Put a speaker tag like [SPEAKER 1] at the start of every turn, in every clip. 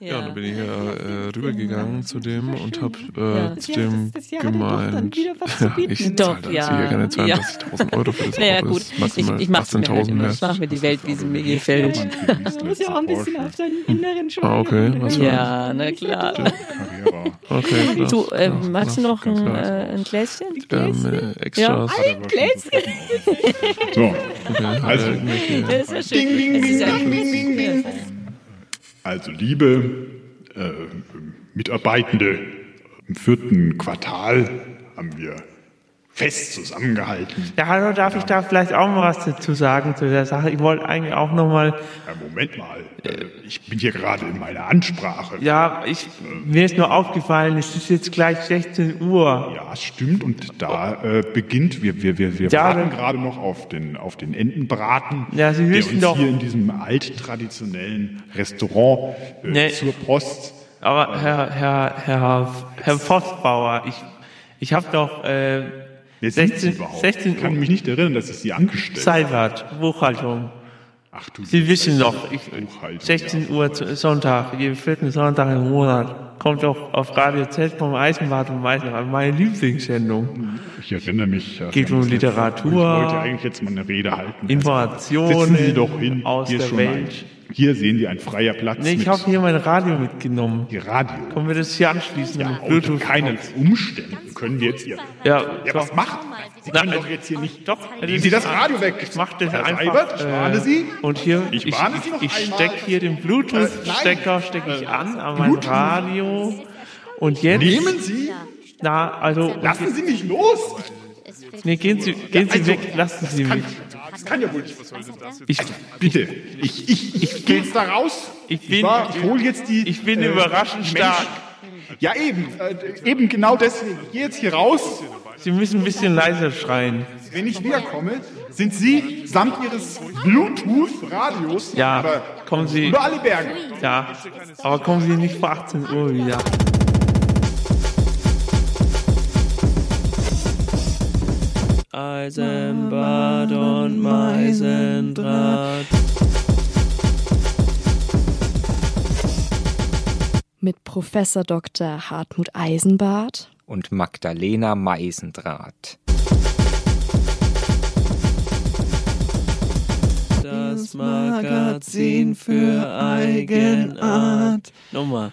[SPEAKER 1] Ja, dann bin ich ja äh, rübergegangen zu dem und habe äh,
[SPEAKER 2] Ja.
[SPEAKER 1] zu
[SPEAKER 3] Ja, das-
[SPEAKER 1] dem
[SPEAKER 3] das Jahr hat doch dann
[SPEAKER 1] gemeint.
[SPEAKER 3] wieder was zu bieten. ne?
[SPEAKER 1] ich
[SPEAKER 2] Doch,
[SPEAKER 1] zahle da
[SPEAKER 2] Ah, ja.
[SPEAKER 1] sicher keine 32.000 Euro für das
[SPEAKER 2] Naja,
[SPEAKER 1] Auto.
[SPEAKER 2] gut.
[SPEAKER 1] Das ist
[SPEAKER 2] Ich,
[SPEAKER 1] maximal
[SPEAKER 2] ich mach's mir halt
[SPEAKER 1] 18.000
[SPEAKER 2] immer.
[SPEAKER 1] wert.
[SPEAKER 2] Ich mach mir die Welt, wie sie mir gefällt.
[SPEAKER 3] Ja, Man muss ja auch ein bisschen auf seinen inneren Schweinehund
[SPEAKER 1] Ah, okay, was
[SPEAKER 3] hören.
[SPEAKER 2] Ja, na klar.
[SPEAKER 1] Carrera. Okay, klar.
[SPEAKER 2] Du, ähm,
[SPEAKER 1] Ja,
[SPEAKER 2] magst du
[SPEAKER 1] klar,
[SPEAKER 2] noch ein,
[SPEAKER 1] klar.
[SPEAKER 2] äh, ein Gläschen?
[SPEAKER 1] ähm, äh, Extras?
[SPEAKER 3] Gläschen.
[SPEAKER 4] So,
[SPEAKER 1] Okay,
[SPEAKER 4] Also-
[SPEAKER 1] irgendwelche-
[SPEAKER 2] Das ist ja schön. Es ist ja-
[SPEAKER 4] also liebe äh, Mitarbeitende, im vierten Quartal haben wir fest zusammengehalten.
[SPEAKER 5] Ja, hallo, darf ich da vielleicht auch mal was dazu sagen zu der Sache? Ich wollte eigentlich auch nochmal,
[SPEAKER 4] Ja, Moment mal, äh, ich bin hier gerade in meiner Äh, Ansprache.
[SPEAKER 5] ja, ich, mir ist nur aufgefallen, es ist jetzt gleich 16 Uhr.
[SPEAKER 4] Ja, es stimmt. Und da äh, beginnt, wir, wir, wir, wir
[SPEAKER 5] Ja,
[SPEAKER 4] warten
[SPEAKER 5] dann-
[SPEAKER 4] gerade noch auf den, auf den Entenbraten,
[SPEAKER 5] Ja, Sie
[SPEAKER 4] der
[SPEAKER 5] wissen
[SPEAKER 4] uns
[SPEAKER 5] doch-
[SPEAKER 4] hier in diesem alttraditionellen Restaurant äh,
[SPEAKER 5] Nee.
[SPEAKER 4] zur Post.
[SPEAKER 5] Aber Herr, Herr, Herr, Herr Vossbauer, ich, ich habe doch, äh,
[SPEAKER 4] Wer sind Sie
[SPEAKER 5] 16,
[SPEAKER 4] überhaupt?
[SPEAKER 5] 16
[SPEAKER 4] ich kann
[SPEAKER 5] Uhr
[SPEAKER 4] mich nicht erinnern, dass ich Sie angestellt habe.
[SPEAKER 5] Seibert, Buchhaltung.
[SPEAKER 4] Ach du
[SPEAKER 5] Sie wissen
[SPEAKER 4] Scheiße.
[SPEAKER 5] doch, ich,
[SPEAKER 4] Buchhaltung,
[SPEAKER 5] 16
[SPEAKER 4] ja.
[SPEAKER 5] Uhr zu- Sonntag, jeden vierten Sonntag im Monat, kommt doch auf Radio Z vom Eisenbad und Eisenbad, meine Lieblingssendung.
[SPEAKER 4] Ich erinnere mich. ja,
[SPEAKER 5] Geht
[SPEAKER 4] wir haben
[SPEAKER 5] um
[SPEAKER 4] das letzte-
[SPEAKER 5] Literatur.
[SPEAKER 4] Ich wollte eigentlich jetzt mal eine Rede halten.
[SPEAKER 5] Informationen
[SPEAKER 4] Sitzen Sie doch hin.
[SPEAKER 5] aus
[SPEAKER 4] hier
[SPEAKER 5] der
[SPEAKER 4] ist schon
[SPEAKER 5] Welt.
[SPEAKER 4] Ein, hier sehen Sie ein freier Platz
[SPEAKER 5] Nee, ich
[SPEAKER 4] mit
[SPEAKER 5] habe hier mein Radio mitgenommen.
[SPEAKER 4] Radio.
[SPEAKER 5] Können wir das hier anschließen? Ja,
[SPEAKER 4] Unter keinen Umständen können wir jetzt hier...
[SPEAKER 5] Ja,
[SPEAKER 4] Ja,
[SPEAKER 5] so.
[SPEAKER 4] was Also, machen? Sie
[SPEAKER 5] Na,
[SPEAKER 4] können
[SPEAKER 5] äh,
[SPEAKER 4] doch jetzt hier nicht...
[SPEAKER 5] Doch,
[SPEAKER 4] Nehmen Sie das Radio weg.
[SPEAKER 5] Ich mach das
[SPEAKER 4] Herr
[SPEAKER 5] einfach.
[SPEAKER 4] Seibert, ich
[SPEAKER 5] äh,
[SPEAKER 4] warne Sie.
[SPEAKER 5] Und hier,
[SPEAKER 4] Ich
[SPEAKER 5] ich,
[SPEAKER 4] warne Sie noch
[SPEAKER 5] ich
[SPEAKER 4] einmal. Äh,
[SPEAKER 5] steck hier den Bluetooth-Stecker, stecke ich an, an mein Radio. Und jetzt,
[SPEAKER 4] Nehmen Sie...
[SPEAKER 5] na, also, und
[SPEAKER 4] Lassen Sie mich los!
[SPEAKER 5] nee, gehen Sie, gehen Sie weg, lassen Sie mich.
[SPEAKER 4] Das kann ja wohl nicht... Was soll denn das jetzt?
[SPEAKER 5] Ich,
[SPEAKER 4] Bitte, ich, ich, ich gehe jetzt da raus.
[SPEAKER 5] ich bin,
[SPEAKER 4] war- ich hol jetzt die...
[SPEAKER 5] ich bin
[SPEAKER 4] äh,
[SPEAKER 5] überraschend stark.
[SPEAKER 4] Ja, eben. Äh, eben genau deswegen. Ich gehe jetzt hier raus.
[SPEAKER 5] Sie müssen ein bisschen leiser schreien.
[SPEAKER 4] Wenn ich wiederkomme, sind Sie samt Ihres Bluetooth-Radios
[SPEAKER 5] Ja,
[SPEAKER 4] aber
[SPEAKER 5] kommen Sie,
[SPEAKER 4] über alle Berge.
[SPEAKER 5] ja, aber kommen Sie nicht vor 18 Uhr wieder. Eisenbad und Meisendraht.
[SPEAKER 6] Mit Professor Dr. Hartmut Eisenbart.
[SPEAKER 7] und Magdalena Meisendraht.
[SPEAKER 5] Das Magazin für Eigenart. Nummer.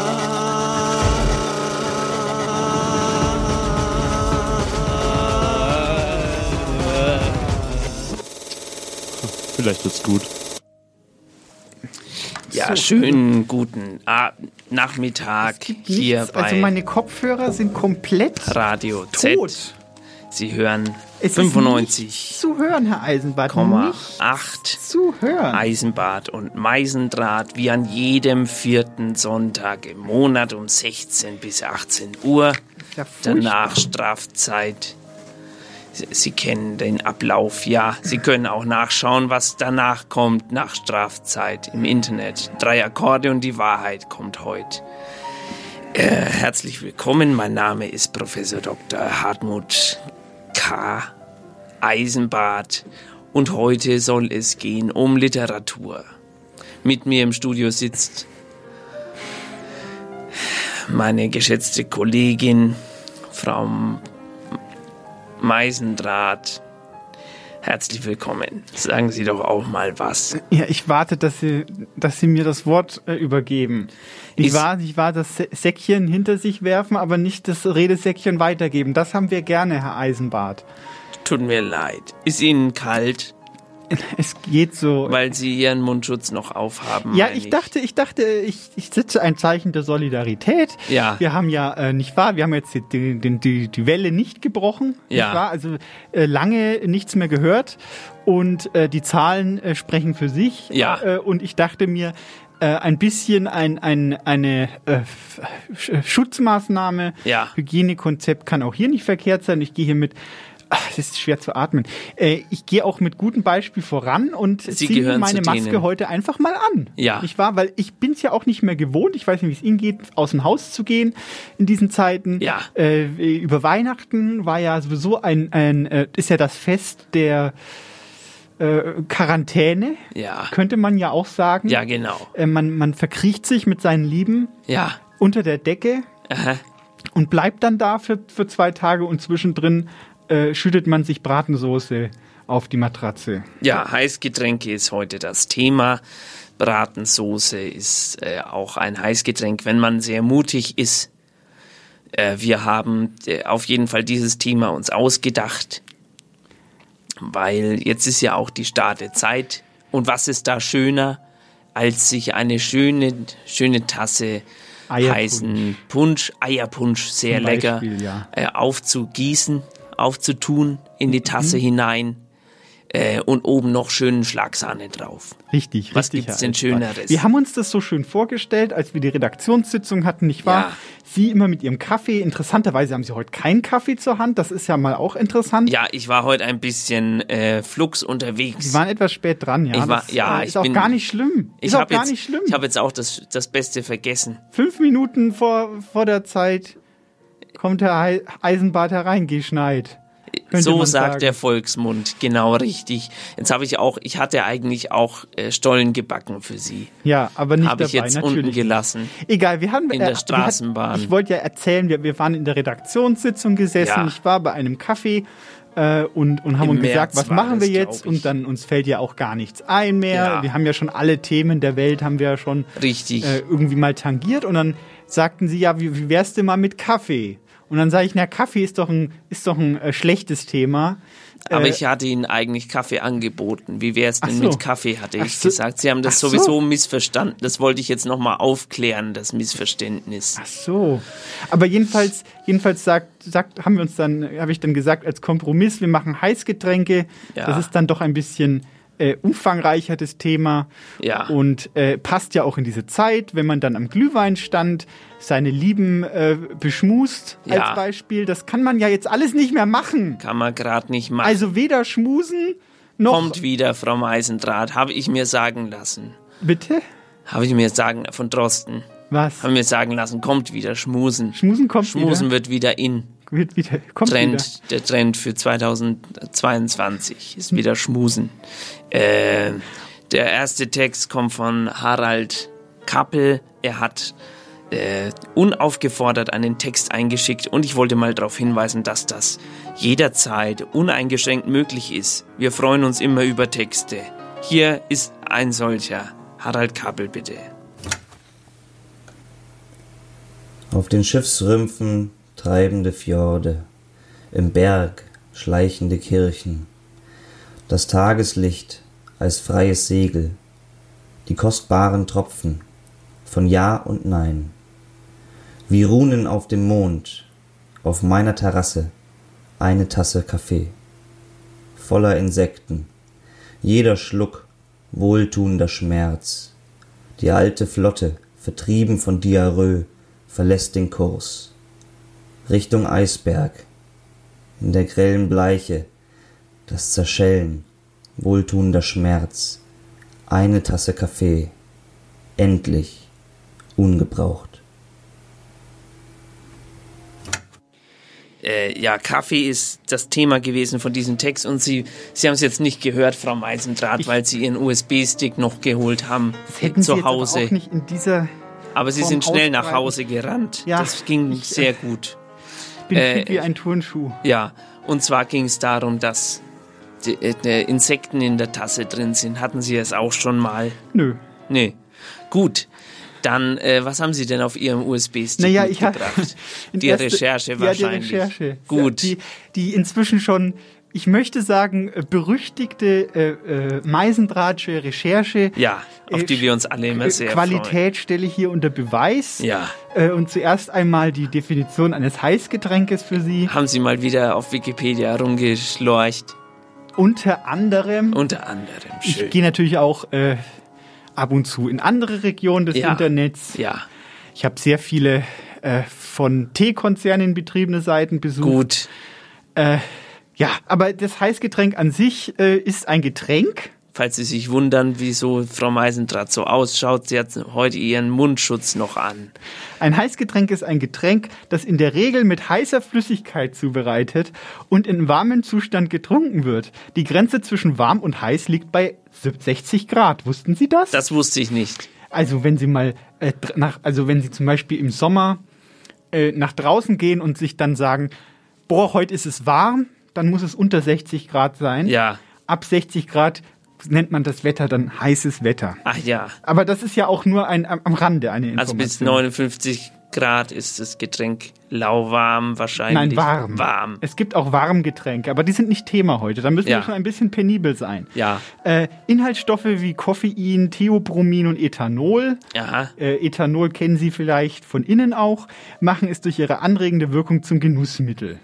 [SPEAKER 2] Äh,
[SPEAKER 1] Vielleicht wird's gut.
[SPEAKER 2] Ja, schönen guten Abend, Nachmittag hier
[SPEAKER 3] Nichts, also
[SPEAKER 2] bei
[SPEAKER 3] meine Kopfhörer sind komplett
[SPEAKER 2] Radio
[SPEAKER 3] tot.
[SPEAKER 2] Z. Sie hören
[SPEAKER 3] Es ist nicht
[SPEAKER 2] 95,8
[SPEAKER 3] zu hören, Herr Eisenbart. Nicht zu hören.
[SPEAKER 2] Eisenbad und Meisendraht wie an jedem vierten Sonntag im Monat um 16 bis 18 Uhr.
[SPEAKER 3] ja
[SPEAKER 2] Danach Strafzeit. Sie, Sie kennen den Ablauf, ja. Sie können auch nachschauen, was danach kommt nach Strafzeit im Internet. Drei Akkorde und die Wahrheit kommt heute. Äh, herzlich willkommen, mein Name ist Professor Dr. Hartmut K. Eisenbart und heute soll es gehen um Literatur. Mit mir im Studio sitzt meine geschätzte Kollegin Frau M- Meisendraht. Herzlich willkommen. Sagen Sie doch auch mal was.
[SPEAKER 3] Ja, ich warte, dass Sie, dass Sie mir das Wort äh, übergeben. Ich
[SPEAKER 2] Ist-
[SPEAKER 3] war, ich war das Sä- Säckchen hinter sich werfen, aber nicht das Redesäckchen weitergeben. Das haben wir gerne, Herr Eisenbart.
[SPEAKER 2] Tut mir leid. Ist Ihnen kalt,
[SPEAKER 3] Es geht so.
[SPEAKER 2] weil Sie Ihren Mundschutz noch aufhaben?
[SPEAKER 3] ja,
[SPEAKER 2] meine
[SPEAKER 3] ich dachte, ich dachte, ich, ich sitze ein Zeichen der Solidarität.
[SPEAKER 2] Ja.
[SPEAKER 3] Wir haben ja, äh, nicht wahr, wir haben jetzt die, die, die, die Welle nicht gebrochen.
[SPEAKER 2] Ja.
[SPEAKER 3] Nicht wahr? Also äh, lange nichts mehr gehört. und äh, die Zahlen äh, sprechen für sich.
[SPEAKER 2] Ja.
[SPEAKER 3] Äh, und ich dachte mir, äh, ein bisschen ein, ein, eine äh, F- Sch- Schutzmaßnahme,
[SPEAKER 2] Ja.
[SPEAKER 3] Hygienekonzept kann auch hier nicht verkehrt sein. Ich gehe hier mit, ach, es ist schwer zu atmen. Äh, ich gehe auch mit gutem Beispiel voran und
[SPEAKER 2] Sie
[SPEAKER 3] ziehe
[SPEAKER 2] gehören
[SPEAKER 3] meine
[SPEAKER 2] zu
[SPEAKER 3] Maske
[SPEAKER 2] denen.
[SPEAKER 3] heute einfach mal an.
[SPEAKER 2] Ja.
[SPEAKER 3] Nicht wahr? Weil ich bin's ja auch nicht mehr gewohnt. Ich weiß nicht, wie es Ihnen geht, aus dem Haus zu gehen in diesen Zeiten.
[SPEAKER 2] Ja.
[SPEAKER 3] Äh, über Weihnachten war ja sowieso ein, ein äh, ist ja das Fest der äh, Quarantäne,
[SPEAKER 2] Ja.
[SPEAKER 3] könnte man ja auch sagen.
[SPEAKER 2] Ja, genau.
[SPEAKER 3] Äh, man, man verkriecht sich mit seinen Lieben
[SPEAKER 2] Ja.
[SPEAKER 3] unter der Decke
[SPEAKER 2] Aha.
[SPEAKER 3] und bleibt dann da für, für zwei Tage und zwischendrin äh, schüttet man sich Bratensoße auf die Matratze.
[SPEAKER 2] Ja, Heißgetränke ist heute das Thema. Bratensoße ist äh, auch ein Heißgetränk, wenn man sehr mutig ist. Äh, wir haben äh, auf jeden Fall dieses Thema uns ausgedacht, weil jetzt ist ja auch die Startezeit. Und was ist da schöner, als sich eine schöne, schöne Tasse
[SPEAKER 3] Eierpunsch.
[SPEAKER 2] heißen Punsch, Eierpunsch, sehr
[SPEAKER 3] Zum
[SPEAKER 2] lecker,
[SPEAKER 3] Beispiel, ja.
[SPEAKER 2] äh, aufzugießen, aufzutun in die Tasse
[SPEAKER 3] Mhm.
[SPEAKER 2] hinein äh, und oben noch schönen Schlagsahne drauf.
[SPEAKER 3] Richtig,
[SPEAKER 2] Was
[SPEAKER 3] richtig.
[SPEAKER 2] gibt's
[SPEAKER 3] Herr
[SPEAKER 2] denn
[SPEAKER 3] Altmann.
[SPEAKER 2] Schöneres?
[SPEAKER 3] Wir haben uns das so schön vorgestellt, als wir die Redaktionssitzung hatten, nicht wahr?
[SPEAKER 2] Ja.
[SPEAKER 3] Sie immer mit ihrem Kaffee. Interessanterweise haben Sie heute keinen Kaffee zur Hand. Das ist ja mal auch interessant.
[SPEAKER 2] Ja, ich war heute ein bisschen äh, flux
[SPEAKER 3] Sie
[SPEAKER 2] unterwegs.
[SPEAKER 3] waren etwas spät dran, ja.
[SPEAKER 2] Ich war-
[SPEAKER 3] das
[SPEAKER 2] ja,
[SPEAKER 3] äh, ist
[SPEAKER 2] ich
[SPEAKER 3] auch
[SPEAKER 2] bin-
[SPEAKER 3] gar nicht schlimm.
[SPEAKER 2] Ich
[SPEAKER 3] ist auch
[SPEAKER 2] habe
[SPEAKER 3] gar
[SPEAKER 2] jetzt,
[SPEAKER 3] nicht schlimm.
[SPEAKER 2] ich hab jetzt auch das, das Beste vergessen.
[SPEAKER 3] Fünf Minuten vor, vor der Zeit kommt Herr Hei- Eisenbart hereingeschneit. Könnte
[SPEAKER 2] so
[SPEAKER 3] man
[SPEAKER 2] sagt
[SPEAKER 3] sagen.
[SPEAKER 2] der Volksmund, genau richtig. Jetzt habe ich auch, ich hatte eigentlich auch äh, Stollen gebacken für Sie.
[SPEAKER 3] Ja, aber nicht
[SPEAKER 2] Habe
[SPEAKER 3] dabei,
[SPEAKER 2] ich jetzt
[SPEAKER 3] natürlich.
[SPEAKER 2] unten gelassen.
[SPEAKER 3] Egal, wir haben
[SPEAKER 2] In
[SPEAKER 3] äh,
[SPEAKER 2] der
[SPEAKER 3] wir
[SPEAKER 2] Straßenbahn.
[SPEAKER 3] Hatten, ich wollte ja erzählen, wir, wir waren in der Redaktionssitzung gesessen.
[SPEAKER 2] Ja.
[SPEAKER 3] Ich war bei einem Kaffee äh, und, und haben
[SPEAKER 2] Im
[SPEAKER 3] uns
[SPEAKER 2] März
[SPEAKER 3] gesagt, was
[SPEAKER 2] war
[SPEAKER 3] machen
[SPEAKER 2] das,
[SPEAKER 3] wir jetzt?
[SPEAKER 2] glaub ich.
[SPEAKER 3] Und dann uns fällt ja auch gar nichts ein mehr.
[SPEAKER 2] Ja.
[SPEAKER 3] Wir haben ja schon alle Themen der Welt haben wir ja schon
[SPEAKER 2] Richtig.
[SPEAKER 3] äh, irgendwie mal tangiert. Und dann sagten sie ja, wie, wie wär's denn mal mit Kaffee? Und dann sage ich, na Kaffee ist doch ein ist doch ein äh, schlechtes Thema.
[SPEAKER 2] Aber
[SPEAKER 3] äh,
[SPEAKER 2] ich hatte Ihnen eigentlich Kaffee angeboten. Wie wäre es denn
[SPEAKER 3] so.
[SPEAKER 2] mit Kaffee, hatte
[SPEAKER 3] Ach
[SPEAKER 2] ich
[SPEAKER 3] so.
[SPEAKER 2] gesagt. Sie haben das
[SPEAKER 3] Ach so.
[SPEAKER 2] sowieso missverstanden. Das wollte ich jetzt nochmal aufklären, das Missverständnis.
[SPEAKER 3] Ach so. Aber jedenfalls, jedenfalls sagt, sagt, haben wir uns dann, habe ich dann gesagt, als Kompromiss, wir machen Heißgetränke.
[SPEAKER 2] Ja.
[SPEAKER 3] Das ist dann doch ein bisschen äh, umfangreicher das Thema.
[SPEAKER 2] Ja.
[SPEAKER 3] Und äh, passt ja auch in diese Zeit, wenn man dann am Glühwein stand, seine Lieben äh, beschmust
[SPEAKER 2] Ja.
[SPEAKER 3] als Beispiel. Das kann man ja jetzt alles nicht mehr machen.
[SPEAKER 2] Kann man gerade nicht machen.
[SPEAKER 3] Also weder schmusen noch.
[SPEAKER 2] Kommt wieder, Frau Meisendraht, habe ich mir sagen lassen.
[SPEAKER 3] Bitte?
[SPEAKER 2] Habe ich mir sagen, von Drosten,
[SPEAKER 3] Was?
[SPEAKER 2] habe mir sagen lassen, kommt wieder, schmusen.
[SPEAKER 3] Schmusen kommt
[SPEAKER 2] schmusen wird wieder in.
[SPEAKER 3] wieder. Wird wieder. Kommt wieder.
[SPEAKER 2] Trend, der Trend für 2022
[SPEAKER 3] Hm.
[SPEAKER 2] ist wieder Schmusen. Äh, der erste Text kommt von Harald Kappel. Er hat äh, unaufgefordert einen Text eingeschickt und ich wollte mal darauf hinweisen, dass das jederzeit uneingeschränkt möglich ist. Wir freuen uns immer über Texte. Hier ist ein solcher. Harald Kappel, bitte.
[SPEAKER 8] Auf den Schiffsrümpfen treibende Fjorde, im Berg schleichende Kirchen, das Tageslicht als freies Segel, die kostbaren Tropfen von Ja und Nein, wie Runen auf dem Mond, auf meiner Terrasse eine Tasse Kaffee, voller Insekten, jeder Schluck wohltuender Schmerz, die alte Flotte, vertrieben von Diarrhoe, verlässt den Kurs. Richtung Eisberg. In der grellen Bleiche. Das Zerschellen. Wohltuender Schmerz. Eine Tasse Kaffee. Endlich. Ungebraucht.
[SPEAKER 2] äh, ja, Kaffee ist das Thema gewesen von diesem Text und Sie, Sie haben es jetzt nicht gehört, Frau Meisendraht, weil Sie Ihren USB-Stick noch geholt haben
[SPEAKER 3] Das hätten Sie
[SPEAKER 2] zu
[SPEAKER 3] jetzt aber
[SPEAKER 2] Hause.
[SPEAKER 3] auch nicht in dieser.
[SPEAKER 2] aber Sie
[SPEAKER 3] vorm
[SPEAKER 2] sind schnell nach
[SPEAKER 3] Ausbreiten.
[SPEAKER 2] Hause gerannt.
[SPEAKER 3] Ja,
[SPEAKER 2] das ging
[SPEAKER 3] ich, äh,
[SPEAKER 2] sehr gut.
[SPEAKER 3] bin
[SPEAKER 2] Äh,
[SPEAKER 3] fit wie ein Turnschuh.
[SPEAKER 2] Ja, und zwar ging es darum, dass die, äh, die Insekten in der Tasse drin sind. Hatten Sie das auch schon mal?
[SPEAKER 3] Nö.
[SPEAKER 2] Nee. Gut. Dann, äh, was haben Sie denn auf Ihrem USB-Stick
[SPEAKER 3] Naja, ich habe
[SPEAKER 2] mitgebracht? die Recherche wahrscheinlich.
[SPEAKER 3] Ja, die Recherche.
[SPEAKER 2] Gut.
[SPEAKER 3] Die, die inzwischen schon, ich möchte sagen, äh, berüchtigte äh, äh, Meisendrahtsche Recherche.
[SPEAKER 2] ja, auf
[SPEAKER 3] Äh,
[SPEAKER 2] die wir uns alle immer
[SPEAKER 3] äh,
[SPEAKER 2] sehr freuen.
[SPEAKER 3] Qualität stelle ich hier unter Beweis.
[SPEAKER 2] Ja.
[SPEAKER 3] Äh, Und zuerst einmal die Definition eines Heißgetränkes für Sie.
[SPEAKER 2] Haben Sie mal wieder auf Wikipedia rumgeschlorcht?
[SPEAKER 3] Unter anderem.
[SPEAKER 2] Unter anderem. Schön.
[SPEAKER 3] Ich gehe natürlich auch äh, ab und zu in andere Regionen des
[SPEAKER 2] Ja.
[SPEAKER 3] Internets.
[SPEAKER 2] Ja,
[SPEAKER 3] Ich habe sehr viele äh, von T-Konzernen betriebene Seiten besucht. Äh,
[SPEAKER 2] gut.
[SPEAKER 3] Ja, aber das Heißgetränk an sich äh, ist ein Getränk.
[SPEAKER 2] Falls Sie sich wundern, wieso Frau Meisendraht so ausschaut, sie hat heute ihren Mundschutz noch an.
[SPEAKER 3] Ein Heißgetränk ist ein Getränk, das in der Regel mit heißer Flüssigkeit zubereitet und in warmem Zustand getrunken wird. Die Grenze zwischen warm und heiß liegt bei 60 Grad. Wussten Sie das?
[SPEAKER 2] Das wusste ich nicht.
[SPEAKER 3] Also wenn Sie mal äh, dr- nach, also wenn Sie zum Beispiel im Sommer äh, nach draußen gehen und sich dann sagen, boah, heute ist es warm, dann muss es unter 60 Grad sein.
[SPEAKER 2] Ja.
[SPEAKER 3] Ab 60 Grad nennt man das Wetter dann heißes Wetter.
[SPEAKER 2] Ach Ah, ja.
[SPEAKER 3] Aber das ist ja auch nur ein, am, am Rande eine
[SPEAKER 2] Also
[SPEAKER 3] Information.
[SPEAKER 2] bis 59 Grad ist das Getränk lauwarm wahrscheinlich.
[SPEAKER 3] Nein, warm.
[SPEAKER 2] Warm.
[SPEAKER 3] Es gibt auch Warmgetränke, aber die sind nicht Thema heute. Da müssen
[SPEAKER 2] Ja.
[SPEAKER 3] wir schon ein bisschen penibel sein.
[SPEAKER 2] Ja.
[SPEAKER 3] Äh, Inhaltsstoffe wie Koffein, Theobromin und Ethanol
[SPEAKER 2] Aha.
[SPEAKER 3] äh, Ethanol kennen Sie vielleicht von innen auch, machen es durch ihre anregende Wirkung zum Genussmittel.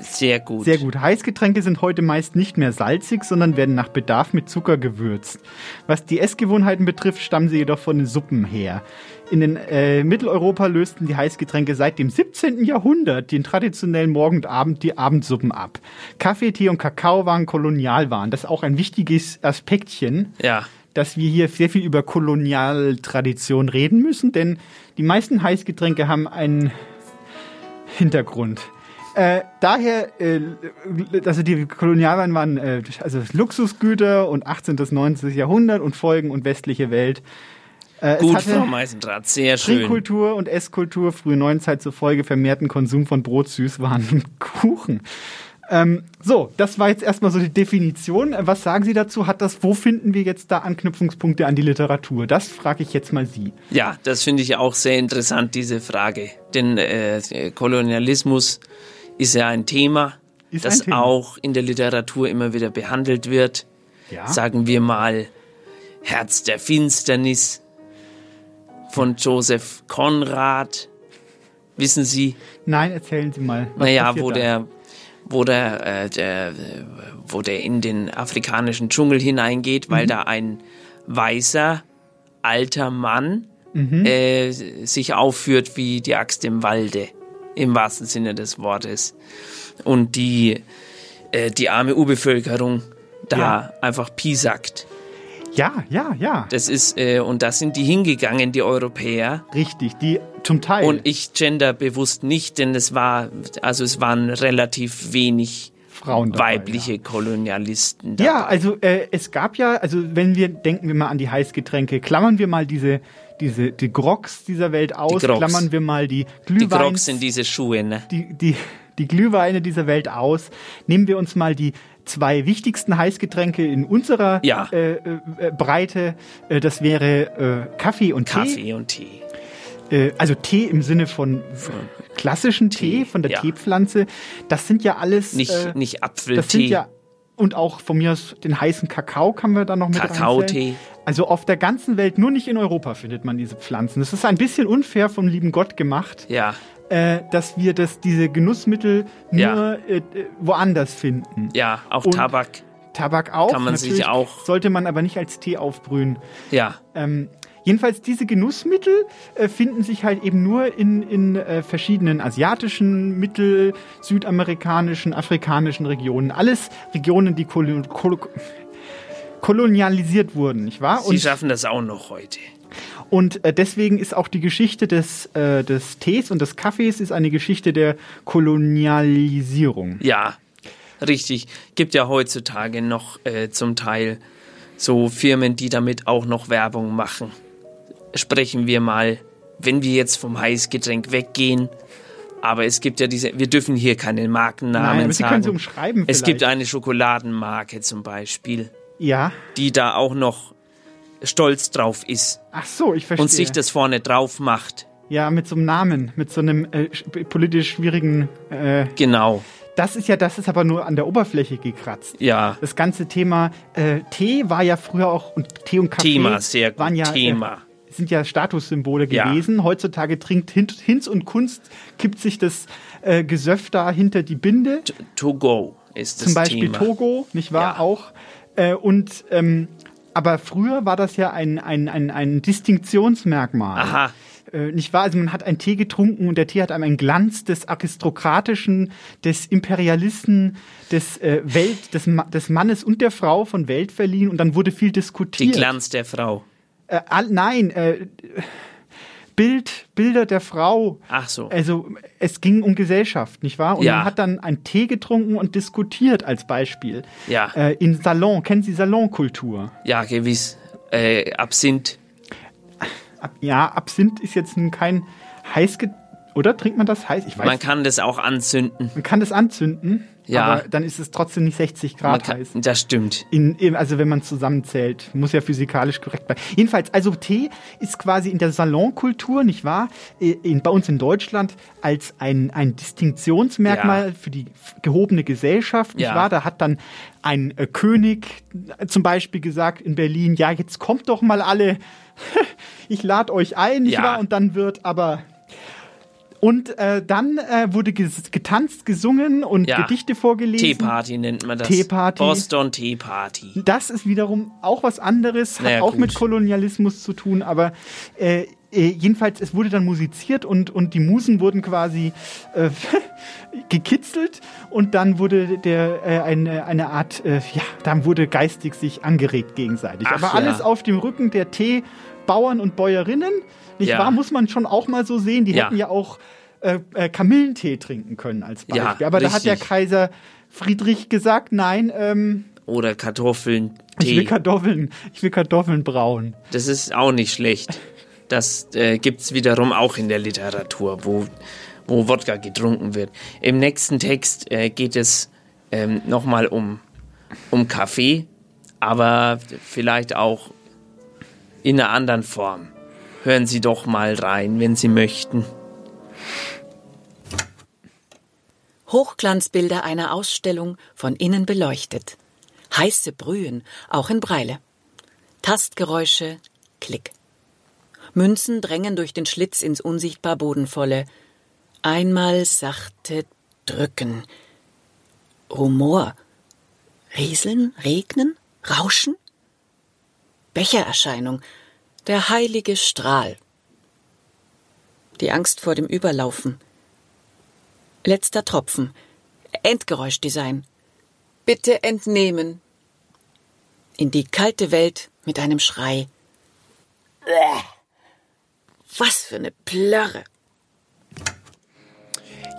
[SPEAKER 2] Sehr gut.
[SPEAKER 3] Sehr gut. Heißgetränke sind heute meist nicht mehr salzig, sondern werden nach Bedarf mit Zucker gewürzt. Was die Essgewohnheiten betrifft, stammen sie jedoch von den Suppen her. In den, äh, Mitteleuropa lösten die Heißgetränke seit dem 17. Jahrhundert den traditionellen Morgen- und Abend die Abendsuppen ab. Kaffee, Tee und Kakao waren Kolonialwaren. Das ist auch ein wichtiges Aspektchen
[SPEAKER 2] Ja.
[SPEAKER 3] dass wir hier sehr viel über Kolonialtradition reden müssen, denn die meisten Heißgetränke haben einen Hintergrund. Äh, daher, äh, also die Kolonialwaren waren äh, also Luxusgüter und 18. bis 19. Jahrhundert und Folgen und westliche Welt. Äh,
[SPEAKER 2] Gut,
[SPEAKER 3] es
[SPEAKER 2] Frau
[SPEAKER 3] hatte
[SPEAKER 2] Meisendraht. Sehr schön.
[SPEAKER 3] Trinkkultur und Esskultur, frühe Neuzeit zufolge vermehrten Konsum von Brot, Süßwaren und Kuchen. Ähm, so, das war jetzt erstmal so die Definition. Äh, Was sagen Sie dazu? Hat das, wo finden wir jetzt da Anknüpfungspunkte an die Literatur? Das frage ich jetzt mal Sie.
[SPEAKER 2] Ja, das finde ich auch sehr interessant, diese Frage. Denn äh, Kolonialismus ist ja ein Thema,
[SPEAKER 3] Ist
[SPEAKER 2] das
[SPEAKER 3] ein Thema.
[SPEAKER 2] auch in der Literatur immer wieder behandelt wird.
[SPEAKER 3] Ja.
[SPEAKER 2] Sagen wir mal Herz der Finsternis von Joseph Conrad. Wissen Sie,
[SPEAKER 3] Nein, erzählen Sie mal. was
[SPEAKER 2] naja,
[SPEAKER 3] passiert
[SPEAKER 2] wo
[SPEAKER 3] da?
[SPEAKER 2] der, wo der, äh, der, äh, wo der in den afrikanischen Dschungel hineingeht,
[SPEAKER 3] Mhm.
[SPEAKER 2] weil da ein weißer alter Mann
[SPEAKER 3] Mhm.
[SPEAKER 2] äh, sich aufführt wie die Axt im Walde, im wahrsten Sinne des Wortes. Und die, äh, die arme Urbevölkerung da
[SPEAKER 3] Ja.
[SPEAKER 2] einfach piesackt.
[SPEAKER 3] Ja, ja, ja.
[SPEAKER 2] Das ist, äh, und da sind die hingegangen, die Europäer,
[SPEAKER 3] Richtig, die zum Teil.
[SPEAKER 2] und ich gender bewusst nicht, denn es war, also es waren relativ wenig
[SPEAKER 3] Frauen dabei,
[SPEAKER 2] weibliche Kolonialisten dabei.
[SPEAKER 3] Ja, also äh, es gab ja, also wenn wir denken wir mal an die Heißgetränke, klammern wir mal diese diese die Grogs dieser Welt aus,
[SPEAKER 2] Grogs.
[SPEAKER 3] klammern wir mal die
[SPEAKER 2] die
[SPEAKER 3] Glühwein
[SPEAKER 2] Crocs sind diese Schuhe, ne?
[SPEAKER 3] die, die, die Glühweine dieser Welt aus. Nehmen wir uns mal die zwei wichtigsten Heißgetränke in unserer
[SPEAKER 2] Ja.
[SPEAKER 3] äh, äh, äh, Breite. Äh, das wäre äh, Kaffee und
[SPEAKER 2] Kaffee und Tee.
[SPEAKER 3] Tee. Äh, also Tee im Sinne von klassischen Tee, von der
[SPEAKER 2] ja.
[SPEAKER 3] Teepflanze. Das sind ja alles.
[SPEAKER 2] Nicht,
[SPEAKER 3] äh,
[SPEAKER 2] nicht
[SPEAKER 3] das
[SPEAKER 2] Apfeltee.
[SPEAKER 3] sind ja. Und auch von mir aus den heißen Kakao kann man da noch mit
[SPEAKER 2] Kakaotee.
[SPEAKER 3] reinzählen. Also auf der ganzen Welt, nur nicht in Europa findet man diese Pflanzen. Das ist ein bisschen unfair vom lieben Gott gemacht
[SPEAKER 2] ja,
[SPEAKER 3] äh, dass wir das, diese Genussmittel nur
[SPEAKER 2] Ja.
[SPEAKER 3] äh, äh, woanders finden.
[SPEAKER 2] ja, auch
[SPEAKER 3] Und-
[SPEAKER 2] Tabak.
[SPEAKER 3] Tabak auch.
[SPEAKER 2] Kann man sich
[SPEAKER 3] natürlich,
[SPEAKER 2] auch-
[SPEAKER 3] Sollte man aber nicht als Tee aufbrühen.
[SPEAKER 2] Ja,
[SPEAKER 3] Ähm, jedenfalls, diese Genussmittel äh, finden sich halt eben nur in, in äh, verschiedenen asiatischen, mittel-, südamerikanischen, afrikanischen Regionen. Alles Regionen, die kolon kol kolonialisiert wurden, nicht wahr?
[SPEAKER 2] sie schaffen das auch noch heute.
[SPEAKER 3] Und äh, deswegen ist auch die Geschichte des, äh, des Tees und des Kaffees ist eine Geschichte der Kolonialisierung.
[SPEAKER 2] Ja, richtig. Gibt ja heutzutage noch äh, zum Teil so Firmen, die damit auch noch Werbung machen. Sprechen wir mal, wenn wir jetzt vom Heißgetränk weggehen. Aber es gibt ja diese, wir dürfen hier keine Markennamen
[SPEAKER 3] Nein, aber Sie
[SPEAKER 2] sagen.
[SPEAKER 3] können sie umschreiben
[SPEAKER 2] es gibt
[SPEAKER 3] vielleicht.
[SPEAKER 2] eine Schokoladenmarke zum Beispiel,
[SPEAKER 3] Ja.
[SPEAKER 2] die da auch noch stolz drauf ist
[SPEAKER 3] Ach so, ich verstehe.
[SPEAKER 2] und sich das vorne drauf macht.
[SPEAKER 3] ja, mit so einem Namen, mit so einem äh, sch- politisch schwierigen. Äh,
[SPEAKER 2] Genau,
[SPEAKER 3] das ist ja, das ist aber nur an der Oberfläche gekratzt.
[SPEAKER 2] ja.
[SPEAKER 3] Das ganze Thema äh, Tee war ja früher auch und Tee und Kaffee
[SPEAKER 2] Thema, sehr gut.
[SPEAKER 3] waren ja
[SPEAKER 2] Thema.
[SPEAKER 3] Äh, sind ja Statussymbole
[SPEAKER 2] Ja.
[SPEAKER 3] gewesen. Heutzutage trinkt Hin Hinz und Kunst, kippt sich das äh, Gesöff da hinter die Binde.
[SPEAKER 2] To go. ist das
[SPEAKER 3] Zum Beispiel
[SPEAKER 2] Thema.
[SPEAKER 3] Togo, nicht wahr? Auch. Äh, und ähm, aber früher war das ja ein, ein, ein, ein Distinktionsmerkmal.
[SPEAKER 2] Aha.
[SPEAKER 3] Äh, nicht wahr? Also man hat einen Tee getrunken und der Tee hat einem einen Glanz des Aristokratischen, des Imperialisten, des äh, Welt, des, Ma des Mannes und der Frau von Welt verliehen und dann wurde viel
[SPEAKER 2] Die
[SPEAKER 3] diskutiert.
[SPEAKER 2] Glanz der Frau.
[SPEAKER 3] Äh, all, nein, äh, Bild, Bilder der Frau.
[SPEAKER 2] Ach so.
[SPEAKER 3] Also es ging um Gesellschaft, nicht wahr? Und
[SPEAKER 2] Ja.
[SPEAKER 3] man hat dann einen Tee getrunken und diskutiert als Beispiel.
[SPEAKER 2] Ja.
[SPEAKER 3] Äh, in Salon, kennen Sie Salonkultur?
[SPEAKER 2] Ja, gewiss. Äh, Absinth.
[SPEAKER 3] Ab, ja, Absinth ist jetzt nun kein heiß ge- oder trinkt man das heiß? Ich weiß.
[SPEAKER 2] Man kann das auch anzünden.
[SPEAKER 3] Man kann das anzünden,
[SPEAKER 2] Ja.
[SPEAKER 3] aber dann ist es trotzdem nicht 60
[SPEAKER 2] Man
[SPEAKER 3] Grad
[SPEAKER 2] kann,
[SPEAKER 3] heiß.
[SPEAKER 2] das stimmt.
[SPEAKER 3] In, in- also wenn man zusammenzählt, muss ja physikalisch korrekt bleiben. Jedenfalls, also Tee ist quasi in der Salonkultur, nicht wahr? I- In, bei uns in Deutschland als ein, ein Distinktionsmerkmal
[SPEAKER 2] Ja.
[SPEAKER 3] für die f- gehobene Gesellschaft, nicht
[SPEAKER 2] Ja.
[SPEAKER 3] wahr? Da hat dann ein äh, König äh, zum Beispiel gesagt in Berlin, ja, jetzt kommt doch mal alle, ich lade euch ein, nicht
[SPEAKER 2] Ja.
[SPEAKER 3] wahr? Und dann wird aber... Und äh, dann äh, wurde ges getanzt, gesungen und
[SPEAKER 2] Ja.
[SPEAKER 3] Gedichte vorgelesen.
[SPEAKER 2] Teeparty nennt man das.
[SPEAKER 3] Teeparty.
[SPEAKER 2] Boston Teeparty.
[SPEAKER 3] Das ist wiederum auch was anderes, hat
[SPEAKER 2] Naja,
[SPEAKER 3] auch
[SPEAKER 2] gut.
[SPEAKER 3] mit Kolonialismus zu tun, aber äh, äh, jedenfalls, es wurde dann musiziert und, und die Musen wurden quasi äh, gekitzelt und dann wurde der äh, eine, eine Art, äh, ja, dann wurde geistig sich angeregt gegenseitig.
[SPEAKER 2] Ach,
[SPEAKER 3] aber
[SPEAKER 2] ja.
[SPEAKER 3] alles auf dem Rücken der Teebauern und Bäuerinnen, nicht
[SPEAKER 2] Ja.
[SPEAKER 3] wahr, muss man schon auch mal so sehen, die
[SPEAKER 2] Ja.
[SPEAKER 3] hätten ja auch äh, äh, Kamillentee trinken können als
[SPEAKER 2] Ja,
[SPEAKER 3] Beispiel. aber da hat der
[SPEAKER 2] richtig.
[SPEAKER 3] Kaiser Friedrich gesagt, nein, ähm,
[SPEAKER 2] Oder Kartoffeln.
[SPEAKER 3] ich will
[SPEAKER 2] Tee.
[SPEAKER 3] Kartoffeln, ich will Kartoffeln brauen.
[SPEAKER 2] Das ist auch nicht schlecht. Das äh, gibt es wiederum auch in der Literatur, wo, wo Wodka getrunken wird. Im nächsten Text äh, geht es ähm, nochmal um, um Kaffee, aber vielleicht auch in einer anderen Form. Hören Sie doch mal rein, wenn Sie möchten.
[SPEAKER 9] Hochglanzbilder einer Ausstellung von innen beleuchtet. Heiße Brühen, auch in Breile. Tastgeräusche, Klick. Münzen drängen durch den Schlitz ins unsichtbar Bodenvolle. Einmal sachte drücken. Rumor. Rieseln, regnen, rauschen? Bechererscheinung. Der heilige Strahl. Die Angst vor dem Überlaufen. Letzter Tropfen. Endgeräuschdesign. Bitte entnehmen. In die kalte Welt mit einem Schrei. Bäh. Was für eine Plörre.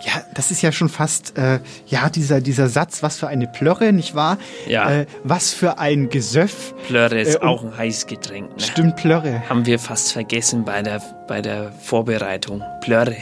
[SPEAKER 3] Ja, das ist ja schon fast, äh, ja, dieser, dieser Satz, was für eine Plörre, nicht wahr?
[SPEAKER 2] Ja.
[SPEAKER 3] Äh, was für ein Gesöff.
[SPEAKER 2] Plörre ist
[SPEAKER 3] Äh, und-
[SPEAKER 2] auch ein Heißgetränk. Ne?
[SPEAKER 3] Stimmt, Plörre.
[SPEAKER 2] Haben wir fast vergessen bei der, bei der Vorbereitung. Plörre.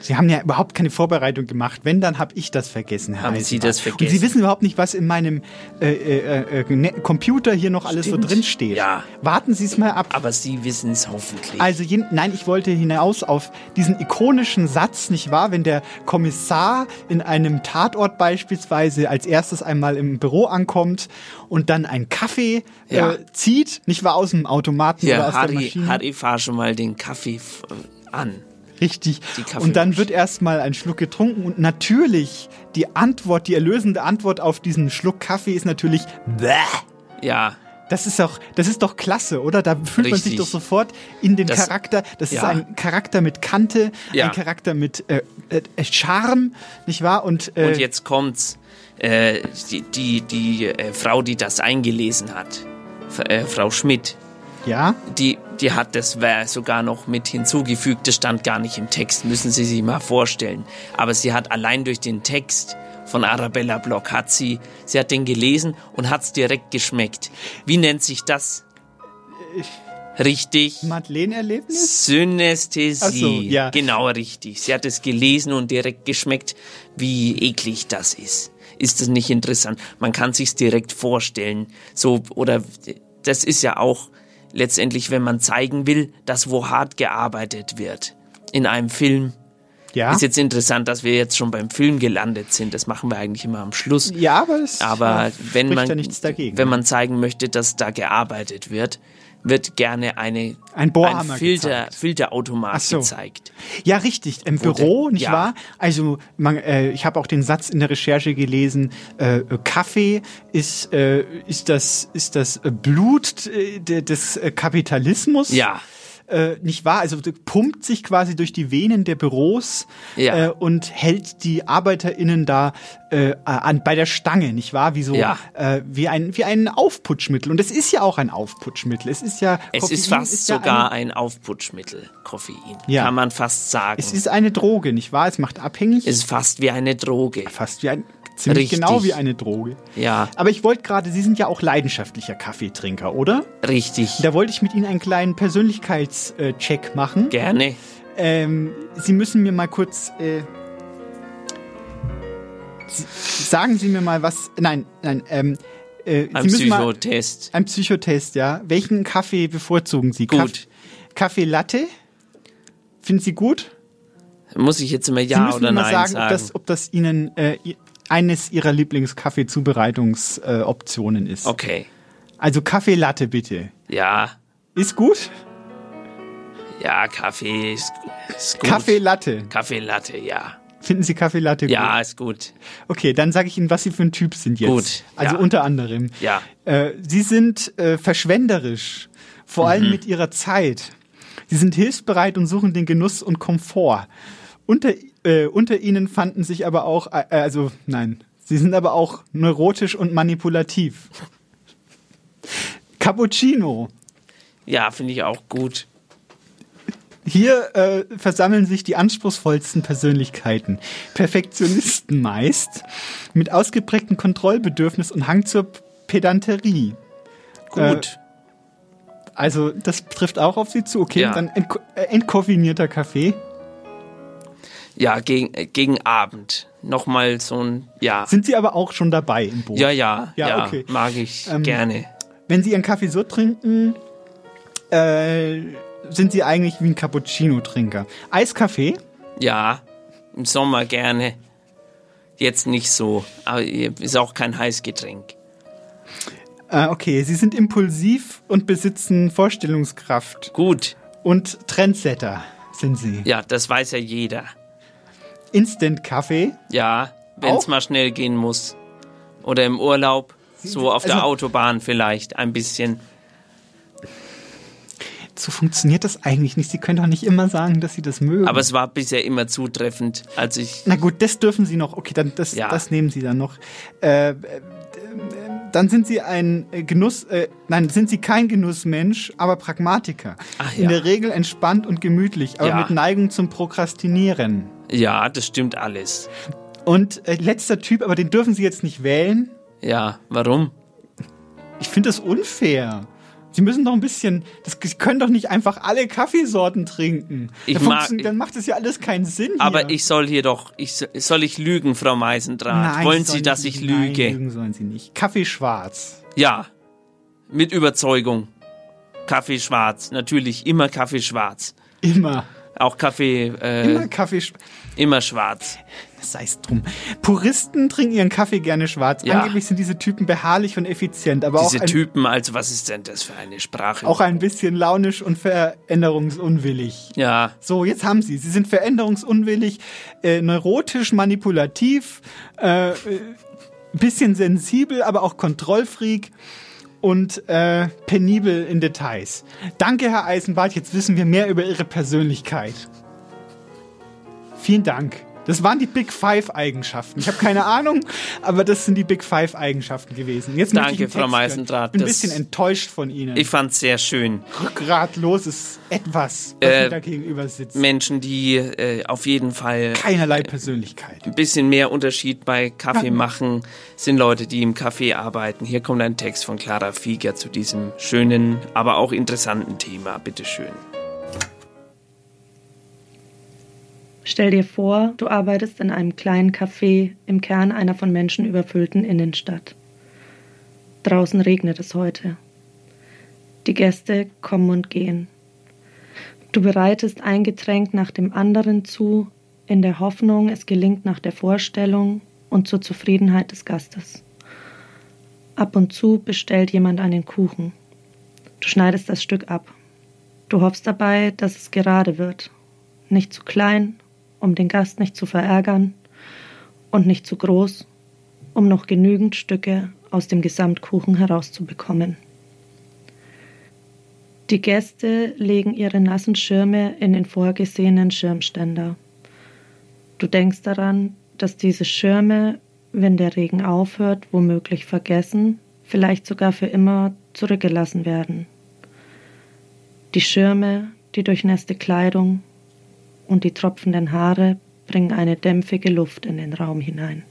[SPEAKER 3] Sie haben ja überhaupt keine Vorbereitung gemacht. Wenn, dann habe ich das vergessen. Herr
[SPEAKER 2] Haben Sie
[SPEAKER 3] Eisenbahn.
[SPEAKER 2] das vergessen?
[SPEAKER 3] Und Sie wissen überhaupt nicht, was in meinem äh, äh, äh, ne- Computer hier noch alles so
[SPEAKER 2] Stimmt.
[SPEAKER 3] drin steht.
[SPEAKER 2] Ja.
[SPEAKER 3] Warten Sie es mal ab.
[SPEAKER 2] Aber Sie wissen es hoffentlich.
[SPEAKER 3] Also, jen- nein, ich wollte hinaus auf diesen ikonischen Satz, nicht wahr? Wenn der Kommissar in einem Tatort beispielsweise als erstes einmal im Büro ankommt und dann einen Kaffee
[SPEAKER 2] Ja.
[SPEAKER 3] äh, zieht, nicht wahr, aus dem Automaten oder
[SPEAKER 2] Ja,
[SPEAKER 3] aus der
[SPEAKER 2] Harry,
[SPEAKER 3] Maschine.
[SPEAKER 2] Harry, fahr schon mal den Kaffee f- äh, an.
[SPEAKER 3] Richtig.
[SPEAKER 2] Die Kaffee-
[SPEAKER 3] Und dann wird erstmal ein Schluck getrunken und natürlich die Antwort, die erlösende Antwort auf diesen Schluck Kaffee ist natürlich Bäh.
[SPEAKER 2] Ja,
[SPEAKER 3] Das ist doch, das ist doch klasse, oder? Da fühlt man sich
[SPEAKER 2] Richtig.
[SPEAKER 3] doch sofort in den
[SPEAKER 2] Das-
[SPEAKER 3] Charakter. Das ist
[SPEAKER 2] ja.
[SPEAKER 3] ein Charakter mit Kante,
[SPEAKER 2] Ja.
[SPEAKER 3] ein Charakter mit äh, äh, Charme, nicht wahr? Und, äh,
[SPEAKER 2] und jetzt kommt's. Äh, die die, die äh, Frau, die das eingelesen hat, F äh, Frau Schmidt,
[SPEAKER 3] ja,
[SPEAKER 2] die, die hat das Wer sogar noch mit hinzugefügt. Das stand gar nicht im Text, müssen Sie sich mal vorstellen. Aber sie hat allein durch den Text von Arabella Block hat sie, sie hat den gelesen und hat's direkt geschmeckt. Wie nennt sich das? Richtig.
[SPEAKER 3] Madeleine-Erlebnis?
[SPEAKER 2] Synästhesie.
[SPEAKER 3] Ach so, ja.
[SPEAKER 2] Genau richtig. Sie hat es gelesen und direkt geschmeckt, wie eklig das ist. Ist das nicht interessant? Man kann sich's direkt vorstellen. So oder das ist ja auch letztendlich, wenn man zeigen will, dass wo hart gearbeitet wird in einem Film,
[SPEAKER 3] Ja.
[SPEAKER 2] Ist jetzt interessant, dass wir jetzt schon beim Film gelandet sind. Das machen wir eigentlich immer am Schluss.
[SPEAKER 3] Ja, aber es
[SPEAKER 2] Aber
[SPEAKER 3] ja,
[SPEAKER 2] wenn
[SPEAKER 3] spricht
[SPEAKER 2] man,
[SPEAKER 3] ja nichts dagegen.
[SPEAKER 2] wenn man zeigen möchte, dass da gearbeitet wird, wird gerne eine,
[SPEAKER 3] Ein Bohrhammer
[SPEAKER 2] Filter,
[SPEAKER 3] gezeigt.
[SPEAKER 2] Filterautomat
[SPEAKER 3] Ach so.
[SPEAKER 2] gezeigt.
[SPEAKER 3] Ja, richtig. Im
[SPEAKER 2] Wo
[SPEAKER 3] Büro,
[SPEAKER 2] denn?
[SPEAKER 3] nicht
[SPEAKER 2] Ja.
[SPEAKER 3] wahr? Also, man, äh, ich habe auch den Satz in der Recherche gelesen: äh, Kaffee ist, äh, ist, das, ist das Blut äh, de- des äh, Kapitalismus.
[SPEAKER 2] Ja.
[SPEAKER 3] Äh, nicht wahr? Also pumpt sich quasi durch die Venen der Büros
[SPEAKER 2] Ja.
[SPEAKER 3] äh, und hält die ArbeiterInnen da äh, an, bei der Stange, nicht wahr? Wie so
[SPEAKER 2] Ja.
[SPEAKER 3] äh, wie, ein, wie ein Aufputschmittel. Und es ist ja auch ein Aufputschmittel. Es ist ja
[SPEAKER 2] Es
[SPEAKER 3] Koffein
[SPEAKER 2] ist fast
[SPEAKER 3] ja
[SPEAKER 2] sogar
[SPEAKER 3] eine-
[SPEAKER 2] ein Aufputschmittel, Koffein.
[SPEAKER 3] Ja.
[SPEAKER 2] Kann man fast sagen.
[SPEAKER 3] es ist eine Droge, nicht wahr? Es macht abhängig.
[SPEAKER 2] Es ist fast wie eine Droge.
[SPEAKER 3] Fast wie ein, ziemlich
[SPEAKER 2] Richtig.
[SPEAKER 3] genau wie eine Droge.
[SPEAKER 2] Ja,
[SPEAKER 3] Aber ich wollte gerade, Sie sind ja auch leidenschaftlicher Kaffeetrinker, oder?
[SPEAKER 2] richtig.
[SPEAKER 3] Da wollte ich mit Ihnen einen kleinen Persönlichkeitscheck machen.
[SPEAKER 2] Gerne.
[SPEAKER 3] Ähm, Sie müssen mir mal kurz. Äh, S- sagen Sie mir mal was. Nein, nein. Ähm, äh,
[SPEAKER 2] Ein
[SPEAKER 3] Sie müssen mal,
[SPEAKER 2] Psychotest.
[SPEAKER 3] ein Psychotest, ja. Welchen Kaffee bevorzugen Sie?
[SPEAKER 2] Gut.
[SPEAKER 3] Kaff- Kaffee Latte? Finden Sie gut?
[SPEAKER 2] Muss ich jetzt immer
[SPEAKER 3] Sie
[SPEAKER 2] Ja
[SPEAKER 3] müssen
[SPEAKER 2] oder
[SPEAKER 3] mir
[SPEAKER 2] Nein
[SPEAKER 3] mal sagen,
[SPEAKER 2] sagen?
[SPEAKER 3] Ob, das, ob das Ihnen äh, i- eines Ihrer Lieblingskaffeezubereitungsoptionen äh, Optionen ist.
[SPEAKER 2] okay.
[SPEAKER 3] Also Kaffee Latte bitte.
[SPEAKER 2] Ja,
[SPEAKER 3] Ist gut?
[SPEAKER 2] ja, Kaffee ist, ist gut.
[SPEAKER 3] Kaffee Latte.
[SPEAKER 2] Kaffee Latte, ja.
[SPEAKER 3] Finden Sie Kaffee Latte
[SPEAKER 2] Ja,
[SPEAKER 3] gut?
[SPEAKER 2] ist gut.
[SPEAKER 3] Okay, dann sage ich Ihnen, was Sie für ein Typ sind jetzt.
[SPEAKER 2] Gut,
[SPEAKER 3] Also
[SPEAKER 2] ja.
[SPEAKER 3] unter anderem.
[SPEAKER 2] Ja.
[SPEAKER 3] Äh, Sie sind äh, verschwenderisch, vor allem mit Ihrer Zeit. Sie sind hilfsbereit und suchen den Genuss und Komfort. Unter, äh, unter Ihnen fanden sich aber auch, äh, also nein, Sie sind aber auch neurotisch und manipulativ. Cappuccino.
[SPEAKER 2] Ja, finde ich auch gut.
[SPEAKER 3] Hier äh, versammeln sich die anspruchsvollsten Persönlichkeiten. Perfektionisten meist, mit ausgeprägtem Kontrollbedürfnis und Hang zur Pedanterie. Äh.
[SPEAKER 2] Gut.
[SPEAKER 3] Also das trifft auch auf Sie zu. Okay,
[SPEAKER 2] Ja.
[SPEAKER 3] dann entko äh, entkoffinierter Kaffee.
[SPEAKER 2] ja, gegen, äh, gegen Abend. Nochmal so ein, ja.
[SPEAKER 3] Sind Sie aber auch schon dabei im Boot?
[SPEAKER 2] ja, ja,
[SPEAKER 3] Ja,
[SPEAKER 2] ja,
[SPEAKER 3] okay.
[SPEAKER 2] mag ich
[SPEAKER 3] Ähm,
[SPEAKER 2] gerne.
[SPEAKER 3] Wenn Sie Ihren Kaffee so trinken, äh, sind Sie eigentlich wie ein Cappuccino-Trinker. Eiskaffee?
[SPEAKER 2] Ja, im Sommer gerne. Jetzt nicht so, aber ist auch kein Heißgetränk.
[SPEAKER 3] Äh, okay, Sie sind impulsiv und besitzen Vorstellungskraft.
[SPEAKER 2] Gut,
[SPEAKER 3] Und Trendsetter sind Sie.
[SPEAKER 2] ja, das weiß ja jeder.
[SPEAKER 3] Instant-Kaffee?
[SPEAKER 2] Ja, wenn
[SPEAKER 3] Auch?
[SPEAKER 2] es mal schnell gehen muss. Oder im Urlaub, so auf der
[SPEAKER 3] also-
[SPEAKER 2] Autobahn vielleicht ein bisschen.
[SPEAKER 3] So funktioniert das eigentlich nicht. Sie können doch nicht immer sagen, dass Sie das mögen.
[SPEAKER 2] Aber es war bisher immer zutreffend, als ich.
[SPEAKER 3] Na gut, das dürfen Sie noch. Okay, dann das,
[SPEAKER 2] Ja.
[SPEAKER 3] das nehmen Sie dann noch. Äh, äh, äh, dann sind Sie ein äh, Genuss, äh, nein, sind Sie kein Genussmensch, aber Pragmatiker.
[SPEAKER 2] Ach Ah, ja.
[SPEAKER 3] In der Regel entspannt und gemütlich, aber
[SPEAKER 2] Ja.
[SPEAKER 3] mit Neigung zum Prokrastinieren.
[SPEAKER 2] Ja, das stimmt alles.
[SPEAKER 3] Und äh, letzter Typ, aber den dürfen Sie jetzt nicht wählen.
[SPEAKER 2] Ja, warum?
[SPEAKER 3] Ich finde das unfair. Sie müssen doch ein bisschen, das, Sie können doch nicht einfach alle Kaffeesorten trinken.
[SPEAKER 2] Ich
[SPEAKER 3] dann,
[SPEAKER 2] mag-
[SPEAKER 3] funktio- dann macht das ja alles keinen Sinn.
[SPEAKER 2] Aber
[SPEAKER 3] hier.
[SPEAKER 2] ich soll hier doch. Ich, so- soll ich lügen, Frau Meisendraht?
[SPEAKER 3] Nein,
[SPEAKER 2] Wollen
[SPEAKER 3] sollen
[SPEAKER 2] Sie, dass ich
[SPEAKER 3] nein,
[SPEAKER 2] lüge?
[SPEAKER 3] lügen sollen Sie nicht. Kaffee schwarz.
[SPEAKER 2] Ja, mit Überzeugung. Kaffee schwarz, natürlich immer Kaffee schwarz.
[SPEAKER 3] Immer.
[SPEAKER 2] Auch Kaffee äh,
[SPEAKER 3] Immer
[SPEAKER 2] immer.
[SPEAKER 3] Kaffee schwarz.
[SPEAKER 2] schwarz.
[SPEAKER 3] Sei es drum. Puristen trinken ihren Kaffee gerne schwarz.
[SPEAKER 2] Ja.
[SPEAKER 3] Angeblich sind diese Typen beharrlich und effizient, aber
[SPEAKER 2] Diese
[SPEAKER 3] auch ein,
[SPEAKER 2] Typen, also was ist denn das für eine Sprache?
[SPEAKER 3] auch ein bisschen launisch und veränderungsunwillig.
[SPEAKER 2] ja,
[SPEAKER 3] So, jetzt haben sie. Sie sind veränderungsunwillig, äh, neurotisch, manipulativ, äh, äh, bisschen sensibel, aber auch Kontrollfreak und äh, penibel in Details. Danke, Herr Eisenbart. Jetzt wissen wir mehr über Ihre Persönlichkeit. Vielen Dank. Das waren die Big Five-Eigenschaften. Ich habe keine Ahnung, aber das sind die Big Five-Eigenschaften gewesen. Jetzt möchte ich
[SPEAKER 2] Danke,
[SPEAKER 3] einen
[SPEAKER 2] Frau
[SPEAKER 3] Text hören.
[SPEAKER 2] Meisendrath.
[SPEAKER 3] Ich bin ein
[SPEAKER 2] Das-
[SPEAKER 3] bisschen enttäuscht von Ihnen.
[SPEAKER 2] ich fand's sehr schön.
[SPEAKER 3] Rückgratloses Etwas, was
[SPEAKER 2] Äh,
[SPEAKER 3] mir da gegenüber sitzt.
[SPEAKER 2] Menschen, die äh, auf jeden Fall
[SPEAKER 3] keinerlei Persönlichkeit.
[SPEAKER 2] ein bisschen mehr Unterschied bei Kaffee
[SPEAKER 3] Ja.
[SPEAKER 2] machen, sind Leute, die im Kaffee arbeiten. Hier kommt ein Text von Clara Fieger zu diesem schönen, aber auch interessanten Thema. Bitteschön.
[SPEAKER 10] Stell dir vor, du arbeitest in einem kleinen Café im Kern einer von Menschen überfüllten Innenstadt. Draußen regnet es heute. Die Gäste kommen und gehen. Du bereitest ein Getränk nach dem anderen zu in der Hoffnung, es gelingt nach der Vorstellung und zur Zufriedenheit des Gastes. Ab und zu bestellt jemand einen Kuchen. Du schneidest das Stück ab. Du hoffst dabei, dass es gerade wird. Nicht zu klein, um den Gast nicht zu verärgern, und nicht zu groß, um noch genügend Stücke aus dem Gesamtkuchen herauszubekommen. Die Gäste legen ihre nassen Schirme in den vorgesehenen Schirmständer. Du denkst daran, dass diese Schirme, wenn der Regen aufhört, womöglich vergessen, vielleicht sogar für immer zurückgelassen werden. Die Schirme, die durchnässte Kleidung und die tropfenden Haare bringen eine dämpfige Luft in den Raum hinein.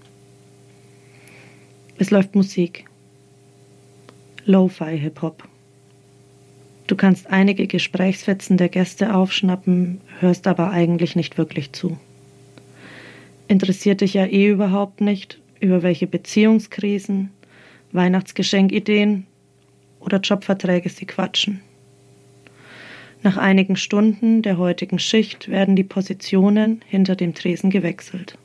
[SPEAKER 10] Es läuft Musik. Lo-Fi-Hip-Hop. Du kannst einige Gesprächsfetzen der Gäste aufschnappen, hörst aber eigentlich nicht wirklich zu. Interessiert dich ja eh überhaupt nicht, über welche Beziehungskrisen, Weihnachtsgeschenkideen oder Jobverträge sie quatschen. Nach einigen Stunden der heutigen Schicht werden die Positionen hinter dem Tresen gewechselt.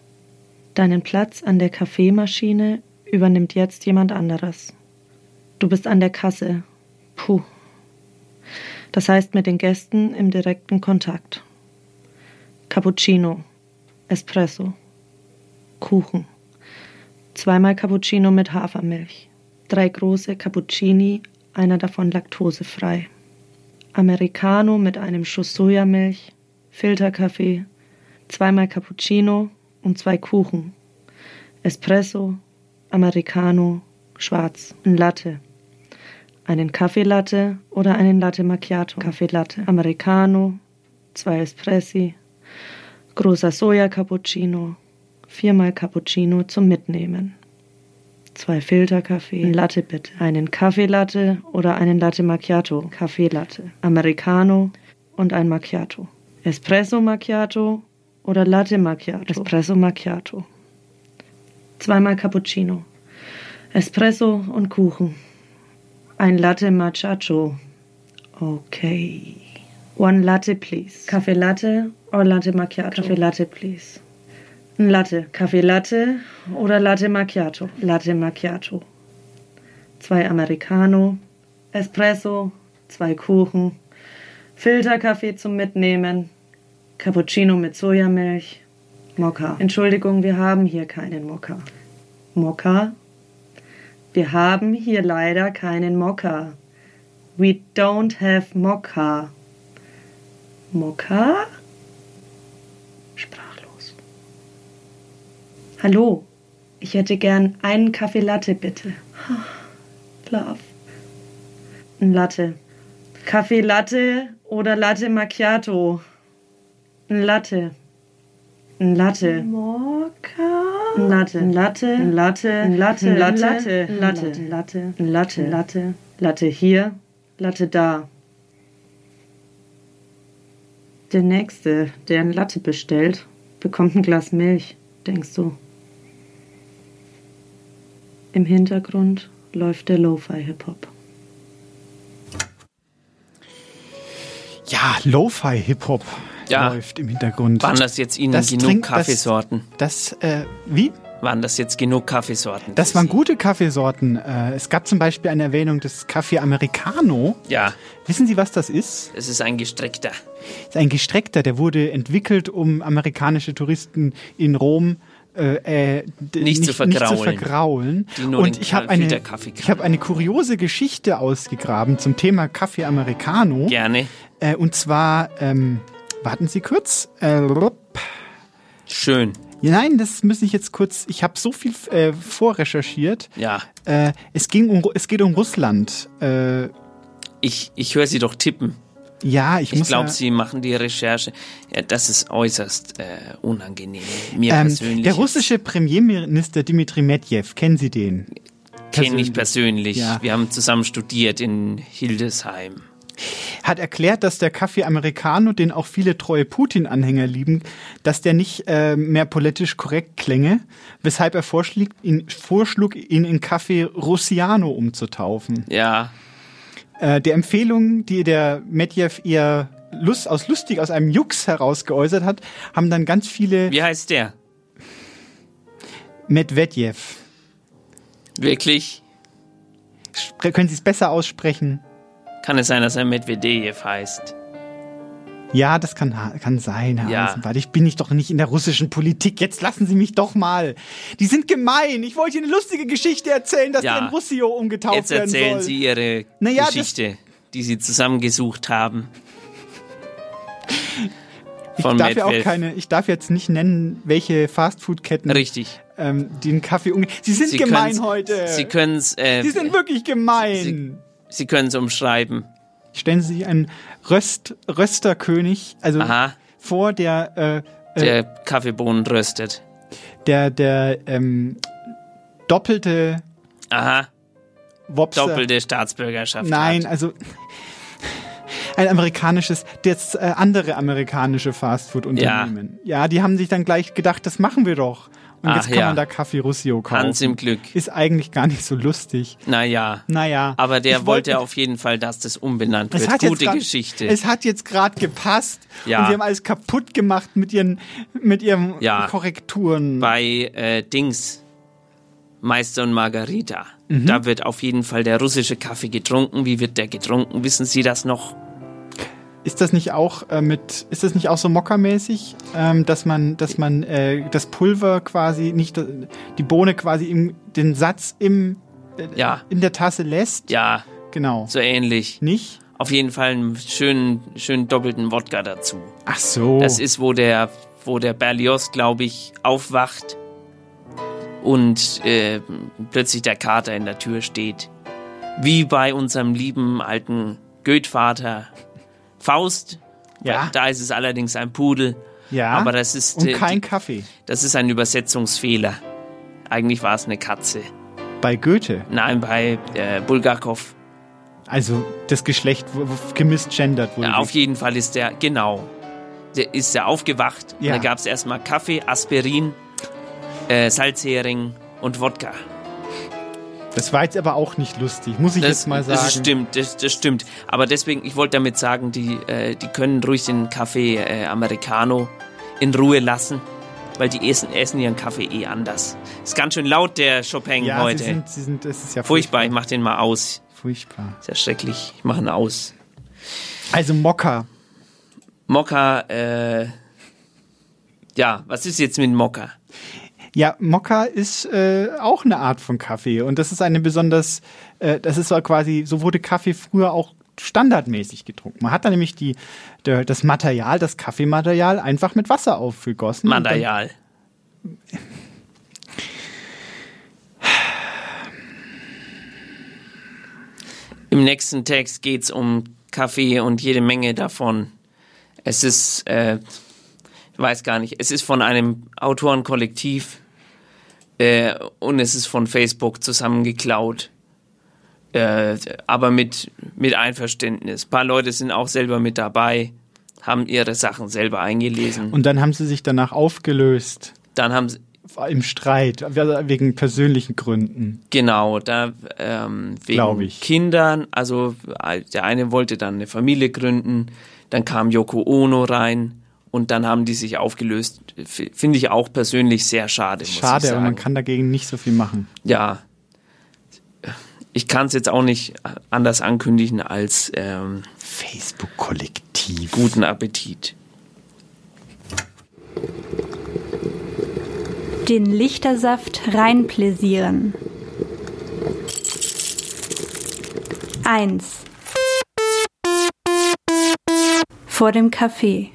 [SPEAKER 10] Deinen Platz an der Kaffeemaschine übernimmt jetzt jemand anderes. Du bist an der Kasse. Puh. Das heißt mit den Gästen im direkten Kontakt. Cappuccino, Espresso, Kuchen. Zweimal Cappuccino mit Hafermilch. Drei große Cappuccini, einer davon laktosefrei. Americano mit einem Schuss Sojamilch, Filterkaffee, zweimal Cappuccino und zwei Kuchen. Espresso, Americano, Schwarz, ein Latte. Einen Kaffeelatte oder einen Latte Macchiato. Kaffeelatte, Americano, zwei Espressi, großer Soja-Cappuccino, viermal Cappuccino zum Mitnehmen. Zwei Filterkaffee, ein Latte bitte. Einen Kaffeelatte oder einen Latte Macchiato. Kaffeelatte, Americano und ein Macchiato. Espresso Macchiato oder Latte Macchiato. Espresso Macchiato zweimal Cappuccino, Espresso und Kuchen, ein Latte Macchiato. Okay. One Latte, please. Kaffee Latte or Latte Macchiato? Kaffee Latte, please. Ein Latte. Kaffee Latte oder Latte Macchiato? Latte Macchiato. Zwei Americano, Espresso, zwei Kuchen, Filterkaffee zum Mitnehmen, Cappuccino mit Sojamilch, Mokka. Entschuldigung, wir haben hier keinen Mokka. Mokka? Wir haben hier leider keinen Mokka. We don't have Mokka. Mokka? Sprachlos. Hallo, ich hätte gern einen Kaffee Latte, bitte. Love. Ein Latte. Kaffee Latte oder Latte Macchiato? Ein Latte. Ein Latte.
[SPEAKER 11] Mokka.
[SPEAKER 10] Ein Latte. Ein Latte. Ein Latte. Ein Latte. Ein Latte. Ein Latte. Ein Latte. Ein Latte. Ein Latte. Latte hier. Latte da. Der Nächste, der ein Latte bestellt, bekommt ein Glas Milch, denkst du. Im Hintergrund läuft der Lo-Fi-Hip-Hop.
[SPEAKER 3] Ja, Lo-Fi-Hip-Hop
[SPEAKER 2] Ja.
[SPEAKER 3] läuft im Hintergrund.
[SPEAKER 2] Waren das jetzt Ihnen genug
[SPEAKER 3] trinkt-
[SPEAKER 2] Kaffeesorten?
[SPEAKER 3] Das, das äh, wie?
[SPEAKER 2] Waren das jetzt genug Kaffeesorten?
[SPEAKER 3] Das waren gute Kaffeesorten. Äh, Es gab zum Beispiel eine Erwähnung des Kaffee Americano.
[SPEAKER 2] Ja,
[SPEAKER 3] Wissen Sie, was das ist?
[SPEAKER 2] es ist ein gestreckter.
[SPEAKER 3] Das ist ein gestreckter, der wurde entwickelt, um amerikanische Touristen in Rom äh, äh, d-
[SPEAKER 2] Nicht zu
[SPEAKER 3] Nicht zu
[SPEAKER 2] vergraulen.
[SPEAKER 3] vergraulen.
[SPEAKER 2] Die nur
[SPEAKER 3] Und
[SPEAKER 2] den
[SPEAKER 3] ich habe
[SPEAKER 2] Ka-
[SPEAKER 3] eine,
[SPEAKER 2] Filterkaffee
[SPEAKER 3] ich hab eine kuriose Geschichte ausgegraben zum Thema Kaffee Americano.
[SPEAKER 2] Gerne.
[SPEAKER 3] Äh, und zwar, ähm, warten Sie kurz. Äh, rupp.
[SPEAKER 2] Schön.
[SPEAKER 3] Ja, Nein, das muss ich jetzt kurz. Ich habe so viel äh, vorrecherchiert.
[SPEAKER 2] Ja.
[SPEAKER 3] Äh, es, ging um, Ru- es geht um Russland. Äh,
[SPEAKER 2] Ich, ich höre Sie doch tippen.
[SPEAKER 3] ja, ich,
[SPEAKER 2] Ich
[SPEAKER 3] muss.
[SPEAKER 2] glaube,
[SPEAKER 3] ja,
[SPEAKER 2] Sie machen die Recherche. Ja, das ist äußerst äh, unangenehm. Mir
[SPEAKER 3] ähm,
[SPEAKER 2] persönlich.
[SPEAKER 3] der russische Premierminister Dmitri Medvedev, kennen Sie den?
[SPEAKER 2] Kenne ich persönlich.
[SPEAKER 3] Ja.
[SPEAKER 2] Wir haben zusammen studiert in Hildesheim.
[SPEAKER 3] Hat erklärt, dass der Kaffee Americano, den auch viele treue Putin-Anhänger lieben, dass der nicht äh, mehr politisch korrekt klänge, weshalb er vorschlug, ihn, vorschlug, ihn in Kaffee Russiano umzutaufen.
[SPEAKER 2] Ja,
[SPEAKER 3] Äh, der Empfehlung, die der Medvedev ihr Lust, aus lustig, aus einem Jux heraus geäußert hat, haben dann ganz viele
[SPEAKER 2] Wie heißt der?
[SPEAKER 3] Medvedev.
[SPEAKER 2] Wirklich?
[SPEAKER 3] Spre können Sie es besser aussprechen?
[SPEAKER 2] Kann es sein, dass er Medvedev heißt?
[SPEAKER 3] Ja, das kann, kann sein, Herr
[SPEAKER 2] Ja.
[SPEAKER 3] Eisenbart. Ich bin nicht doch nicht in der russischen Politik. Jetzt lassen Sie mich doch mal. Die sind gemein. Ich wollte Ihnen eine lustige Geschichte erzählen, dass
[SPEAKER 2] Ja.
[SPEAKER 3] der in Russio umgetauft
[SPEAKER 2] Jetzt
[SPEAKER 3] werden soll.
[SPEAKER 2] erzählen Sie Ihre
[SPEAKER 3] Naja, das-
[SPEAKER 2] Geschichte, die Sie zusammengesucht haben.
[SPEAKER 3] Ich
[SPEAKER 2] Von
[SPEAKER 3] darf ja auch
[SPEAKER 2] Medvedev.
[SPEAKER 3] keine, ich darf jetzt nicht nennen, welche Fastfood-Ketten
[SPEAKER 2] Richtig.
[SPEAKER 3] ähm, den Kaffee umgehen. Sie sind
[SPEAKER 2] Sie
[SPEAKER 3] gemein
[SPEAKER 2] können's-
[SPEAKER 3] heute.
[SPEAKER 2] Sie können es. Äh,
[SPEAKER 3] Sie sind wirklich gemein.
[SPEAKER 2] Sie können es umschreiben.
[SPEAKER 3] Stellen Sie sich einen Röst, Rösterkönig, also
[SPEAKER 2] Aha.
[SPEAKER 3] vor der, äh,
[SPEAKER 2] Der
[SPEAKER 3] äh,
[SPEAKER 2] Kaffeebohnen röstet.
[SPEAKER 3] der, der ähm, doppelte
[SPEAKER 2] Aha.
[SPEAKER 3] Wopser.
[SPEAKER 2] Doppelte Staatsbürgerschaft.
[SPEAKER 3] Nein,
[SPEAKER 2] Hat.
[SPEAKER 3] also ein amerikanisches, das äh, andere amerikanische Fastfood-Unternehmen. Ja. die haben sich dann gleich gedacht, das machen wir doch. Und
[SPEAKER 2] Ach
[SPEAKER 3] jetzt kann
[SPEAKER 2] ja.
[SPEAKER 3] man da Kaffee Russio kaufen.
[SPEAKER 2] Hans im Glück.
[SPEAKER 3] Ist eigentlich gar nicht so lustig.
[SPEAKER 2] Naja.
[SPEAKER 3] Naja.
[SPEAKER 2] Aber der
[SPEAKER 3] Ich
[SPEAKER 2] wollte
[SPEAKER 3] wollte-
[SPEAKER 2] auf jeden Fall, dass das umbenannt
[SPEAKER 3] Es
[SPEAKER 2] wird.
[SPEAKER 3] hat, jetzt
[SPEAKER 2] Gute
[SPEAKER 3] grad,
[SPEAKER 2] Geschichte.
[SPEAKER 3] es hat jetzt gerade gepasst
[SPEAKER 2] Ja.
[SPEAKER 3] und sie haben alles kaputt gemacht mit ihren, mit ihren
[SPEAKER 2] Ja.
[SPEAKER 3] Korrekturen.
[SPEAKER 2] Bei äh, Dings, Meister und Margarita,
[SPEAKER 3] Mhm.
[SPEAKER 2] da wird auf jeden Fall der russische Kaffee getrunken. Wie wird der getrunken? Wissen Sie das noch?
[SPEAKER 3] Ist das nicht auch äh, mit, ist das nicht auch so mockermäßig, ähm, dass man, dass man äh, das Pulver quasi nicht, die Bohne quasi im, den Satz im, äh,
[SPEAKER 2] Ja.
[SPEAKER 3] in der Tasse lässt?
[SPEAKER 2] Ja,
[SPEAKER 3] Genau.
[SPEAKER 2] so ähnlich.
[SPEAKER 3] Nicht?
[SPEAKER 2] Auf jeden Fall einen schönen, schönen doppelten Wodka dazu.
[SPEAKER 3] Ach so.
[SPEAKER 2] Das ist, wo der, wo der Berlioz, glaube ich, aufwacht und äh, plötzlich der Kater in der Tür steht. Wie bei unserem lieben alten Goethvater Faust.
[SPEAKER 3] Ja.
[SPEAKER 2] Da ist es allerdings ein Pudel.
[SPEAKER 3] ja.
[SPEAKER 2] aber das ist,
[SPEAKER 3] und
[SPEAKER 2] äh,
[SPEAKER 3] kein
[SPEAKER 2] die-
[SPEAKER 3] Kaffee.
[SPEAKER 2] Das ist ein Übersetzungsfehler. Eigentlich war es eine Katze.
[SPEAKER 3] Bei Goethe.
[SPEAKER 2] Nein, bei äh, Bulgakov.
[SPEAKER 3] Also das Geschlecht wo- wo gemisgendert wurde.
[SPEAKER 2] Auf jeden Fall ist der, genau. Der ist er aufgewacht.
[SPEAKER 3] Ja.
[SPEAKER 2] Und da gab es erstmal Kaffee, Aspirin, äh, Salzhering und Wodka.
[SPEAKER 3] Das war jetzt aber auch nicht lustig, muss ich
[SPEAKER 2] das,
[SPEAKER 3] jetzt mal sagen.
[SPEAKER 2] das stimmt, das, das stimmt. Aber deswegen, ich wollte damit sagen, die, äh, die können ruhig den Kaffee äh, Americano in Ruhe lassen, weil die essen, essen ihren Kaffee eh anders. Ist ganz schön laut, der Chopin
[SPEAKER 3] ja,
[SPEAKER 2] heute.
[SPEAKER 3] Sie sind, sie sind, es ist ja
[SPEAKER 2] furchtbar, ich mach den mal aus.
[SPEAKER 3] Furchtbar.
[SPEAKER 2] Ist ja schrecklich, ich mach ihn aus.
[SPEAKER 3] Also Mocker.
[SPEAKER 2] Mokka, äh, ja, was ist jetzt mit Mokka?
[SPEAKER 3] Ja, Mokka ist äh, auch eine Art von Kaffee und das ist eine besonders, äh, das ist so quasi, so wurde Kaffee früher auch standardmäßig getrunken. Man hat da nämlich die, der, das Material, das Kaffeematerial einfach mit Wasser aufgegossen. und
[SPEAKER 2] Material. Im nächsten Text geht es um Kaffee und jede Menge davon. Es ist, äh, ich weiß gar nicht, es ist von einem Autorenkollektiv äh, und es ist von Facebook zusammengeklaut. Äh, aber mit, mit Einverständnis. Ein paar Leute sind auch selber mit dabei, haben ihre Sachen selber eingelesen.
[SPEAKER 3] Dann, und dann haben sie sich danach aufgelöst
[SPEAKER 2] Dann haben sie,
[SPEAKER 3] im Streit, also wegen persönlichen Gründen.
[SPEAKER 2] genau, da ähm,
[SPEAKER 3] Glaub
[SPEAKER 2] wegen
[SPEAKER 3] ich.
[SPEAKER 2] Kindern, also äh, der eine wollte dann eine Familie gründen, dann kam Yoko Ono rein und dann haben die sich aufgelöst. F- Finde ich auch persönlich sehr schade. Muss ich
[SPEAKER 3] Schade, aber
[SPEAKER 2] sagen.
[SPEAKER 3] man kann dagegen nicht so viel machen.
[SPEAKER 2] Ja. Ich kann es jetzt auch nicht anders ankündigen als ähm,
[SPEAKER 3] Facebook-Kollektiv.
[SPEAKER 2] Guten Appetit.
[SPEAKER 12] Den Lichtersaft reinpläsieren. 1. Vor dem Kaffee.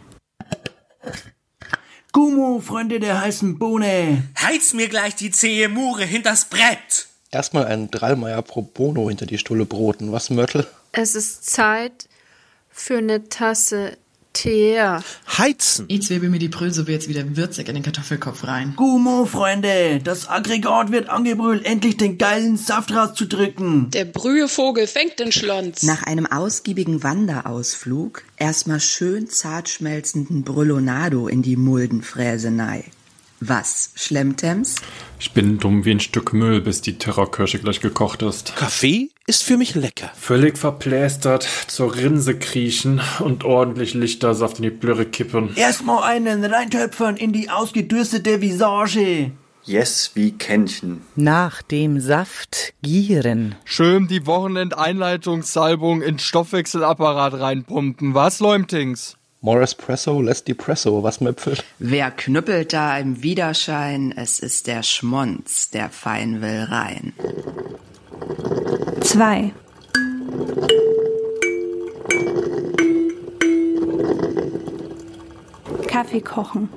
[SPEAKER 6] Gummo, Freunde der heißen Bohne.
[SPEAKER 13] Heiz mir gleich die zähe Mure hinters Brett!
[SPEAKER 14] Erstmal ein Drallmeier pro Bono hinter die Stulle broten. Was, Mörtel?
[SPEAKER 15] Es ist Zeit für eine Tasse Tee.
[SPEAKER 14] Heizen!
[SPEAKER 16] Ich zwiebel mir die Brötsuppe jetzt wieder würzig in den Kartoffelkopf rein.
[SPEAKER 6] Gummo, Freunde, das Aggregat wird angebrüllt, endlich den geilen Saft rauszudrücken.
[SPEAKER 17] Der Brühevogel fängt den Schlons.
[SPEAKER 18] Nach einem ausgiebigen Wanderausflug erstmal schön zartschmelzenden Brüllonado in die Muldenfräsenei. Was, Schlemtems?
[SPEAKER 19] Ich bin dumm wie ein Stück Müll, bis die Terrorkirsche gleich gekocht ist.
[SPEAKER 14] Kaffee?
[SPEAKER 13] ist für mich lecker.
[SPEAKER 20] Völlig verplästert zur Rinse kriechen und ordentlich Lichtersaft in die Blöre kippen.
[SPEAKER 21] Erstmal einen reintöpfern in die ausgedürstete Visage.
[SPEAKER 22] Yes, wie Kännchen.
[SPEAKER 11] Nach dem Saft gieren.
[SPEAKER 23] Schön die Wochenendeinleitungssalbung ins Stoffwechselapparat reinpumpen. Was, Leumtings?
[SPEAKER 13] Morris Presso lässt die Presso was möpfelt.
[SPEAKER 18] Wer knüppelt da im Widerschein? Es ist der Schmonz, der fein will rein.
[SPEAKER 1] Zwei. Kaffee kochen.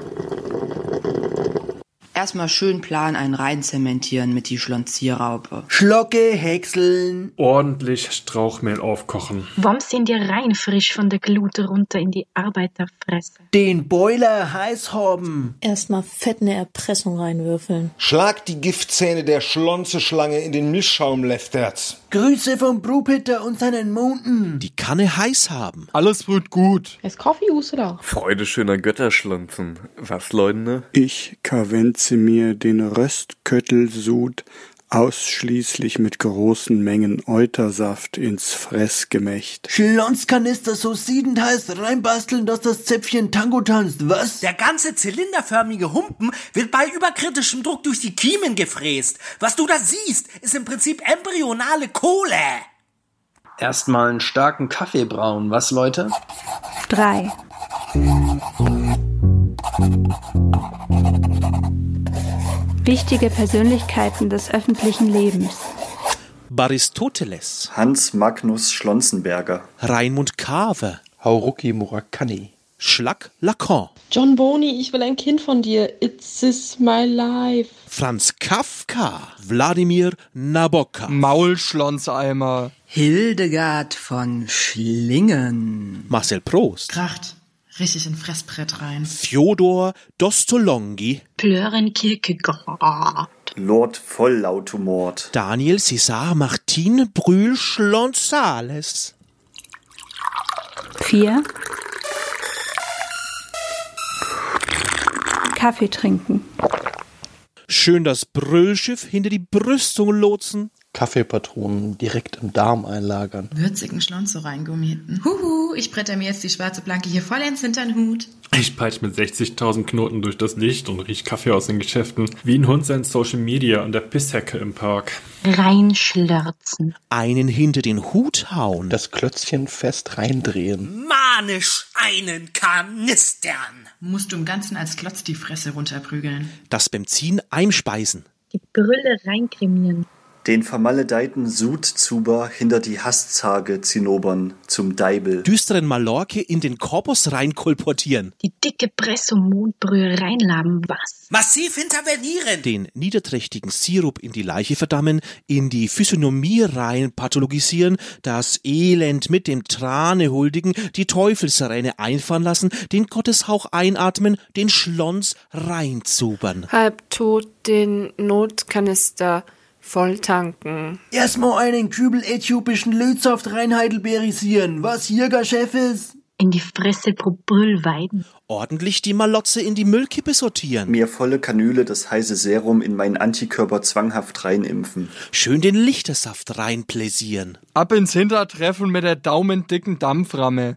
[SPEAKER 18] Erstmal schön plan einen rein zementieren mit die Schlonzierraupe.
[SPEAKER 21] Schlocke häckseln.
[SPEAKER 20] Ordentlich Strauchmehl aufkochen.
[SPEAKER 24] Wams sind dir rein frisch von der Glut runter in die Arbeiterfresse.
[SPEAKER 21] Den Boiler heiß haben.
[SPEAKER 17] Erstmal fett eine Erpressung reinwürfeln.
[SPEAKER 25] Schlag die Giftzähne der Schlonzeschlange in den Mischschaum, Lefterz.
[SPEAKER 21] Grüße vom Brewpitter und seinen Mountain.
[SPEAKER 13] Die Kanne heiß haben.
[SPEAKER 23] Alles wird gut.
[SPEAKER 17] Es Kaffee oder?
[SPEAKER 22] Freude schöner Götterschlunzen. Was, Leute?
[SPEAKER 14] Ich kavenze mir den Röstköttelsud ausschließlich mit großen Mengen Eutersaft ins Fressgemächt.
[SPEAKER 21] Schlonzkanister so siedend heiß reinbasteln, dass das Zäpfchen Tango tanzt, was?
[SPEAKER 26] Der ganze zylinderförmige Humpen wird bei überkritischem Druck durch die Kiemen gefräst. Was du da siehst, ist im Prinzip embryonale Kohle.
[SPEAKER 13] Erstmal einen starken Kaffee brauen, was Leute?
[SPEAKER 1] Drei. Wichtige Persönlichkeiten des öffentlichen Lebens.
[SPEAKER 13] Baristoteles,
[SPEAKER 22] Hans Magnus Schlonzenberger.
[SPEAKER 13] Raimund Kave, Haruki Murakami, Schlack Lacan,
[SPEAKER 17] John Boney, ich will ein Kind von dir. It's is my life.
[SPEAKER 13] Franz Kafka, Wladimir Nabokov,
[SPEAKER 23] Maulschlonzeimer.
[SPEAKER 18] Hildegard von Schlingen.
[SPEAKER 13] Marcel Prost,
[SPEAKER 6] Kracht. Richtig in Fressbrett rein.
[SPEAKER 13] Fjodor Dostolongi,
[SPEAKER 17] Plören Kierkegaard.
[SPEAKER 22] Lord Volllautumort.
[SPEAKER 13] Daniel César Martin Brühl Schlonsales,
[SPEAKER 1] Vier. Kaffee trinken.
[SPEAKER 13] Schön das Brüllschiff hinter die Brüstung lotsen. Kaffeepatronen direkt im Darm einlagern.
[SPEAKER 6] Würzigen Schlonzo reingummierten. Huhu, ich bretter mir jetzt die schwarze Planke hier vollends hintern Hut.
[SPEAKER 19] Ich peitsche mit 60.000 Knoten durch das Licht und riech Kaffee aus den Geschäften. Wie ein Hund sein Social Media an der Pisshecke im Park.
[SPEAKER 17] Reinschlürzen.
[SPEAKER 13] Einen hinter den Hut hauen.
[SPEAKER 27] Das Klötzchen fest reindrehen.
[SPEAKER 26] Manisch einen Kanistern.
[SPEAKER 6] Musst du im Ganzen als Klotz die Fresse runterprügeln.
[SPEAKER 13] Das Benzin einspeisen.
[SPEAKER 17] Die Brille reinkremieren.
[SPEAKER 22] Den vermaledeiten Sudzuber hinter die Hasszage zinobern zum Deibel.
[SPEAKER 13] Düsteren Mallorke in den Korpus reinkolportieren.
[SPEAKER 17] Die dicke Pressum-Mondbrühe reinlaben. Was?
[SPEAKER 26] Massiv intervenieren.
[SPEAKER 13] Den niederträchtigen Sirup in die Leiche verdammen, in die Physiognomie rein pathologisieren, das Elend mit dem Trane huldigen, die Teufelsräne einfahren lassen, den Gotteshauch einatmen, den Schlons reinzubern.
[SPEAKER 15] Halbtot den Notkanister volltanken.
[SPEAKER 21] Erstmal einen Kübel äthiopischen Lötsaft rein heidelberisieren. Was, Jäger Chefes?
[SPEAKER 17] In die Fresse pro Brüllweiden.
[SPEAKER 13] Ordentlich die Malotze in die Müllkippe sortieren.
[SPEAKER 22] Mir volle Kanüle das heiße Serum in meinen Antikörper zwanghaft reinimpfen.
[SPEAKER 13] Schön den Lichtersaft reinpläsieren.
[SPEAKER 23] Ab ins Hintertreffen mit der daumendicken Dampframme.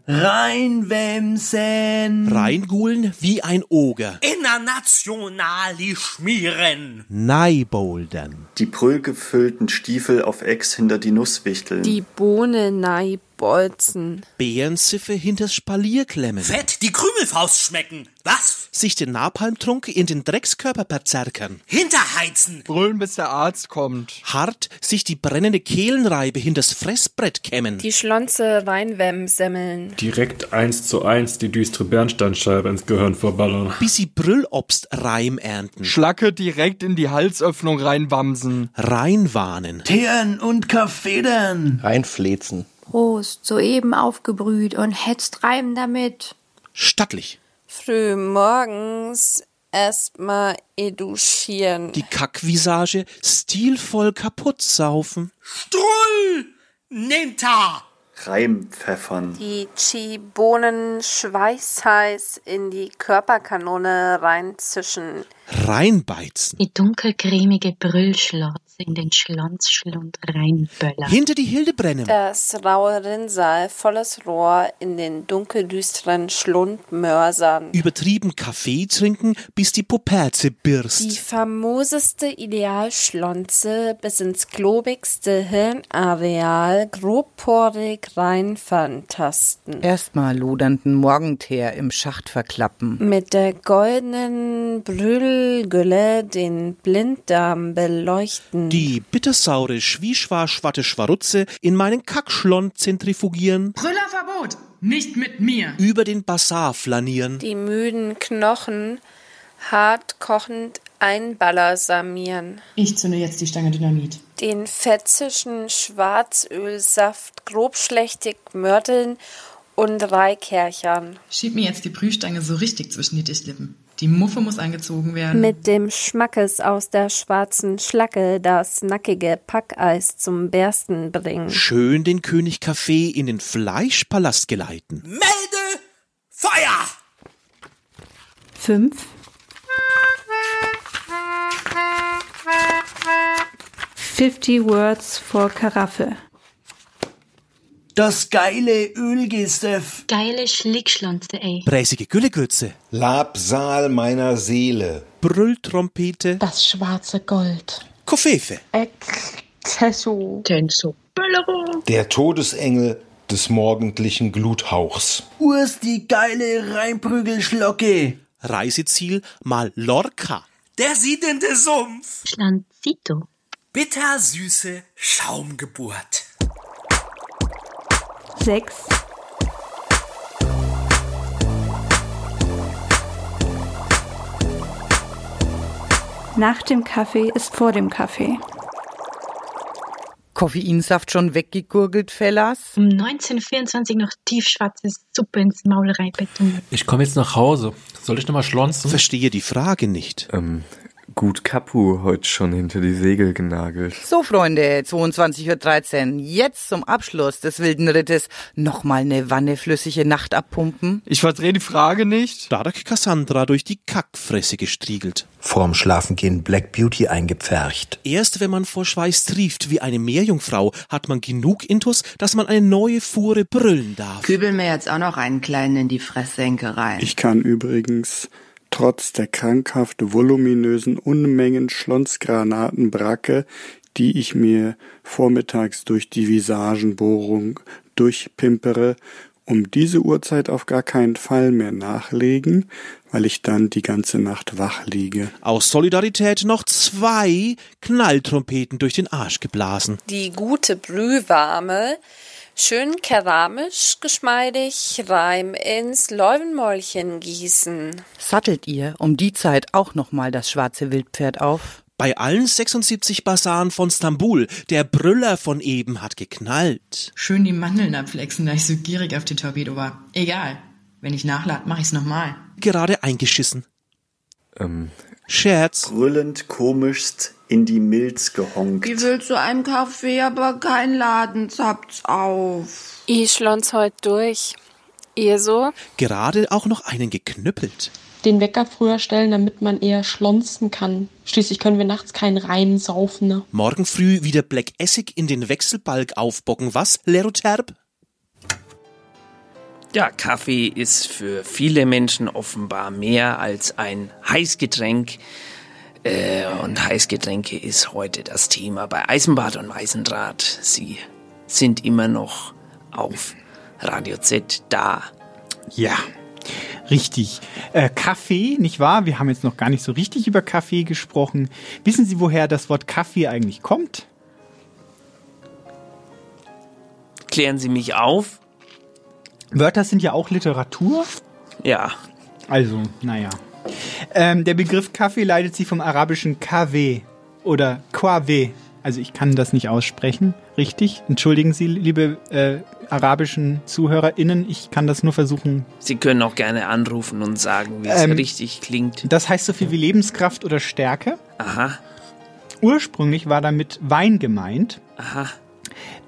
[SPEAKER 21] Reinwemsen.
[SPEAKER 13] Reinguhlen wie ein Oger.
[SPEAKER 26] Internationali schmieren.
[SPEAKER 13] Neiboldern.
[SPEAKER 22] Die prüllgefüllten Stiefel auf Ex hinter die Nusswichteln.
[SPEAKER 15] Die Bohne neibolzen.
[SPEAKER 13] Bärensiffe hinters Spalier klemmen.
[SPEAKER 26] Fett die Krümelfaust schmecken. Was?
[SPEAKER 13] Sich den Napalmtrunk in den Dreckskörper perzerkern.
[SPEAKER 26] Hinterheizen.
[SPEAKER 23] Brüllen, bis der Arzt kommt.
[SPEAKER 13] Hart sich die brennende Kehlenreibe hinters Fressbrett kämmen.
[SPEAKER 15] Die Schlonze Weinwemsemmeln.
[SPEAKER 19] Direkt eins zu eins die düstere Bernsteinscheibe ins Gehirn verballern.
[SPEAKER 13] bis sie Brüllobst reim ernten.
[SPEAKER 23] Schlacke direkt in die Halsöffnung reinwamsen.
[SPEAKER 13] Reinwarnen.
[SPEAKER 21] Teeren und Kaffedern.
[SPEAKER 27] Reinflezen.
[SPEAKER 28] Prost, soeben aufgebrüht und hetzt Reim damit.
[SPEAKER 13] Stattlich.
[SPEAKER 15] Frühmorgens erstmal eduschieren.
[SPEAKER 13] Die Kackvisage stilvoll kaputt saufen.
[SPEAKER 26] Strull. Ninta.
[SPEAKER 14] reinpfeffern.
[SPEAKER 15] Die Chi-Bohnen schweißheiß in die Körperkanone reinzischen.
[SPEAKER 13] Reinbeizen.
[SPEAKER 29] Die dunkelcremige Brüllschlotze in den Schlonzschlund reinböllern.
[SPEAKER 13] Hinter die Hilde brennen.
[SPEAKER 15] Das raue Rinnsal volles Rohr in den dunkeldüsteren Schlund mörsern.
[SPEAKER 13] Übertrieben Kaffee trinken, bis die Poperze birst.
[SPEAKER 15] Die famoseste Idealschlonze bis ins klobigste Hirnareal grobporig reinfantasten.
[SPEAKER 11] Erstmal lodernden Morgenteer im Schacht verklappen.
[SPEAKER 15] Mit der goldenen Brüllgülle den Blinddarm beleuchten.
[SPEAKER 13] Die bittersaure Schwieschwa-Schwatte-Schwarutze in meinen Kackschlond zentrifugieren.
[SPEAKER 6] Brüllerverbot! Nicht mit mir!
[SPEAKER 13] Über den Basar flanieren.
[SPEAKER 15] die müden Knochen hart kochend einbalsamieren.
[SPEAKER 6] Ich zünde jetzt die Stange Dynamit.
[SPEAKER 15] Den fetzischen Schwarzölsaft grobschlächtig mörteln und reikerchern.
[SPEAKER 6] Schieb mir jetzt die Prüfstange so richtig zwischen die Dichtlippen. Die Muffe muss angezogen werden.
[SPEAKER 1] Mit
[SPEAKER 15] dem Schmackes aus der schwarzen Schlacke das nackige Packeis zum Bersten bringen.
[SPEAKER 13] Schön den König Kaffee in den Fleischpalast geleiten.
[SPEAKER 30] Melde Feuer!
[SPEAKER 1] Fünf. Fifty Words for Karaffe.
[SPEAKER 26] Das geile Ölgesöff.
[SPEAKER 29] Geile Schlickschlonze, ey.
[SPEAKER 13] Präsige Güllegürze.
[SPEAKER 31] Labsal meiner Seele.
[SPEAKER 13] Brülltrompete.
[SPEAKER 29] Das schwarze Gold.
[SPEAKER 13] Koffefe.
[SPEAKER 29] Excesso. Tenso.
[SPEAKER 32] Böllerung.
[SPEAKER 31] Der Todesengel des morgendlichen Gluthauchs.
[SPEAKER 26] Urs die geile Reinprügelschlocke.
[SPEAKER 13] Reiseziel Mallorca.
[SPEAKER 30] Der siedende Sumpf.
[SPEAKER 29] Schlanzito.
[SPEAKER 30] Bittersüße Schaumgeburt.
[SPEAKER 1] Sechs. Nach dem Kaffee ist vor dem Kaffee.
[SPEAKER 11] Koffeinsaft schon weggegurgelt, Fellas?
[SPEAKER 29] Um 1924 noch tiefschwarze Suppe ins Maul reinbetoniert.
[SPEAKER 4] Ich komme jetzt nach Hause. Soll ich nochmal schlonzen?
[SPEAKER 13] Verstehe die Frage nicht.
[SPEAKER 33] Ähm, gut Kapu heute schon hinter die Segel genagelt.
[SPEAKER 11] So, Freunde, 22.13 Uhr. Jetzt zum Abschluss des wilden Rittes nochmal eine Wanne flüssige Nacht abpumpen.
[SPEAKER 19] Ich verdrehe die Frage nicht.
[SPEAKER 13] Stark Cassandra durch die Kackfresse gestriegelt.
[SPEAKER 5] Vorm Schlafengehen Black Beauty eingepfercht.
[SPEAKER 13] Erst wenn man vor Schweiß trieft wie eine Meerjungfrau, hat man genug Intus, dass man eine neue Fuhre brüllen darf.
[SPEAKER 18] Kübel mir jetzt auch noch einen kleinen in die Fresssenke rein.
[SPEAKER 33] Ich kann übrigens trotz der krankhaft voluminösen Unmengen Schlonzgranatenbracke, die ich mir vormittags durch die Visagenbohrung durchpimpere, um diese Uhrzeit auf gar keinen Fall mehr nachlegen, weil ich dann die ganze Nacht wach liege.
[SPEAKER 13] Aus Solidarität noch zwei Knalltrompeten durch den Arsch geblasen.
[SPEAKER 15] Die gute Brühwarme, schön keramisch, geschmeidig, Reim ins Löwenmäulchen gießen.
[SPEAKER 11] Sattelt ihr um die Zeit auch nochmal das schwarze Wildpferd auf?
[SPEAKER 13] Bei allen 76 Basaren von Stambul, der Brüller von eben hat geknallt.
[SPEAKER 6] Schön die Mandeln abflexen, da ich so gierig auf den Torpedo war. Egal. Wenn ich nachlad, mach ich's nochmal.
[SPEAKER 13] Gerade eingeschissen.
[SPEAKER 33] Ähm,
[SPEAKER 13] Scherz.
[SPEAKER 14] Brüllend komischst in die Milz gehonkt.
[SPEAKER 18] Ich will zu einem Kaffee, aber kein Laden, zappt's auf.
[SPEAKER 15] Ich schlons heute durch. Ihr so?
[SPEAKER 13] Gerade auch noch einen geknüppelt.
[SPEAKER 32] Den Wecker früher stellen, damit man eher schlonzen kann. Schließlich können wir nachts keinen reinen saufen, ne?
[SPEAKER 13] Morgen früh wieder Black Essig in den Wechselbalg aufbocken. Was, Leroterb?
[SPEAKER 2] Ja, Kaffee ist für viele Menschen offenbar mehr als ein Heißgetränk. Äh, und Heißgetränke ist heute das Thema bei Eisenbad und Eisendraht. Sie sind immer noch auf Radio Z da.
[SPEAKER 3] Ja, richtig. Äh, Kaffee, nicht wahr? Wir haben jetzt noch gar nicht so richtig über Kaffee gesprochen. Wissen Sie, woher das Wort Kaffee eigentlich kommt?
[SPEAKER 2] Klären Sie mich auf?
[SPEAKER 3] Wörter sind ja auch Literatur.
[SPEAKER 2] Ja,
[SPEAKER 3] Also, naja. Ähm, der Begriff Kaffee leitet sich vom arabischen Kawe oder Kwawe. Also ich kann das nicht aussprechen, richtig? Entschuldigen Sie, liebe äh, arabischen ZuhörerInnen, ich kann das nur versuchen.
[SPEAKER 2] Sie können auch gerne anrufen und sagen, wie es
[SPEAKER 3] Ähm.
[SPEAKER 2] richtig klingt.
[SPEAKER 3] Das heißt so viel wie Lebenskraft oder Stärke.
[SPEAKER 2] Aha,
[SPEAKER 3] Ursprünglich war damit Wein gemeint,
[SPEAKER 2] aha.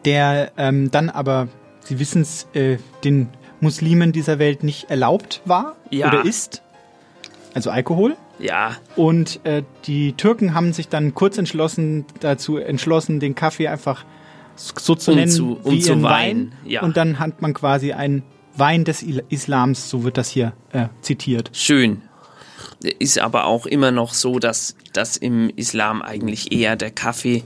[SPEAKER 3] der ähm, dann aber Sie wissen es, äh, den Muslimen dieser Welt nicht erlaubt war
[SPEAKER 2] Ja.
[SPEAKER 3] oder ist. Also Alkohol.
[SPEAKER 2] Ja.
[SPEAKER 3] Und äh, die Türken haben sich dann kurz entschlossen dazu entschlossen, den Kaffee einfach s- so zu
[SPEAKER 2] Um
[SPEAKER 3] nennen
[SPEAKER 2] zu- um
[SPEAKER 3] wie
[SPEAKER 2] zu
[SPEAKER 3] ihren
[SPEAKER 2] weinen,
[SPEAKER 3] Wein.
[SPEAKER 2] ja.
[SPEAKER 3] Und dann hat man quasi einen Wein des Il- Islams, so wird das hier äh, zitiert.
[SPEAKER 2] Schön. Ist aber auch immer noch so, dass, dass im Islam eigentlich eher der Kaffee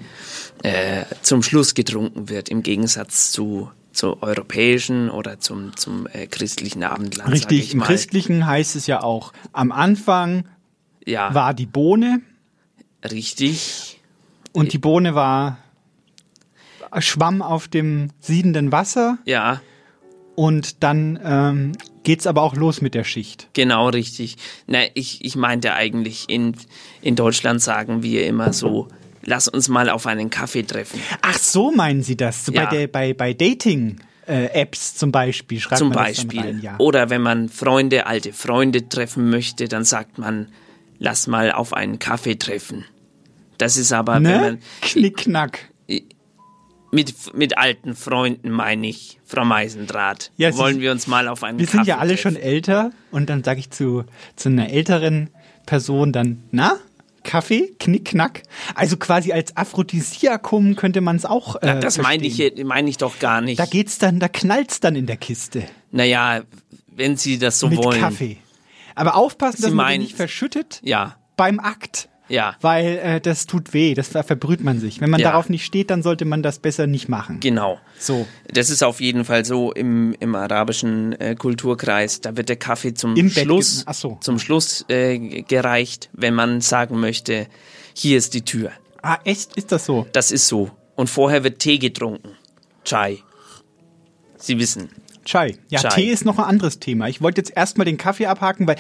[SPEAKER 2] äh, zum Schluss getrunken wird, im Gegensatz zu, zu europäischen oder zum, zum äh, christlichen Abendland. sag
[SPEAKER 3] Richtig,
[SPEAKER 2] ich
[SPEAKER 3] im
[SPEAKER 2] mal.
[SPEAKER 3] Christlichen heißt es ja auch, am Anfang
[SPEAKER 2] Ja.
[SPEAKER 3] war die Bohne
[SPEAKER 2] Richtig.
[SPEAKER 3] und die Bohne war schwamm auf dem siedenden Wasser
[SPEAKER 2] Ja,
[SPEAKER 3] und dann ähm, geht's aber auch los mit der Schicht.
[SPEAKER 2] genau richtig. Na, ich, ich meinte eigentlich, in, in Deutschland sagen wir immer so, lass uns mal auf einen Kaffee treffen.
[SPEAKER 3] Ach so meinen Sie das? So
[SPEAKER 2] Ja.
[SPEAKER 3] bei, der, bei, bei Dating äh, Apps zum Beispiel schreibt
[SPEAKER 2] Zum
[SPEAKER 3] man
[SPEAKER 2] Beispiel.
[SPEAKER 3] das dann rein, ja.
[SPEAKER 2] Oder wenn man Freunde, alte Freunde treffen möchte, dann sagt man, lass mal auf einen Kaffee treffen. Das ist aber, wenn
[SPEAKER 3] Ne?
[SPEAKER 2] man
[SPEAKER 3] Knickknack.
[SPEAKER 2] mit, mit alten Freunden meine ich, Frau Meisendraht,
[SPEAKER 3] Ja, es
[SPEAKER 2] wollen
[SPEAKER 3] ist-
[SPEAKER 2] wir uns mal auf einen
[SPEAKER 3] Wir
[SPEAKER 2] Kaffee
[SPEAKER 3] sind ja alle schon älter und dann sage ich zu, zu einer älteren Person dann, na, Kaffee, Knickknack. Also quasi als Aphrodisiakum könnte man es auch. Äh,
[SPEAKER 2] Na, das meine ich,
[SPEAKER 3] verstehen.
[SPEAKER 2] meine ich doch gar nicht.
[SPEAKER 3] Da geht's dann, da knallt's dann in der Kiste
[SPEAKER 2] Naja, wenn Sie das so
[SPEAKER 3] mit
[SPEAKER 2] wollen.
[SPEAKER 3] Kaffee. Aber aufpassen,
[SPEAKER 2] Sie
[SPEAKER 3] dass man
[SPEAKER 2] meinen-
[SPEAKER 3] den nicht verschüttet
[SPEAKER 2] Ja,
[SPEAKER 3] beim Akt,
[SPEAKER 2] ja,
[SPEAKER 3] weil äh, das tut weh, das da verbrüht man sich. Wenn man
[SPEAKER 2] Ja.
[SPEAKER 3] darauf nicht steht, dann sollte man das besser nicht machen.
[SPEAKER 2] genau.
[SPEAKER 3] So.
[SPEAKER 2] Das ist auf jeden Fall so im, im arabischen äh, Kulturkreis. Da wird der Kaffee zum
[SPEAKER 3] Im Bett
[SPEAKER 2] Schluss,
[SPEAKER 3] gibt- ach so.
[SPEAKER 2] zum Schluss äh, g- gereicht, wenn man sagen möchte, hier ist die Tür.
[SPEAKER 3] Ah, echt? Ist das so?
[SPEAKER 2] Das ist so. Und vorher wird Tee getrunken. Chai. Sie wissen.
[SPEAKER 3] Chai. Ja,
[SPEAKER 2] Chai.
[SPEAKER 3] Tee ist noch ein anderes Thema. Ich wollte jetzt erstmal den Kaffee abhaken, weil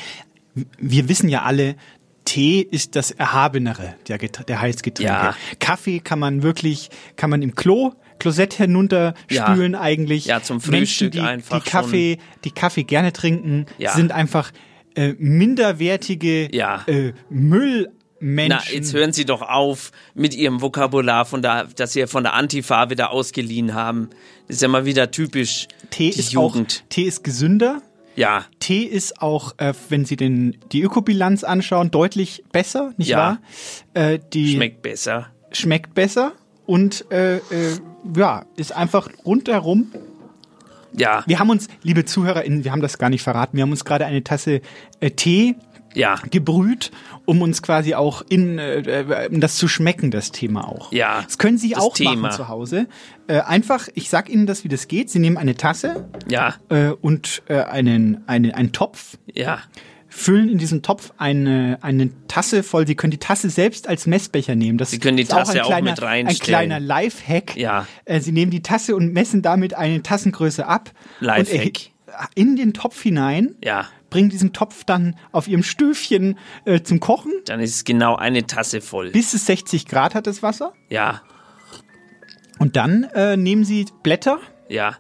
[SPEAKER 3] wir wissen ja alle, Tee ist das Erhabenere der, Get- der Heißgetränke.
[SPEAKER 2] Ja.
[SPEAKER 3] Kaffee kann man wirklich, kann man im Klo, Klosett hinunterspülen
[SPEAKER 2] Ja.
[SPEAKER 3] eigentlich.
[SPEAKER 2] Ja, zum
[SPEAKER 3] Menschen,
[SPEAKER 2] Frühstück
[SPEAKER 3] die,
[SPEAKER 2] einfach
[SPEAKER 3] Die Kaffee, die Kaffee gerne trinken,
[SPEAKER 2] Ja.
[SPEAKER 3] sind einfach äh, minderwertige
[SPEAKER 2] Ja.
[SPEAKER 3] äh, Müllmenschen.
[SPEAKER 2] Na, jetzt hören Sie doch auf mit Ihrem Vokabular, von der, das Sie von der Antifa wieder ausgeliehen haben. Das ist ja mal wieder typisch
[SPEAKER 3] Tee
[SPEAKER 2] die
[SPEAKER 3] ist
[SPEAKER 2] Jugend.
[SPEAKER 3] auch, Tee ist gesünder.
[SPEAKER 2] Ja,
[SPEAKER 3] Tee ist auch, äh, wenn Sie den, die Ökobilanz anschauen, deutlich besser, nicht
[SPEAKER 2] Ja.
[SPEAKER 3] wahr? Äh, die
[SPEAKER 2] schmeckt besser.
[SPEAKER 3] schmeckt besser und äh, äh, ja, ist einfach rundherum.
[SPEAKER 2] Ja,
[SPEAKER 3] Wir haben uns, liebe ZuhörerInnen, wir haben das gar nicht verraten, wir haben uns gerade eine Tasse äh, Tee
[SPEAKER 2] ja,
[SPEAKER 3] gebrüht, um uns quasi auch in äh, äh, um das zu schmecken, das Thema auch.
[SPEAKER 2] ja.
[SPEAKER 3] Das können Sie
[SPEAKER 2] Das
[SPEAKER 3] auch
[SPEAKER 2] Thema.
[SPEAKER 3] machen zu Hause. Äh, einfach, ich sag Ihnen das, wie das geht. Sie nehmen eine Tasse
[SPEAKER 2] Ja,
[SPEAKER 3] äh, und äh, einen, einen, einen Topf
[SPEAKER 2] ja.
[SPEAKER 3] füllen in diesen Topf eine, eine Tasse voll. Sie können die Tasse selbst als Messbecher nehmen. Das
[SPEAKER 2] Sie können die
[SPEAKER 3] ist
[SPEAKER 2] Tasse
[SPEAKER 3] auch ein
[SPEAKER 2] auch
[SPEAKER 3] kleiner,
[SPEAKER 2] mit
[SPEAKER 3] Ein
[SPEAKER 2] reinstellen.
[SPEAKER 3] kleiner Lifehack.
[SPEAKER 2] Ja.
[SPEAKER 3] Äh, Sie nehmen die Tasse und messen damit eine Tassengröße ab.
[SPEAKER 2] Lifehack.
[SPEAKER 3] Und erhe- in den Topf hinein.
[SPEAKER 2] Ja.
[SPEAKER 3] Bringen diesen Topf dann auf ihrem Stöfchen äh, zum Kochen,
[SPEAKER 2] Dann ist es genau eine Tasse voll.
[SPEAKER 3] bis es 60 Grad hat, das Wasser.
[SPEAKER 2] Ja,
[SPEAKER 3] Und dann äh, nehmen Sie Blätter
[SPEAKER 2] ja.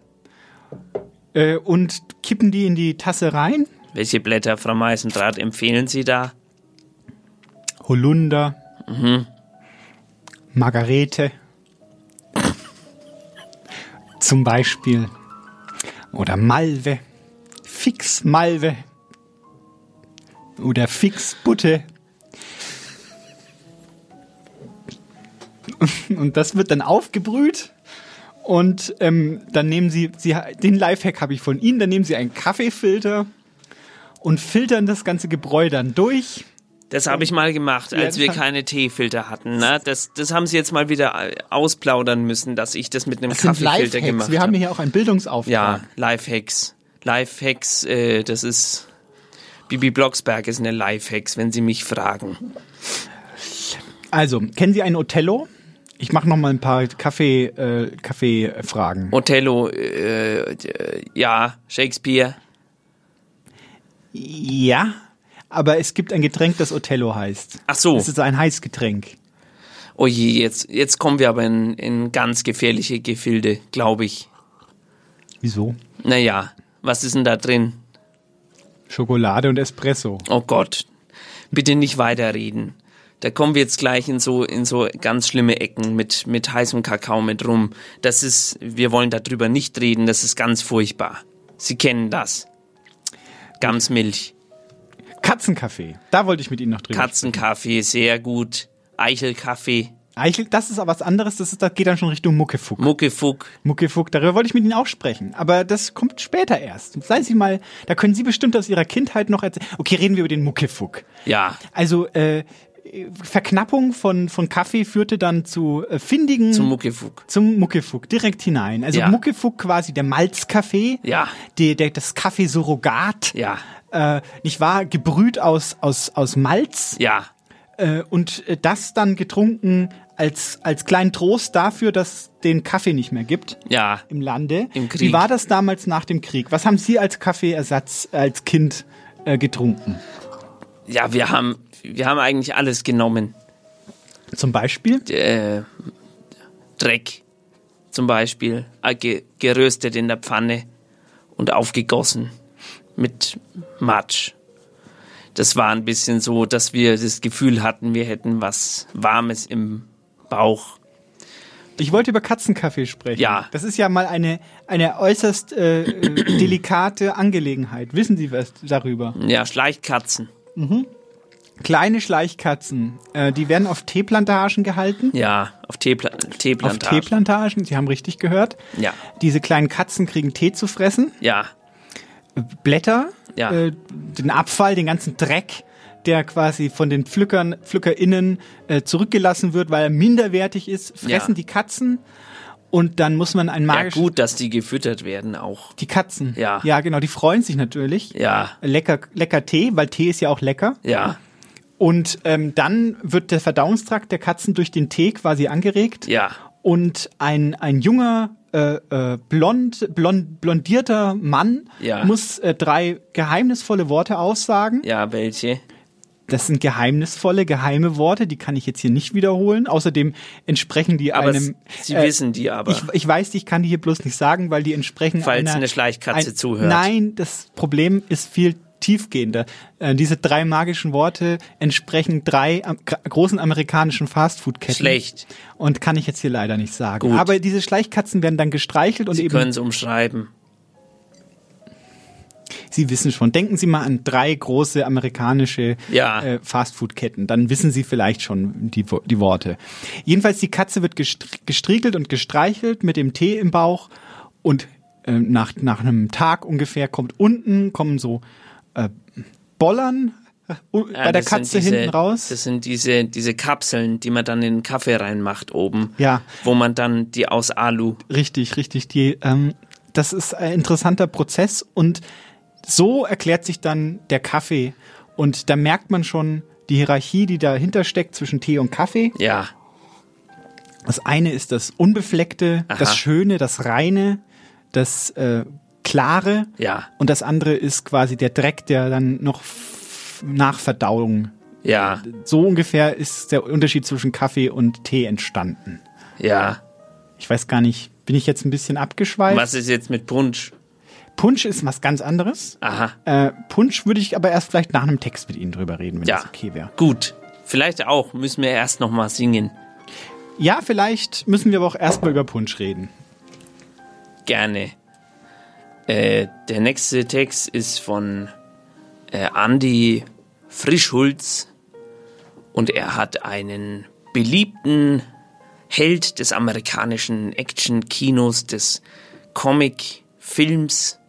[SPEAKER 3] äh, und kippen die in die Tasse rein.
[SPEAKER 2] Welche Blätter, Frau Meisendraht, empfehlen Sie da?
[SPEAKER 3] Holunder,
[SPEAKER 2] Mhm.
[SPEAKER 3] Margarete zum Beispiel oder Malve, Fix Malve oder Fix Butte. Und das wird dann aufgebrüht und ähm, dann nehmen Sie, Sie den Lifehack habe ich von Ihnen, dann nehmen Sie einen Kaffeefilter und filtern das ganze Gebräu dann durch.
[SPEAKER 2] Das habe ich mal gemacht,
[SPEAKER 3] Ja,
[SPEAKER 2] als
[SPEAKER 3] das
[SPEAKER 2] wir
[SPEAKER 3] hat-
[SPEAKER 2] keine Teefilter hatten. Ne? Das, das haben Sie jetzt mal wieder äh, ausplaudern müssen, dass ich das mit einem
[SPEAKER 3] Das sind
[SPEAKER 2] Kaffeefilter
[SPEAKER 3] Lifehacks.
[SPEAKER 2] gemacht
[SPEAKER 3] Wir haben
[SPEAKER 2] habe.
[SPEAKER 3] hier auch einen Bildungsauftrag.
[SPEAKER 2] Ja, Lifehacks. Lifehacks, äh, das ist. Bibi Blocksberg ist eine Lifehacks, wenn Sie mich fragen.
[SPEAKER 3] Also, kennen Sie einen Othello? Ich mache noch mal ein paar Kaffee, äh, Kaffee-Fragen.
[SPEAKER 2] Othello, äh, äh, ja, Shakespeare.
[SPEAKER 3] Ja, aber es gibt ein Getränk, das Othello heißt.
[SPEAKER 2] Ach so.
[SPEAKER 3] Es ist ein Heißgetränk.
[SPEAKER 2] Oh je, jetzt, jetzt kommen wir aber in, in ganz gefährliche Gefilde, glaube ich.
[SPEAKER 3] Wieso?
[SPEAKER 2] Naja, was ist denn da drin?
[SPEAKER 3] Schokolade und Espresso.
[SPEAKER 2] Oh Gott, bitte nicht weiterreden. Da kommen wir jetzt gleich in so, in so ganz schlimme Ecken mit, mit heißem Kakao mit rum. Das ist, wir wollen darüber nicht reden, das ist ganz furchtbar. Sie kennen das. Gamsmilch.
[SPEAKER 3] Katzenkaffee. Da wollte ich mit Ihnen noch drüber.
[SPEAKER 2] Katzenkaffee, sehr gut. Eichelkaffee.
[SPEAKER 3] Eichel, Ah, das ist aber was anderes, das, ist, das geht dann schon Richtung Muckefuck.
[SPEAKER 2] Muckefuck.
[SPEAKER 3] Muckefuck, darüber wollte ich mit Ihnen auch sprechen. Aber das kommt später erst. Seien Sie mal, da können Sie bestimmt aus Ihrer Kindheit noch erzählen. Okay, reden wir über den Muckefuck.
[SPEAKER 2] Ja.
[SPEAKER 3] Also, äh, Verknappung von, von Kaffee führte dann zu äh, findigen.
[SPEAKER 2] Zum Muckefuck.
[SPEAKER 3] Zum Muckefuck, direkt hinein. Also
[SPEAKER 2] Ja.
[SPEAKER 3] Muckefuck quasi der Malzkaffee.
[SPEAKER 2] Ja.
[SPEAKER 3] Der, der, das Kaffeesurrogat.
[SPEAKER 2] Ja.
[SPEAKER 3] Äh, nicht wahr? Gebrüht aus, aus, aus Malz.
[SPEAKER 2] Ja.
[SPEAKER 3] Äh, und äh, das dann getrunken als, als kleinen Trost dafür, dass den Kaffee nicht mehr gibt
[SPEAKER 2] Ja.
[SPEAKER 3] im Lande.
[SPEAKER 2] Im Krieg.
[SPEAKER 3] Wie war das damals nach dem Krieg? Was haben Sie als Kaffeeersatz, äh, als Kind äh, getrunken?
[SPEAKER 2] Ja, wir haben, wir haben eigentlich alles genommen.
[SPEAKER 3] Zum Beispiel?
[SPEAKER 2] Äh, Dreck. Zum Beispiel. Äh, ge geröstet in der Pfanne und aufgegossen mit Matsch. Das war ein bisschen so, dass wir das Gefühl hatten, wir hätten was Warmes im Bauch.
[SPEAKER 3] Ich wollte über Katzenkaffee sprechen.
[SPEAKER 2] Ja.
[SPEAKER 3] Das ist ja mal eine, eine äußerst äh, äh, delikate Angelegenheit. Wissen Sie was darüber?
[SPEAKER 2] Ja, Schleichkatzen.
[SPEAKER 3] Mhm. Kleine Schleichkatzen, äh, die werden auf Teeplantagen gehalten.
[SPEAKER 2] Ja, auf Teepla
[SPEAKER 3] Auf
[SPEAKER 2] Teeplantagen.
[SPEAKER 3] Teeplantagen, Sie haben richtig gehört.
[SPEAKER 2] Ja.
[SPEAKER 3] Diese kleinen Katzen kriegen Tee zu fressen,
[SPEAKER 2] Ja,
[SPEAKER 3] Blätter,
[SPEAKER 2] Ja.
[SPEAKER 3] äh, den Abfall, den ganzen Dreck, der quasi von den Pflückern, PflückerInnen äh, zurückgelassen wird, weil er minderwertig ist, fressen
[SPEAKER 2] Ja.
[SPEAKER 3] die Katzen und dann muss man ein
[SPEAKER 2] ja
[SPEAKER 3] magisches
[SPEAKER 2] gut, dass die gefüttert werden auch.
[SPEAKER 3] Die Katzen.
[SPEAKER 2] Ja.
[SPEAKER 3] Ja, genau, die freuen sich natürlich.
[SPEAKER 2] Ja.
[SPEAKER 3] Lecker, lecker Tee, weil Tee ist ja auch lecker.
[SPEAKER 2] Ja,
[SPEAKER 3] Und ähm, dann wird der Verdauungstrakt der Katzen durch den Tee quasi angeregt.
[SPEAKER 2] ja,
[SPEAKER 3] Und ein, ein junger, äh, äh, blond, blond, blondierter Mann
[SPEAKER 2] Ja.
[SPEAKER 3] muss äh, drei geheimnisvolle Worte aussagen.
[SPEAKER 2] ja, welche?
[SPEAKER 3] Das sind geheimnisvolle, geheime Worte, die kann ich jetzt hier nicht wiederholen. Außerdem entsprechen die
[SPEAKER 2] Aber
[SPEAKER 3] einem. äh,
[SPEAKER 2] s- Sie wissen die aber.
[SPEAKER 3] Ich, ich weiß, ich kann die hier bloß nicht sagen, weil die entsprechen.
[SPEAKER 2] Falls
[SPEAKER 3] einer,
[SPEAKER 2] eine Schleichkatze zuhört.
[SPEAKER 3] Nein, das Problem ist viel tiefgehender. Äh, diese drei magischen Worte entsprechen drei am, gra- großen amerikanischen Fastfood-Ketten.
[SPEAKER 2] Schlecht.
[SPEAKER 3] Und kann ich jetzt hier leider nicht sagen.
[SPEAKER 2] Gut.
[SPEAKER 3] Aber diese Schleichkatzen werden dann gestreichelt und
[SPEAKER 2] Sie
[SPEAKER 3] eben.
[SPEAKER 2] können es umschreiben.
[SPEAKER 3] Sie wissen schon. Denken Sie mal an drei große amerikanische
[SPEAKER 2] Ja.
[SPEAKER 3] äh, Fastfood-Ketten. Dann wissen Sie vielleicht schon die, Wo- die Worte. Jedenfalls, die Katze wird gestr- gestriegelt und gestreichelt mit dem Tee im Bauch. Und ähm, nach, nach einem Tag ungefähr kommt unten, kommen so äh, Bollern äh,
[SPEAKER 2] Ja,
[SPEAKER 3] bei der
[SPEAKER 2] das sind
[SPEAKER 3] Katze
[SPEAKER 2] diese-
[SPEAKER 3] hinten raus.
[SPEAKER 2] Das sind diese, diese Kapseln, die man dann in den Kaffee reinmacht oben.
[SPEAKER 3] Ja.
[SPEAKER 2] Wo man dann die aus Alu.
[SPEAKER 3] Richtig, richtig. Die, ähm, das ist ein interessanter Prozess und so erklärt sich dann der Kaffee. Und da merkt man schon die Hierarchie, die dahinter steckt zwischen Tee und Kaffee.
[SPEAKER 2] Ja,
[SPEAKER 3] Das eine ist das Unbefleckte,
[SPEAKER 2] Aha.
[SPEAKER 3] das Schöne, das Reine, das äh, Klare.
[SPEAKER 2] ja,
[SPEAKER 3] Und das andere ist quasi der Dreck, der dann noch f- nach Verdauung.
[SPEAKER 2] ja,
[SPEAKER 3] So ungefähr ist der Unterschied zwischen Kaffee und Tee entstanden.
[SPEAKER 2] ja.
[SPEAKER 3] Ich weiß gar nicht, bin ich jetzt ein bisschen abgeschweift?
[SPEAKER 2] Was ist jetzt mit Punsch?
[SPEAKER 3] Punsch ist was ganz anderes.
[SPEAKER 2] Aha.
[SPEAKER 3] Äh, Punsch würde ich aber erst vielleicht nach einem Text mit Ihnen drüber reden, wenn
[SPEAKER 2] Ja.
[SPEAKER 3] das okay wäre.
[SPEAKER 2] Gut. Vielleicht auch. Müssen wir erst nochmal singen.
[SPEAKER 3] Ja, vielleicht müssen wir aber auch erstmal über Punsch reden.
[SPEAKER 2] Gerne. Äh, der nächste Text ist von äh, Andy Frischhulz und er hat einen beliebten Held des amerikanischen Action-Kinos, des Comic-Films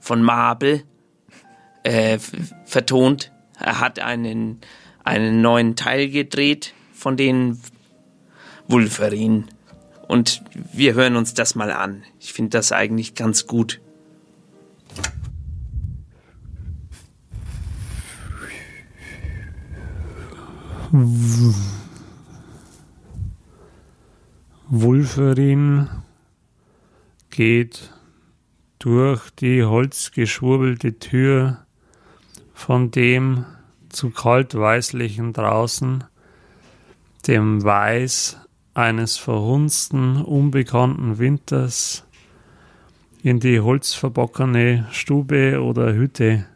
[SPEAKER 2] von Marvel äh, f- vertont. Er hat einen, einen neuen Teil gedreht von den Wolverine. Und wir hören uns das mal an. Ich finde das eigentlich ganz gut.
[SPEAKER 34] Wulferin geht durch die holzgeschwurbelte Tür von dem zu kaltweißlichen draußen, dem Weiß eines verhunzten, unbekannten Winters, in die holzverbockene Stube oder Hütte.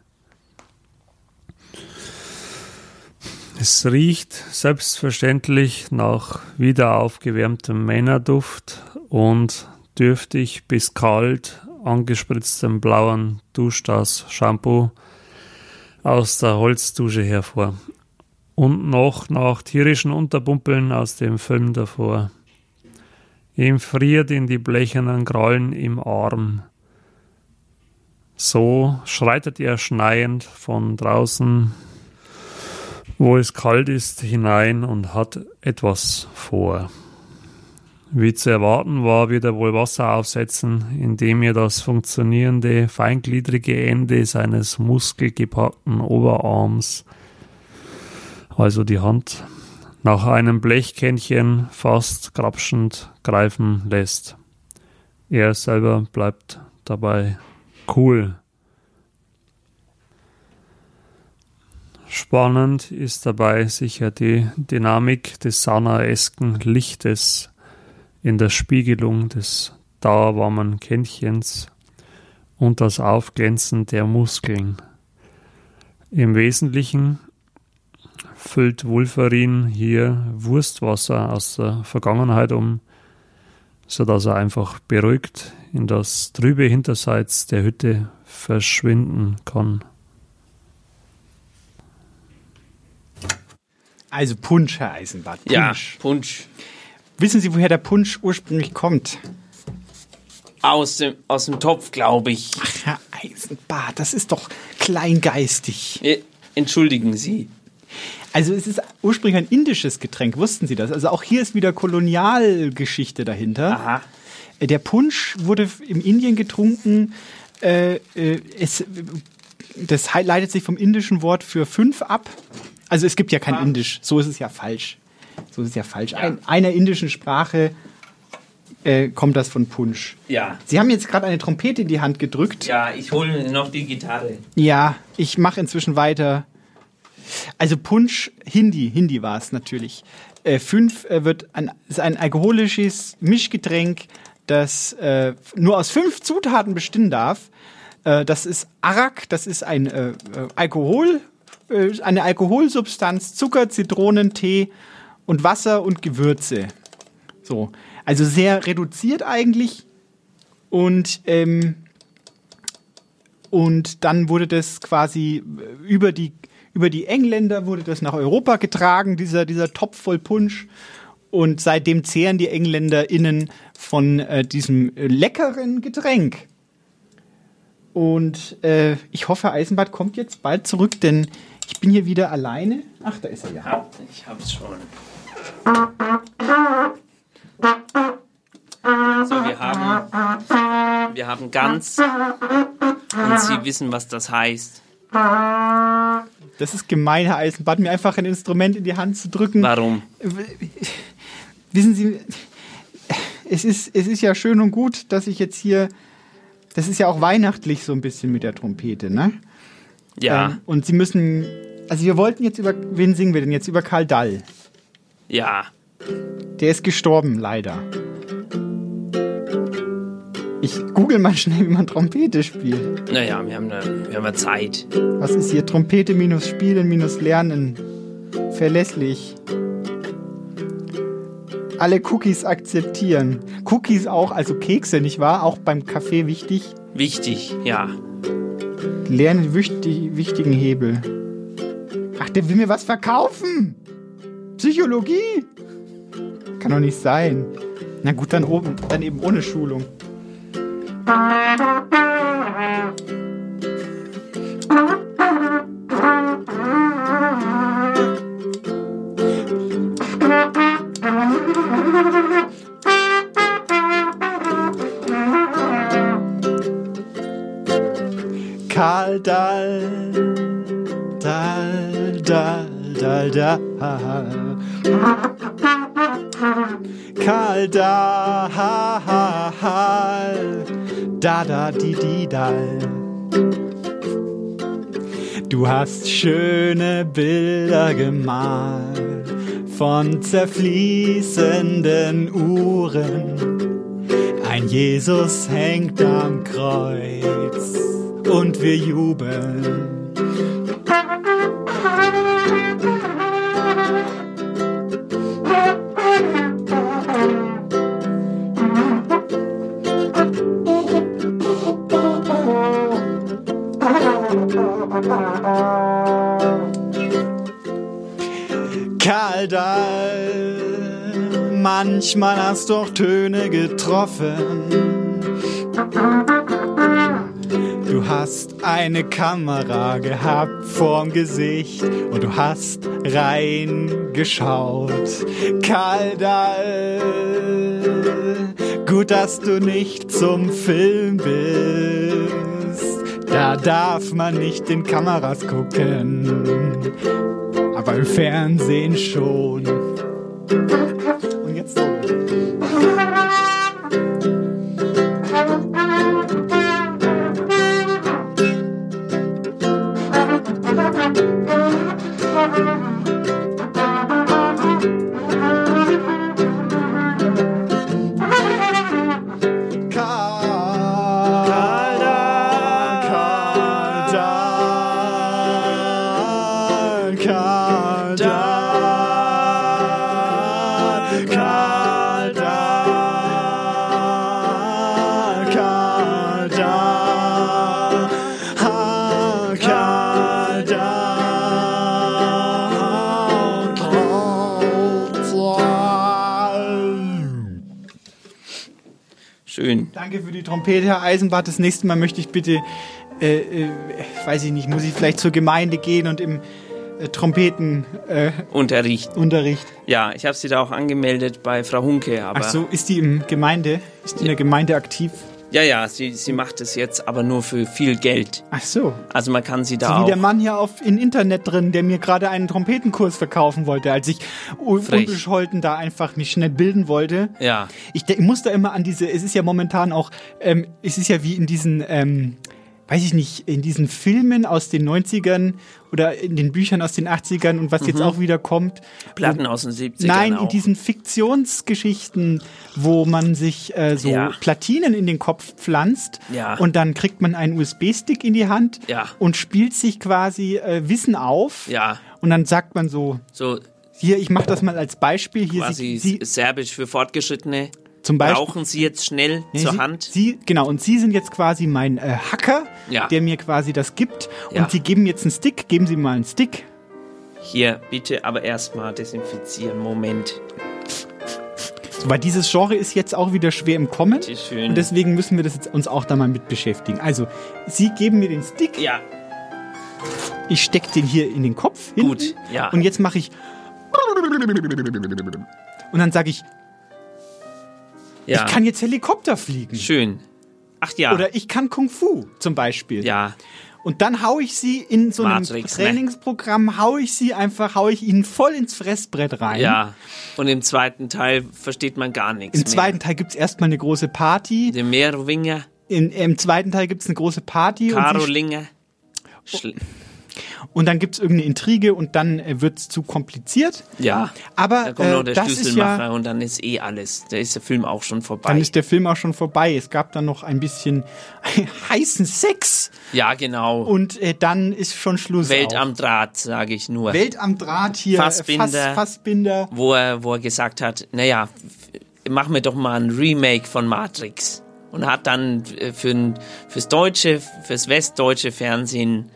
[SPEAKER 34] Es riecht selbstverständlich nach wieder aufgewärmtem Männerduft und dürftig bis kalt angespritztem blauen Duschdas Shampoo aus der Holzdusche hervor. Und noch nach tierischen Unterpumpeln aus dem Film davor. Ihm friert in die blechernen Krallen im Arm. So schreitet er schneien von draußen, wo es kalt ist, hinein und hat etwas vor. Wie zu erwarten war, wird er wohl Wasser aufsetzen, indem er das funktionierende, feingliedrige Ende seines muskelgepackten Oberarms, also die Hand, nach einem Blechkännchen fast grapschend greifen lässt. Er selber bleibt dabei cool. Spannend ist dabei sicher die Dynamik des saunaesken Lichtes in der Spiegelung des dauerwarmen Kännchens und das Aufglänzen der Muskeln. Im Wesentlichen füllt Wolferin hier Wurstwasser aus der Vergangenheit um, sodass er einfach beruhigt in das trübe Hinterseits der Hütte verschwinden kann.
[SPEAKER 3] Also Punsch, Herr Eisenbart. Punsch.
[SPEAKER 2] Ja, Punsch.
[SPEAKER 3] Wissen Sie, woher der Punsch ursprünglich kommt?
[SPEAKER 2] Aus dem, aus dem Topf, glaube ich.
[SPEAKER 3] Ach, Herr Eisenbart, das ist doch kleingeistig.
[SPEAKER 2] Äh, Entschuldigen Sie.
[SPEAKER 3] Also es ist ursprünglich ein indisches Getränk, wussten Sie das? Also auch hier ist wieder Kolonialgeschichte dahinter. Äh,
[SPEAKER 2] Aha.
[SPEAKER 3] Der Punsch wurde im Indien getrunken. Äh, äh, es, das leitet sich vom indischen Wort für fünf ab. Also es gibt ja
[SPEAKER 2] Ah.
[SPEAKER 3] kein Indisch, so ist es ja falsch. So ist es ja falsch. In einer indischen Sprache äh, kommt das von Punsch.
[SPEAKER 2] Ja.
[SPEAKER 3] Sie haben jetzt gerade eine Trompete in die Hand gedrückt.
[SPEAKER 2] Ja, ich hole noch die Gitarre.
[SPEAKER 3] Ja, ich mache inzwischen weiter. Also Punsch, Hindi, Hindi war es natürlich. Äh, fünf äh, wird ein, ist ein alkoholisches Mischgetränk, das äh, nur aus fünf Zutaten bestehen darf. Äh, das ist Arak, das ist ein äh, äh, Alkohol, äh, eine Alkoholsubstanz, Zucker, Zitronen, Tee und Wasser und Gewürze. So, also sehr reduziert eigentlich. Und ähm, und dann wurde das quasi äh, über die über die Engländer wurde das nach Europa getragen, dieser, dieser Topf voll Punsch. Und seitdem zehren die EngländerInnen von äh, diesem äh, leckeren Getränk. Und äh, ich hoffe, Herr Eisenbart kommt jetzt bald zurück, denn ich bin hier wieder alleine. Ach, da ist er ja.
[SPEAKER 2] Hab, ich hab's schon. So, wir haben, wir haben ganz
[SPEAKER 3] Ah.
[SPEAKER 2] und Sie wissen, was das heißt.
[SPEAKER 3] Das ist gemein, Herr Eisenbart, mir einfach ein Instrument in die Hand zu drücken.
[SPEAKER 2] Warum?
[SPEAKER 3] Wissen Sie, es ist, es ist ja schön und gut, dass ich jetzt hier. Das ist ja auch weihnachtlich so ein bisschen mit der Trompete, ne?
[SPEAKER 2] Ja.
[SPEAKER 3] Ähm, und Sie müssen. Also, wir wollten jetzt über. Wen singen wir denn jetzt? Über Karl Dall.
[SPEAKER 2] Ja.
[SPEAKER 3] Der ist gestorben, leider. Ich google mal schnell, wie man Trompete spielt.
[SPEAKER 2] Naja, wir haben, da, wir haben ja Zeit.
[SPEAKER 3] Was ist hier? Trompete minus Spielen minus Lernen. Verlässlich. Alle Cookies akzeptieren. Cookies auch, also Kekse, nicht wahr? Auch beim Kaffee wichtig.
[SPEAKER 2] Wichtig, ja.
[SPEAKER 3] Lernen wichtig, wichtigen Hebel. Ach, der will mir was verkaufen! Psychologie! Kann doch nicht sein. Na gut, dann oben, dann eben ohne Schulung. Karl Dall, Dall, Dall, Dall, Dall. Karl Dall, da da di di dall. Du hast schöne Bilder gemalt von zerfließenden Uhren. Ein Jesus hängt am Kreuz und wir jubeln. Karl Dahl, manchmal hast doch Töne getroffen. Du hast eine Kamera gehabt vorm Gesicht und du hast reingeschaut. Karl Dahl, gut, dass du nicht zum Film bist. Da darf man nicht in Kameras gucken, aber im Fernsehen schon. Und jetzt so.
[SPEAKER 2] Schön.
[SPEAKER 3] Danke für die Trompete, Herr Eisenbart. Das nächste Mal möchte ich bitte, äh, äh, weiß ich nicht, muss ich vielleicht zur Gemeinde gehen und im äh, Trompeten äh,
[SPEAKER 2] Unterricht.
[SPEAKER 3] Unterricht.
[SPEAKER 2] Ja, ich habe sie da auch angemeldet bei Frau Hunke, aber.
[SPEAKER 3] Ach so, ist die im Gemeinde? Ist die in der Gemeinde aktiv?
[SPEAKER 2] Ja, ja, sie, sie macht es jetzt, aber nur für viel Geld.
[SPEAKER 3] Ach so.
[SPEAKER 2] Also man kann sie da
[SPEAKER 3] so wie
[SPEAKER 2] auch.
[SPEAKER 3] der Mann hier auf im Internet drin, der mir gerade einen Trompetenkurs verkaufen wollte, als ich un-
[SPEAKER 2] Frech.
[SPEAKER 3] unbescholten da einfach mich schnell bilden wollte.
[SPEAKER 2] Ja.
[SPEAKER 3] Ich, de- ich muss da immer an diese, es ist ja momentan auch, ähm, es ist ja wie in diesen, ähm, weiß ich nicht, in diesen Filmen aus den 90ern oder in den Büchern aus den 80ern und was jetzt
[SPEAKER 2] Mhm.
[SPEAKER 3] auch wieder kommt.
[SPEAKER 2] Platten
[SPEAKER 3] Wo-
[SPEAKER 2] aus den 70ern
[SPEAKER 3] Nein,
[SPEAKER 2] auch.
[SPEAKER 3] in diesen Fiktionsgeschichten, wo man sich äh, so
[SPEAKER 2] Ja.
[SPEAKER 3] Platinen in den Kopf pflanzt
[SPEAKER 2] Ja.
[SPEAKER 3] und dann kriegt man einen USB-Stick in die Hand
[SPEAKER 2] Ja.
[SPEAKER 3] und spielt sich quasi äh, Wissen auf
[SPEAKER 2] Ja.
[SPEAKER 3] und dann sagt man so,
[SPEAKER 2] So
[SPEAKER 3] hier, ich mache das mal als Beispiel, hier
[SPEAKER 2] quasi
[SPEAKER 3] sie, sie,
[SPEAKER 2] Serbisch für Fortgeschrittene.
[SPEAKER 3] Zum Beispiel-
[SPEAKER 2] Brauchen Sie jetzt schnell
[SPEAKER 3] Nee,
[SPEAKER 2] zur
[SPEAKER 3] sie,
[SPEAKER 2] Hand?
[SPEAKER 3] Sie, genau, und Sie sind jetzt quasi mein äh, Hacker,
[SPEAKER 2] Ja.
[SPEAKER 3] der mir quasi das gibt.
[SPEAKER 2] Ja.
[SPEAKER 3] Und Sie geben jetzt einen Stick, geben Sie mal einen Stick.
[SPEAKER 2] Hier, bitte aber erstmal desinfizieren. Moment.
[SPEAKER 3] So, weil dieses Genre ist jetzt auch wieder schwer im Kommen.
[SPEAKER 2] Bitteschön.
[SPEAKER 3] Und deswegen müssen wir das jetzt uns auch da mal mit beschäftigen. Also, Sie geben mir den Stick.
[SPEAKER 2] Ja.
[SPEAKER 3] Ich stecke den hier in den Kopf. Hinten, Gut,
[SPEAKER 2] ja.
[SPEAKER 3] Und jetzt mache ich. Und dann sage ich,
[SPEAKER 2] Ja.
[SPEAKER 3] ich kann jetzt Helikopter fliegen.
[SPEAKER 2] Ah. Schön. Ach ja.
[SPEAKER 3] Oder ich kann Kung Fu zum Beispiel.
[SPEAKER 2] Ja.
[SPEAKER 3] Und dann hau ich sie in so einem
[SPEAKER 2] Matrix, ne?
[SPEAKER 3] Trainingsprogramm, hau ich sie einfach, hau ich ihnen voll ins Fressbrett rein.
[SPEAKER 2] Ja. Und im zweiten Teil versteht man gar nichts.
[SPEAKER 3] Im zweiten Teil gibt's erstmal eine große Party.
[SPEAKER 2] mehr. Meerwinger,
[SPEAKER 3] In, Im zweiten Teil gibt's eine große Party. Und, sie- Oh.
[SPEAKER 2] Karolinger. Schl-
[SPEAKER 3] und dann gibt's irgendeine Intrige und dann äh, wird's zu kompliziert.
[SPEAKER 2] Ja.
[SPEAKER 3] Aber
[SPEAKER 2] Da kommt
[SPEAKER 3] äh,
[SPEAKER 2] noch der
[SPEAKER 3] das ist ja,
[SPEAKER 2] Schlüsselmacher und dann ist eh alles. Da ist der Film auch schon vorbei.
[SPEAKER 3] dann ist der Film auch schon vorbei. Es gab dann noch ein bisschen heißen Sex
[SPEAKER 2] ja, genau.
[SPEAKER 3] und äh, dann ist schon Schluss.
[SPEAKER 2] Welt
[SPEAKER 3] auch.
[SPEAKER 2] am Draht, sage ich nur.
[SPEAKER 3] Welt am Draht hier. äh,
[SPEAKER 2] Fassbinder.
[SPEAKER 3] Fass, Fassbinder.
[SPEAKER 2] wo er, wo er gesagt hat, naja, machen wir doch mal ein Remake von Matrix. Und hat dann äh, für, fürs deutsche, fürs westdeutsche Fernsehen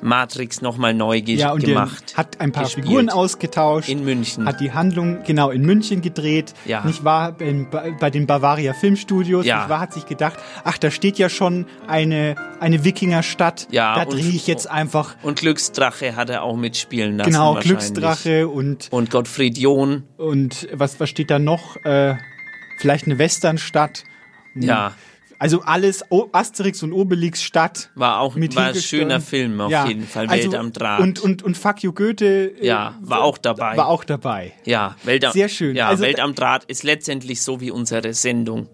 [SPEAKER 2] Matrix nochmal neu ge
[SPEAKER 3] Ja, und der
[SPEAKER 2] gemacht.
[SPEAKER 3] hat ein paar
[SPEAKER 2] gespielt.
[SPEAKER 3] Figuren ausgetauscht.
[SPEAKER 2] In München.
[SPEAKER 3] Hat die Handlung genau in München gedreht.
[SPEAKER 2] Ja.
[SPEAKER 3] Nicht wahr? Bei, bei den Bavaria Filmstudios.
[SPEAKER 2] Ja.
[SPEAKER 3] Nicht wahr? Hat sich gedacht, ach, da steht ja schon eine, eine Wikingerstadt.
[SPEAKER 2] Ja,
[SPEAKER 3] Da
[SPEAKER 2] und-
[SPEAKER 3] drehe ich jetzt einfach.
[SPEAKER 2] Und Glücksdrache hat er auch mitspielen lassen.
[SPEAKER 3] Genau,
[SPEAKER 2] wahrscheinlich.
[SPEAKER 3] Glücksdrache und,
[SPEAKER 2] Und Gottfried John.
[SPEAKER 3] und was, was steht da noch? Äh, vielleicht eine Westernstadt. Hm.
[SPEAKER 2] Ja.
[SPEAKER 3] Also alles o Asterix und Obelix Stadt.
[SPEAKER 2] War auch
[SPEAKER 3] Mit
[SPEAKER 2] war ein
[SPEAKER 3] Hilgestirn.
[SPEAKER 2] schöner Film auf
[SPEAKER 3] Ja.
[SPEAKER 2] jeden Fall.
[SPEAKER 3] Also,
[SPEAKER 2] Welt am Draht.
[SPEAKER 3] Und, und, und Fuck You Goethe äh,
[SPEAKER 2] ja, war auch dabei.
[SPEAKER 3] war auch dabei.
[SPEAKER 2] Ja, Welt am,
[SPEAKER 3] Sehr schön.
[SPEAKER 2] Ja,
[SPEAKER 3] Also-
[SPEAKER 2] Welt am Draht ist letztendlich so wie unsere Sendung.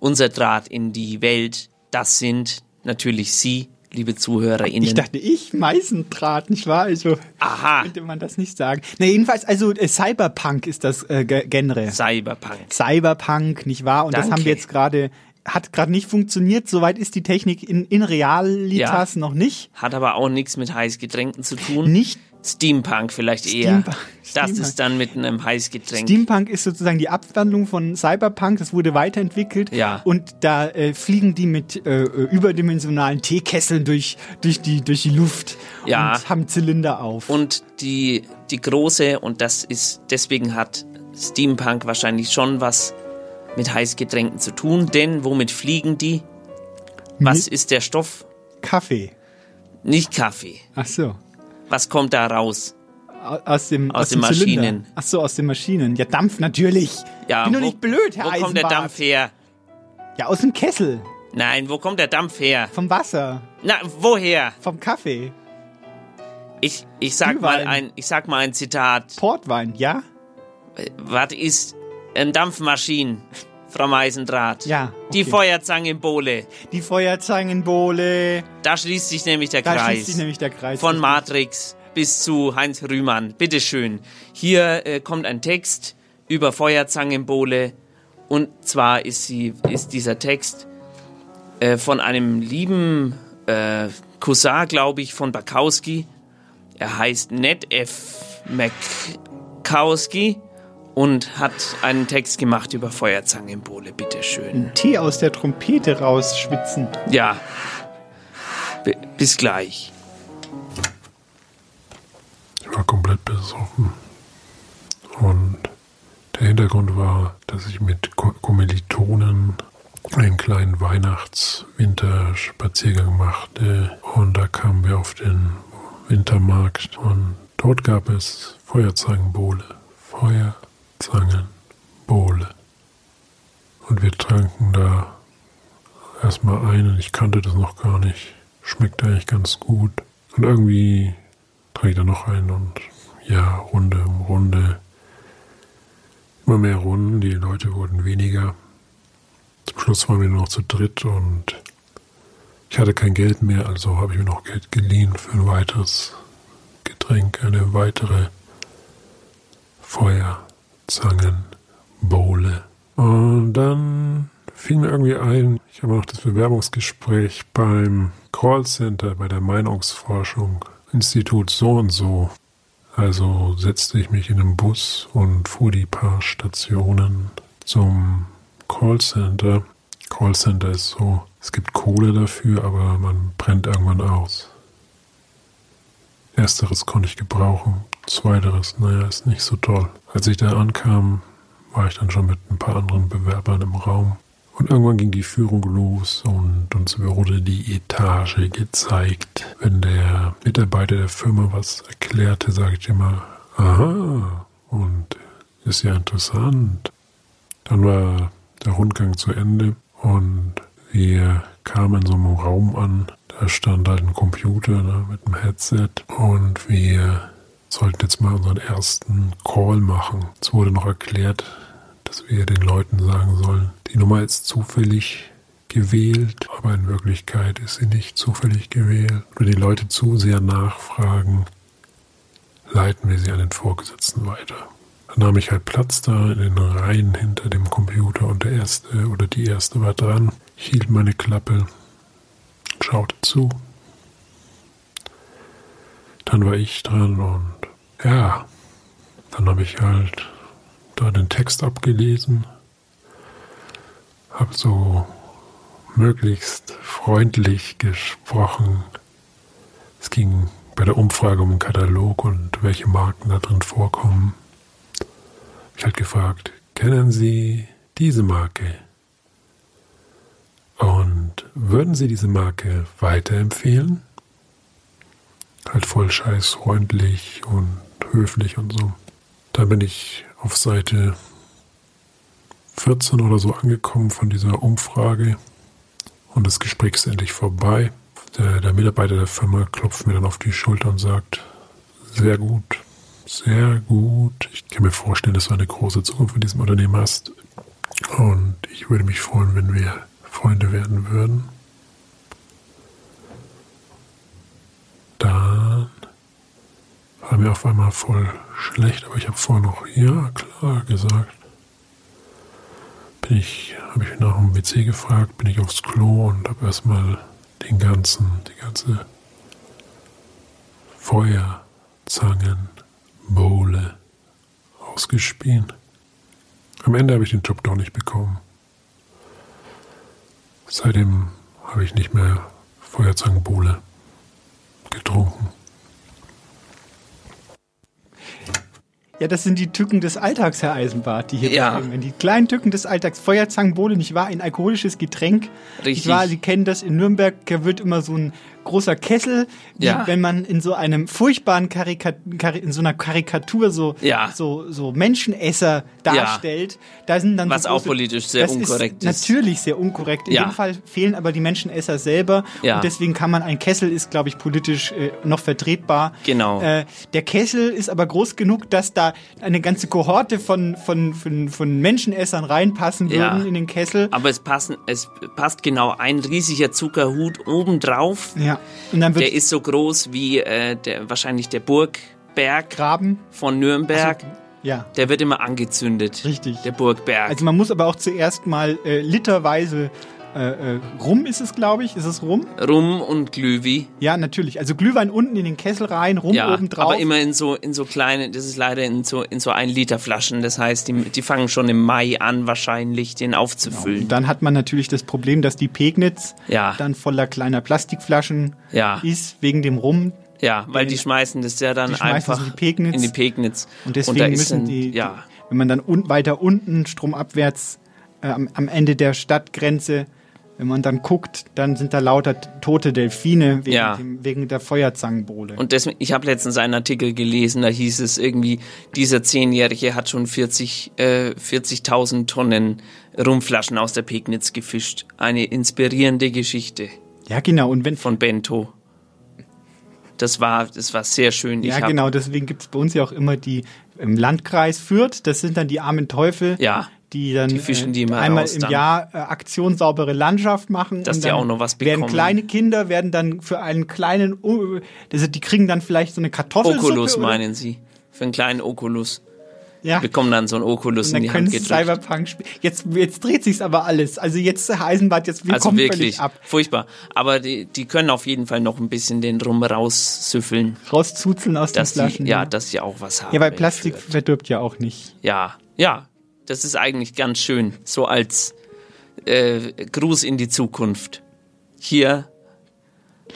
[SPEAKER 2] Unser Draht in die Welt, das sind natürlich Sie, liebe ZuhörerInnen.
[SPEAKER 3] Ich dachte, ich Meisendraht, nicht wahr? Also
[SPEAKER 2] Aha.
[SPEAKER 3] könnte man das nicht sagen. Na, jedenfalls, also äh, Cyberpunk ist das äh, Ge- Genre.
[SPEAKER 2] Cyberpunk.
[SPEAKER 3] Cyberpunk, nicht wahr? Und das
[SPEAKER 2] Danke.
[SPEAKER 3] haben wir jetzt gerade hat gerade nicht funktioniert. Soweit ist die Technik in, in Realitas noch nicht.
[SPEAKER 2] Hat aber auch nichts mit Heißgetränken zu tun.
[SPEAKER 3] Nicht.
[SPEAKER 2] Steampunk vielleicht eher.
[SPEAKER 3] Steampunk.
[SPEAKER 2] Das
[SPEAKER 3] Steampunk.
[SPEAKER 2] ist dann mit einem Heißgetränk.
[SPEAKER 3] Steampunk ist sozusagen die Abwandlung von Cyberpunk. Das wurde weiterentwickelt.
[SPEAKER 2] Ja.
[SPEAKER 3] Und da äh, fliegen die mit äh, äh, überdimensionalen Teekesseln durch, durch, die, durch die Luft
[SPEAKER 2] Ja.
[SPEAKER 3] und haben Zylinder auf.
[SPEAKER 2] Und die, die große, und das ist, deswegen hat Steampunk wahrscheinlich schon was mit Heißgetränken zu tun, denn womit fliegen die? Was ist der Stoff?
[SPEAKER 3] Kaffee.
[SPEAKER 2] Nicht Kaffee.
[SPEAKER 3] Ach so.
[SPEAKER 2] Was kommt da raus?
[SPEAKER 3] Au- Aus dem,
[SPEAKER 2] Aus
[SPEAKER 3] aus
[SPEAKER 2] den
[SPEAKER 3] dem Zylinder.
[SPEAKER 2] Maschinen.
[SPEAKER 3] Ach so, aus den Maschinen. Ja, Dampf natürlich.
[SPEAKER 2] Ja,
[SPEAKER 3] Bin doch
[SPEAKER 2] wo-
[SPEAKER 3] nicht blöd, Herr
[SPEAKER 2] Wo kommt der
[SPEAKER 3] Eisenbart.
[SPEAKER 2] Dampf her?
[SPEAKER 3] Ja, aus dem Kessel.
[SPEAKER 2] Nein, wo kommt der Dampf her?
[SPEAKER 3] Vom Wasser.
[SPEAKER 2] Na, woher?
[SPEAKER 3] Vom Kaffee.
[SPEAKER 2] Ich, ich sag mal
[SPEAKER 3] Glühwein.
[SPEAKER 2] ein, ich sag mal ein Zitat. Äh,
[SPEAKER 3] Portwein, ja?
[SPEAKER 2] Was ist ein Dampfmaschine, Frau Meisendraht?
[SPEAKER 3] Ja.
[SPEAKER 2] Die Feuerzange im Bowle.
[SPEAKER 3] Die Feuerzangenbowle.
[SPEAKER 2] Da schließt sich nämlich der
[SPEAKER 3] Da
[SPEAKER 2] Kreis.
[SPEAKER 3] schließt sich nämlich der Kreis.
[SPEAKER 2] Von Matrix bis zu Heinz Rühmann. Bitteschön. Hier äh, kommt ein Text über Feuerzangenbowle. Und zwar ist, sie, ist dieser Text äh, von einem lieben äh, Cousin, glaube ich, von Bakowski. Er heißt Ned F. Makowski und hat einen Text gemacht über Feuerzangenbowle. Bitteschön.
[SPEAKER 3] Einen Tee aus der Trompete rausschwitzen.
[SPEAKER 2] Ja. B bis gleich.
[SPEAKER 35] Ich war komplett besoffen. Und der Hintergrund war, dass ich mit Ko- Kommilitonen einen kleinen Weihnachts-Winterspaziergang machte. Und da kamen wir auf den Wintermarkt und dort gab es Feuerzangenbowle. Feuerzangenbowle. Und wir tranken da erstmal ein und ich kannte das noch gar nicht. Schmeckt eigentlich ganz gut. Und irgendwie trinke ich da noch einen und ja, Runde um Runde. Immer mehr Runden, die Leute wurden weniger. Zum Schluss waren wir nur noch zu dritt und ich hatte kein Geld mehr, also habe ich mir noch Geld geliehen für ein weiteres Getränk, eine weitere Feuerzangenbowle. Und dann fiel mir irgendwie ein, ich habe noch das Bewerbungsgespräch beim Callcenter bei der Meinungsforschung Institut so und so. Also setzte ich mich in den Bus und fuhr die paar Stationen zum Callcenter. Callcenter ist so, es gibt Kohle dafür, aber man brennt irgendwann aus. Ersteres konnte ich gebrauchen, zweiteres, naja, ist nicht so toll. Als ich da ankam, war ich dann schon mit ein paar anderen Bewerbern im Raum. Und irgendwann ging die Führung los und uns wurde die Etage gezeigt. Wenn der Mitarbeiter der Firma was erklärte, sagte ich immer, aha, und ist ja interessant. Dann war der Rundgang zu Ende und wir kamen in so einem Raum an. Da stand halt ein Computer ne, mit einem Headset und wir sollten jetzt mal unseren ersten Call machen. Es wurde noch erklärt, dass wir den Leuten sagen sollen, die Nummer ist zufällig gewählt, aber in Wirklichkeit ist sie nicht zufällig gewählt. Wenn die Leute zu sehr nachfragen, leiten wir sie an den Vorgesetzten weiter. Dann nahm ich halt Platz da in den Reihen hinter dem Computer und der Erste oder die Erste war dran, hielt meine Klappe, schaute zu. Dann war ich dran und ja, dann habe ich halt da den Text abgelesen, habe so möglichst freundlich gesprochen. Es ging bei der Umfrage um den Katalog und welche Marken da drin vorkommen. Ich halt gefragt, kennen Sie diese Marke? Und würden Sie diese Marke weiterempfehlen? Halt voll scheiß freundlich und höflich und so. Da bin ich auf Seite 14 oder so angekommen von dieser Umfrage und das Gespräch ist endlich vorbei. Der, der Mitarbeiter der Firma klopft mir dann auf die Schulter und sagt, sehr gut, sehr gut. Ich kann mir vorstellen, dass du eine große Zukunft in diesem Unternehmen hast und ich würde mich freuen, wenn wir Freunde werden würden. Dann war mir auf einmal voll schlecht, aber ich habe vorher noch ja klar gesagt. Bin ich habe ich nach dem WC gefragt, bin ich aufs Klo und habe erstmal den ganzen, die ganze Feuerzangen, Bowle ausgespien. Am Ende habe ich den Job doch nicht bekommen. Seitdem habe ich nicht mehr Feuerzangenbowle getrunken.
[SPEAKER 3] Ja, das sind die Tücken des Alltags, Herr Eisenbart, die hier
[SPEAKER 2] Ja.
[SPEAKER 3] bleiben. Die kleinen Tücken des Alltags. Feuerzangenbowle, nicht wahr? Ein alkoholisches Getränk. Nicht
[SPEAKER 2] Richtig.
[SPEAKER 3] wahr? Sie kennen das in Nürnberg, da wird immer so ein großer Kessel, wie
[SPEAKER 2] Ja.
[SPEAKER 3] wenn man in so einem furchtbaren Karikat Kari- in so einer Karikatur so,
[SPEAKER 2] Ja.
[SPEAKER 3] so, so Menschenesser darstellt. Da sind dann
[SPEAKER 2] Was
[SPEAKER 3] so
[SPEAKER 2] auch politisch sehr
[SPEAKER 3] das
[SPEAKER 2] unkorrekt
[SPEAKER 3] ist.
[SPEAKER 2] ist.
[SPEAKER 3] Natürlich sehr unkorrekt. In
[SPEAKER 2] Ja.
[SPEAKER 3] dem Fall fehlen aber die Menschenesser selber.
[SPEAKER 2] Ja.
[SPEAKER 3] Und deswegen kann man, ein Kessel ist, glaube ich, politisch äh, noch vertretbar.
[SPEAKER 2] Genau.
[SPEAKER 3] Äh, der Kessel ist aber groß genug, dass da eine ganze Kohorte von, von, von, von Menschenessern reinpassen würden
[SPEAKER 2] Ja.
[SPEAKER 3] in den Kessel.
[SPEAKER 2] Aber es, passen, es passt genau ein riesiger Zuckerhut obendrauf.
[SPEAKER 3] Ja. Und dann
[SPEAKER 2] Der
[SPEAKER 3] wird
[SPEAKER 2] ist so groß wie äh, der, wahrscheinlich der Burgberg
[SPEAKER 3] Graben?
[SPEAKER 2] von Nürnberg.
[SPEAKER 3] ja.
[SPEAKER 2] Der wird immer angezündet.
[SPEAKER 3] Richtig.
[SPEAKER 2] Der Burgberg.
[SPEAKER 3] Also man muss aber auch zuerst mal äh, literweise äh, äh, rum ist es, glaube ich. Ist es rum?
[SPEAKER 2] Rum und Glühwi.
[SPEAKER 3] Ja, natürlich. Also Glühwein unten in den Kessel rein, rum
[SPEAKER 2] ja,
[SPEAKER 3] oben drauf.
[SPEAKER 2] aber immer in so in so kleine, das ist leider in so in so 1 Liter Flaschen, das heißt, die, die fangen schon im Mai an wahrscheinlich den aufzufüllen.
[SPEAKER 3] Und dann hat man natürlich das Problem, dass die Pegnitz
[SPEAKER 2] Ja.
[SPEAKER 3] dann voller kleiner Plastikflaschen
[SPEAKER 2] Ja.
[SPEAKER 3] ist, wegen dem Rum.
[SPEAKER 2] Ja, weil die schmeißen das ja dann
[SPEAKER 3] Genau. die schmeißen es
[SPEAKER 2] einfach
[SPEAKER 3] in die Pegnitz.
[SPEAKER 2] in die Pegnitz.
[SPEAKER 3] Und deswegen
[SPEAKER 2] da ist
[SPEAKER 3] müssen
[SPEAKER 2] dann-
[SPEAKER 3] die,
[SPEAKER 2] ja,
[SPEAKER 3] wenn man dann un weiter unten stromabwärts äh, am, am Ende der Stadtgrenze, wenn man dann guckt, dann sind da lauter t- tote Delfine wegen,
[SPEAKER 2] Ja.
[SPEAKER 3] dem, wegen der Feuerzangenbowle.
[SPEAKER 2] Und deswegen, ich habe letztens einen Artikel gelesen, da hieß es irgendwie, dieser Zehnjährige hat schon 40, äh, 40.000 Tonnen Rumflaschen aus der Pegnitz gefischt. Eine inspirierende Geschichte.
[SPEAKER 3] Ja, genau. Und wenn
[SPEAKER 2] von Bento. Das war, das war sehr schön. ich
[SPEAKER 3] Ja,
[SPEAKER 2] hab,
[SPEAKER 3] genau, deswegen gibt es bei uns ja auch immer die im Landkreis Fürth, das sind dann die armen Teufel,
[SPEAKER 2] Ja.
[SPEAKER 3] die dann
[SPEAKER 2] Die fischen die
[SPEAKER 3] äh,
[SPEAKER 2] mal
[SPEAKER 3] einmal
[SPEAKER 2] raus
[SPEAKER 3] im
[SPEAKER 2] dann.
[SPEAKER 3] Jahr äh, Aktion saubere Landschaft machen.
[SPEAKER 2] Dass
[SPEAKER 3] und
[SPEAKER 2] die
[SPEAKER 3] dann
[SPEAKER 2] auch noch was
[SPEAKER 3] Werden
[SPEAKER 2] bekommen.
[SPEAKER 3] kleine Kinder, werden dann für einen kleinen, oh, also die kriegen dann vielleicht so eine Kartoffelsuppe.
[SPEAKER 2] Oculus
[SPEAKER 3] oder-
[SPEAKER 2] meinen Sie? Für einen kleinen Oculus.
[SPEAKER 3] Ja.
[SPEAKER 2] Bekommen dann so einen Oculus
[SPEAKER 3] Und
[SPEAKER 2] in
[SPEAKER 3] dann
[SPEAKER 2] die
[SPEAKER 3] können
[SPEAKER 2] Hand
[SPEAKER 3] sie
[SPEAKER 2] gedrückt.
[SPEAKER 3] Cyberpunk spielen. Jetzt, jetzt dreht sich's aber alles. Also jetzt, Herr Eisenbart, jetzt, wir
[SPEAKER 2] Also
[SPEAKER 3] kommen
[SPEAKER 2] wirklich,
[SPEAKER 3] völlig ab.
[SPEAKER 2] furchtbar. Aber die, die können auf jeden Fall noch ein bisschen den Rum raussüffeln.
[SPEAKER 3] Rauszuzeln aus den
[SPEAKER 2] Dass die,
[SPEAKER 3] Flaschen,
[SPEAKER 2] ja,
[SPEAKER 3] ja.
[SPEAKER 2] dass sie auch was haben.
[SPEAKER 3] Ja, weil Plastik verdirbt ja auch nicht.
[SPEAKER 2] Ja, ja, das ist eigentlich ganz schön, so als äh, Gruß in die Zukunft. Hier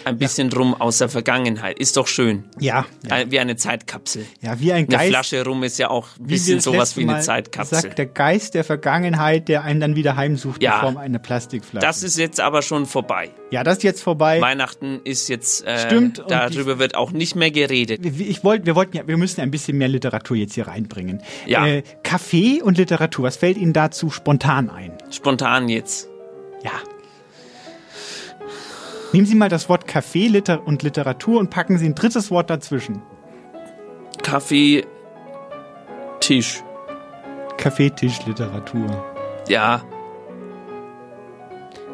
[SPEAKER 2] ein bisschen rum aus der Vergangenheit, ist doch schön.
[SPEAKER 3] Ja,
[SPEAKER 2] Ein- Wie eine Zeitkapsel.
[SPEAKER 3] Ja, wie ein
[SPEAKER 2] Eine
[SPEAKER 3] Geist.
[SPEAKER 2] Flasche rum ist ja auch ein
[SPEAKER 3] wir
[SPEAKER 2] bisschen
[SPEAKER 3] das
[SPEAKER 2] sowas
[SPEAKER 3] letzte
[SPEAKER 2] wie eine
[SPEAKER 3] Mal
[SPEAKER 2] Zeitkapsel.
[SPEAKER 3] Sagt, der Geist der Vergangenheit, der einen dann wieder heimsucht
[SPEAKER 2] Ja.
[SPEAKER 3] in Form einer Plastikflasche.
[SPEAKER 2] Das ist jetzt aber schon vorbei.
[SPEAKER 3] ja, das ist jetzt vorbei.
[SPEAKER 2] Weihnachten ist jetzt, äh,
[SPEAKER 3] Stimmt, und
[SPEAKER 2] darüber wird auch nicht mehr geredet.
[SPEAKER 3] Wir- ich wollt, wir wollten ja, wir müssen ja ein bisschen mehr Literatur jetzt hier reinbringen.
[SPEAKER 2] Ja.
[SPEAKER 3] Äh, Kaffee und Literatur, was fällt Ihnen dazu spontan ein?
[SPEAKER 2] Spontan jetzt.
[SPEAKER 3] Ja. Nehmen Sie mal das Wort Kaffee Liter und Literatur und packen Sie ein drittes Wort dazwischen.
[SPEAKER 2] Kaffee, Tisch.
[SPEAKER 3] Kaffeetischliteratur.
[SPEAKER 2] Ja.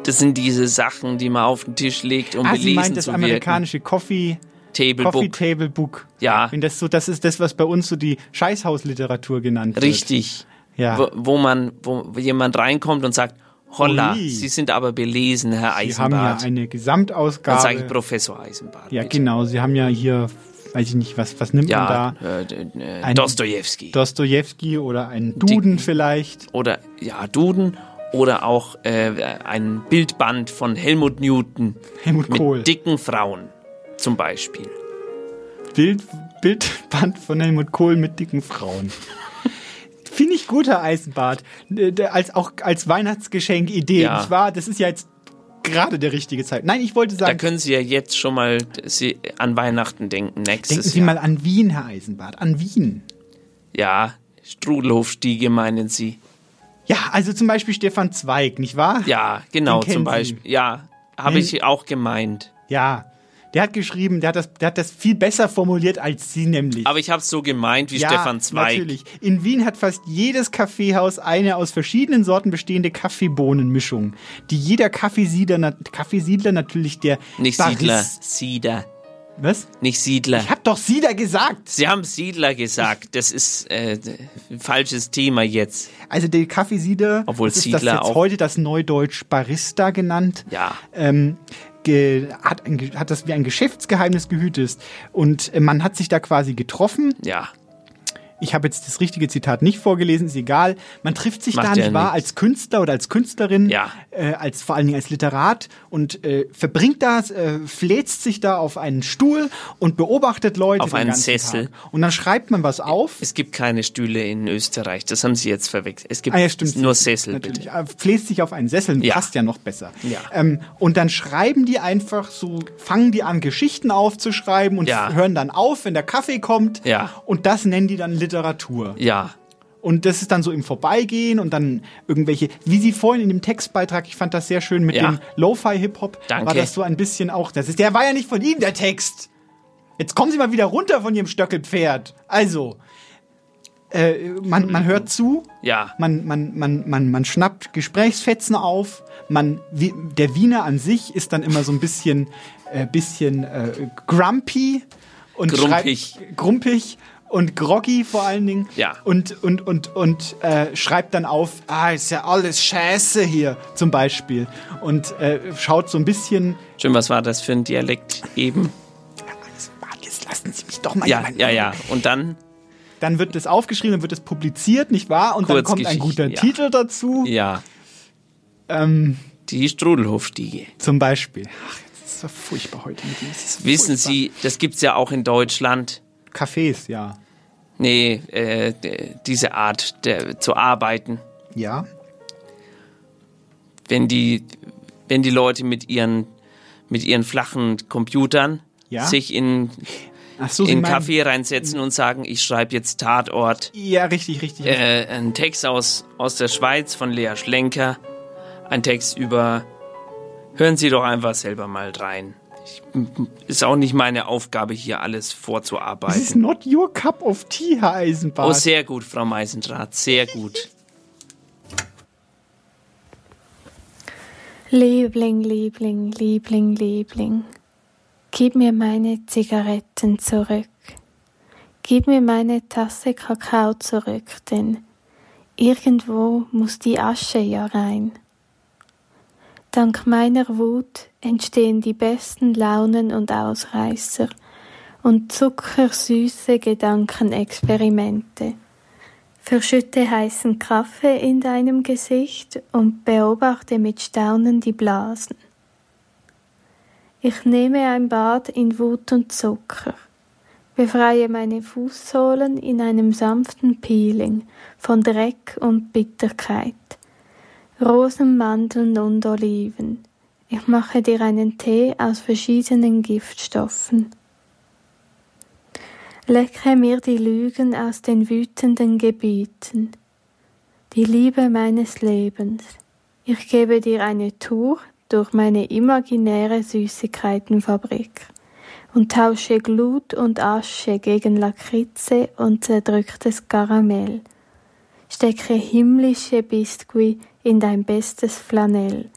[SPEAKER 2] Das sind diese Sachen, die man auf den Tisch legt, um
[SPEAKER 3] ah,
[SPEAKER 2] belesen
[SPEAKER 3] Sie meinen das
[SPEAKER 2] zu
[SPEAKER 3] amerikanische Coffee,
[SPEAKER 2] wirken. Table
[SPEAKER 3] Coffee
[SPEAKER 2] Book.
[SPEAKER 3] Table Book.
[SPEAKER 2] Ja,
[SPEAKER 3] Wenn das so, das ist das, was bei uns so die Scheißhausliteratur genannt wird.
[SPEAKER 2] richtig.
[SPEAKER 3] Ja.
[SPEAKER 2] Wo, wo man, wo jemand reinkommt und sagt, holla,
[SPEAKER 3] Ui.
[SPEAKER 2] Sie sind aber belesen, Herr
[SPEAKER 3] Sie haben ja
[SPEAKER 2] Eisenbart.
[SPEAKER 3] eine
[SPEAKER 2] Dann sage ich
[SPEAKER 3] Gesamtausgabe.
[SPEAKER 2] Professor Eisenbart.
[SPEAKER 3] Ja, genau. Sie haben ja hier, weiß ich nicht, was, was nimmt
[SPEAKER 2] Ja,
[SPEAKER 3] man da?
[SPEAKER 2] äh, äh,
[SPEAKER 3] Ein-
[SPEAKER 2] Dostojewski.
[SPEAKER 3] Dostojewski oder einen Duden vielleicht.
[SPEAKER 2] Oder, ja, Duden. Oder auch äh, ein Bildband von Helmut Newton.
[SPEAKER 3] Helmut Kohl.
[SPEAKER 2] Mit dicken Frauen zum Beispiel.
[SPEAKER 3] Bild, Bildband von Helmut Kohl mit dicken Frauen. Finde ich gut, Herr Eisenbart. Äh, der- Als, auch als Weihnachtsgeschenk-Idee,
[SPEAKER 2] Ja.
[SPEAKER 3] nicht wahr? Das ist ja jetzt gerade der richtige Zeit. Nein, ich wollte
[SPEAKER 2] Da
[SPEAKER 3] sagen,
[SPEAKER 2] können Sie ja jetzt schon mal Sie an Weihnachten denken,
[SPEAKER 3] denken
[SPEAKER 2] nächstes
[SPEAKER 3] Sie
[SPEAKER 2] Jahr.
[SPEAKER 3] mal an Wien, Herr Eisenbart, an Wien.
[SPEAKER 2] Ja, Strudelhofstiege meinen Sie.
[SPEAKER 3] Ja, also zum Beispiel Stefan Zweig, nicht wahr?
[SPEAKER 2] Ja, genau,
[SPEAKER 3] Den kennen
[SPEAKER 2] zum
[SPEAKER 3] Sie.
[SPEAKER 2] Beispiel. Ja, habe
[SPEAKER 3] Nennen-
[SPEAKER 2] ich auch gemeint.
[SPEAKER 3] Ja, der hat geschrieben, der hat das, der hat das viel besser formuliert als Sie nämlich.
[SPEAKER 2] Aber ich habe es so gemeint wie
[SPEAKER 3] ja,
[SPEAKER 2] Stefan Zweig.
[SPEAKER 3] natürlich. In Wien hat fast jedes Kaffeehaus eine aus verschiedenen Sorten bestehende Kaffeebohnenmischung, die jeder Kaffeesiedler, Kaffeesiedler natürlich der
[SPEAKER 2] Nicht
[SPEAKER 3] Baris-
[SPEAKER 2] Siedler, Sieder.
[SPEAKER 3] Was?
[SPEAKER 2] Nicht Siedler.
[SPEAKER 3] Ich hab doch Siedler gesagt.
[SPEAKER 2] Sie haben Siedler gesagt. Das ist äh, ein falsches Thema jetzt.
[SPEAKER 3] Also der Kaffeesieder,
[SPEAKER 2] Obwohl
[SPEAKER 3] das ist
[SPEAKER 2] Siedler
[SPEAKER 3] das jetzt
[SPEAKER 2] auch-
[SPEAKER 3] heute das Neudeutsch Barista genannt.
[SPEAKER 2] Ja.
[SPEAKER 3] Ähm, ge hat, ein, Ge- hat das wie ein Geschäftsgeheimnis gehütet. Und äh, man hat sich da quasi getroffen.
[SPEAKER 2] Ja.
[SPEAKER 3] Ich habe jetzt das richtige Zitat nicht vorgelesen, ist egal. Man trifft sich
[SPEAKER 2] Macht
[SPEAKER 3] da
[SPEAKER 2] ja
[SPEAKER 3] nicht wahr als Künstler oder als Künstlerin,
[SPEAKER 2] Ja.
[SPEAKER 3] äh, als vor allen Dingen als Literat und äh, verbringt das, äh, fläzt sich da auf einen Stuhl und beobachtet Leute
[SPEAKER 2] Auf
[SPEAKER 3] den
[SPEAKER 2] einen
[SPEAKER 3] ganzen
[SPEAKER 2] Sessel.
[SPEAKER 3] Tag. Und dann schreibt man was auf.
[SPEAKER 2] Es gibt keine Stühle in Österreich. Das haben Sie jetzt verwechselt. Es gibt
[SPEAKER 3] Ah, ja, stimmt.
[SPEAKER 2] nur Sessel,
[SPEAKER 3] Natürlich.
[SPEAKER 2] bitte.
[SPEAKER 3] Äh, Fläst sich auf einen Sessel,
[SPEAKER 2] Ja.
[SPEAKER 3] passt ja noch besser.
[SPEAKER 2] Ja.
[SPEAKER 3] Ähm, und dann schreiben die einfach so, fangen die an, Geschichten aufzuschreiben und
[SPEAKER 2] Ja.
[SPEAKER 3] hören dann auf, wenn der Kaffee kommt.
[SPEAKER 2] Ja.
[SPEAKER 3] Und das nennen die dann Literatur.
[SPEAKER 2] Ja.
[SPEAKER 3] Und das ist dann so im Vorbeigehen und dann irgendwelche, wie Sie vorhin in dem Textbeitrag, ich fand das sehr schön mit
[SPEAKER 2] Ja.
[SPEAKER 3] dem Lo-Fi-Hip-Hop,
[SPEAKER 2] Danke.
[SPEAKER 3] war das so ein bisschen auch, das ist, der war ja nicht von Ihnen, der Text. Jetzt kommen Sie mal wieder runter von Ihrem Stöckelpferd. Also, äh, man, man hört zu,
[SPEAKER 2] Ja.
[SPEAKER 3] man, man, man, man, man schnappt Gesprächsfetzen auf. Man, wie, der Wiener an sich ist dann immer so ein bisschen, äh, bisschen äh, grumpy und
[SPEAKER 2] Grumpig.
[SPEAKER 3] schreibt- grumpig und groggy vor allen Dingen.
[SPEAKER 2] Ja.
[SPEAKER 3] Und, und, und, und äh, schreibt dann auf, ah, ist ja alles Scheiße hier zum Beispiel. Und äh, schaut so ein bisschen,
[SPEAKER 2] Schön, was war das für ein Dialekt eben?
[SPEAKER 3] jetzt lassen Sie mich doch mal
[SPEAKER 2] Ja,
[SPEAKER 3] jemanden
[SPEAKER 2] ja, ja. Und dann,
[SPEAKER 3] Dann wird das aufgeschrieben, dann wird das publiziert, nicht wahr? Und dann kommt ein
[SPEAKER 2] Kurzgeschichte,
[SPEAKER 3] guter
[SPEAKER 2] ja.
[SPEAKER 3] Titel dazu.
[SPEAKER 2] ja,
[SPEAKER 3] Ähm,
[SPEAKER 2] die Strudelhofstiege.
[SPEAKER 3] zum Beispiel. Ach, es ist so furchtbar heute mit Ihnen. Es ist
[SPEAKER 2] Wissen Sie, das gibt's ja auch in Deutschland.
[SPEAKER 3] Cafés, ja.
[SPEAKER 2] Nee, äh, d- diese Art der, zu arbeiten.
[SPEAKER 3] Ja.
[SPEAKER 2] wenn die, wenn die Leute mit ihren, mit ihren flachen Computern
[SPEAKER 3] Ja.
[SPEAKER 2] sich in,
[SPEAKER 3] Ach so, Sie
[SPEAKER 2] in
[SPEAKER 3] meinen-
[SPEAKER 2] Kaffee reinsetzen und sagen, ich schreibe jetzt Tatort,
[SPEAKER 3] Ja, richtig, richtig.
[SPEAKER 2] äh, einen Text aus, aus der Schweiz von Lea Schlenker, ein Text über, hören Sie doch einfach selber mal rein. Ich, ist auch nicht meine Aufgabe, hier alles
[SPEAKER 3] This is
[SPEAKER 2] vorzuarbeiten.
[SPEAKER 3] not your cup of tea, Herr Eisenbart.
[SPEAKER 2] Oh, sehr gut, Frau Meisendrath, sehr gut.
[SPEAKER 33] Liebling, Liebling, Liebling, Liebling, gib mir meine Zigaretten zurück. Gib mir meine Tasse Kakao zurück, denn irgendwo muss die Asche ja rein. Dank meiner Wut entstehen die besten Launen und Ausreißer und zuckersüße Gedankenexperimente. Verschütte heißen Kaffee in deinem Gesicht und beobachte mit Staunen die Blasen. Ich nehme ein Bad in Wut und Zucker, befreie meine Fußsohlen in einem sanften Peeling von Dreck und Bitterkeit, Rosen, Mandeln und Oliven. Ich mache dir einen Tee aus verschiedenen Giftstoffen. Lecke mir die Lügen aus den wütenden Gebieten, die Liebe meines Lebens. Ich gebe dir eine Tour durch meine imaginäre Süßigkeitenfabrik und tausche Glut und Asche gegen Lakritze und zerdrücktes Karamell. Stecke himmlische Biskuit in dein bestes Flanell.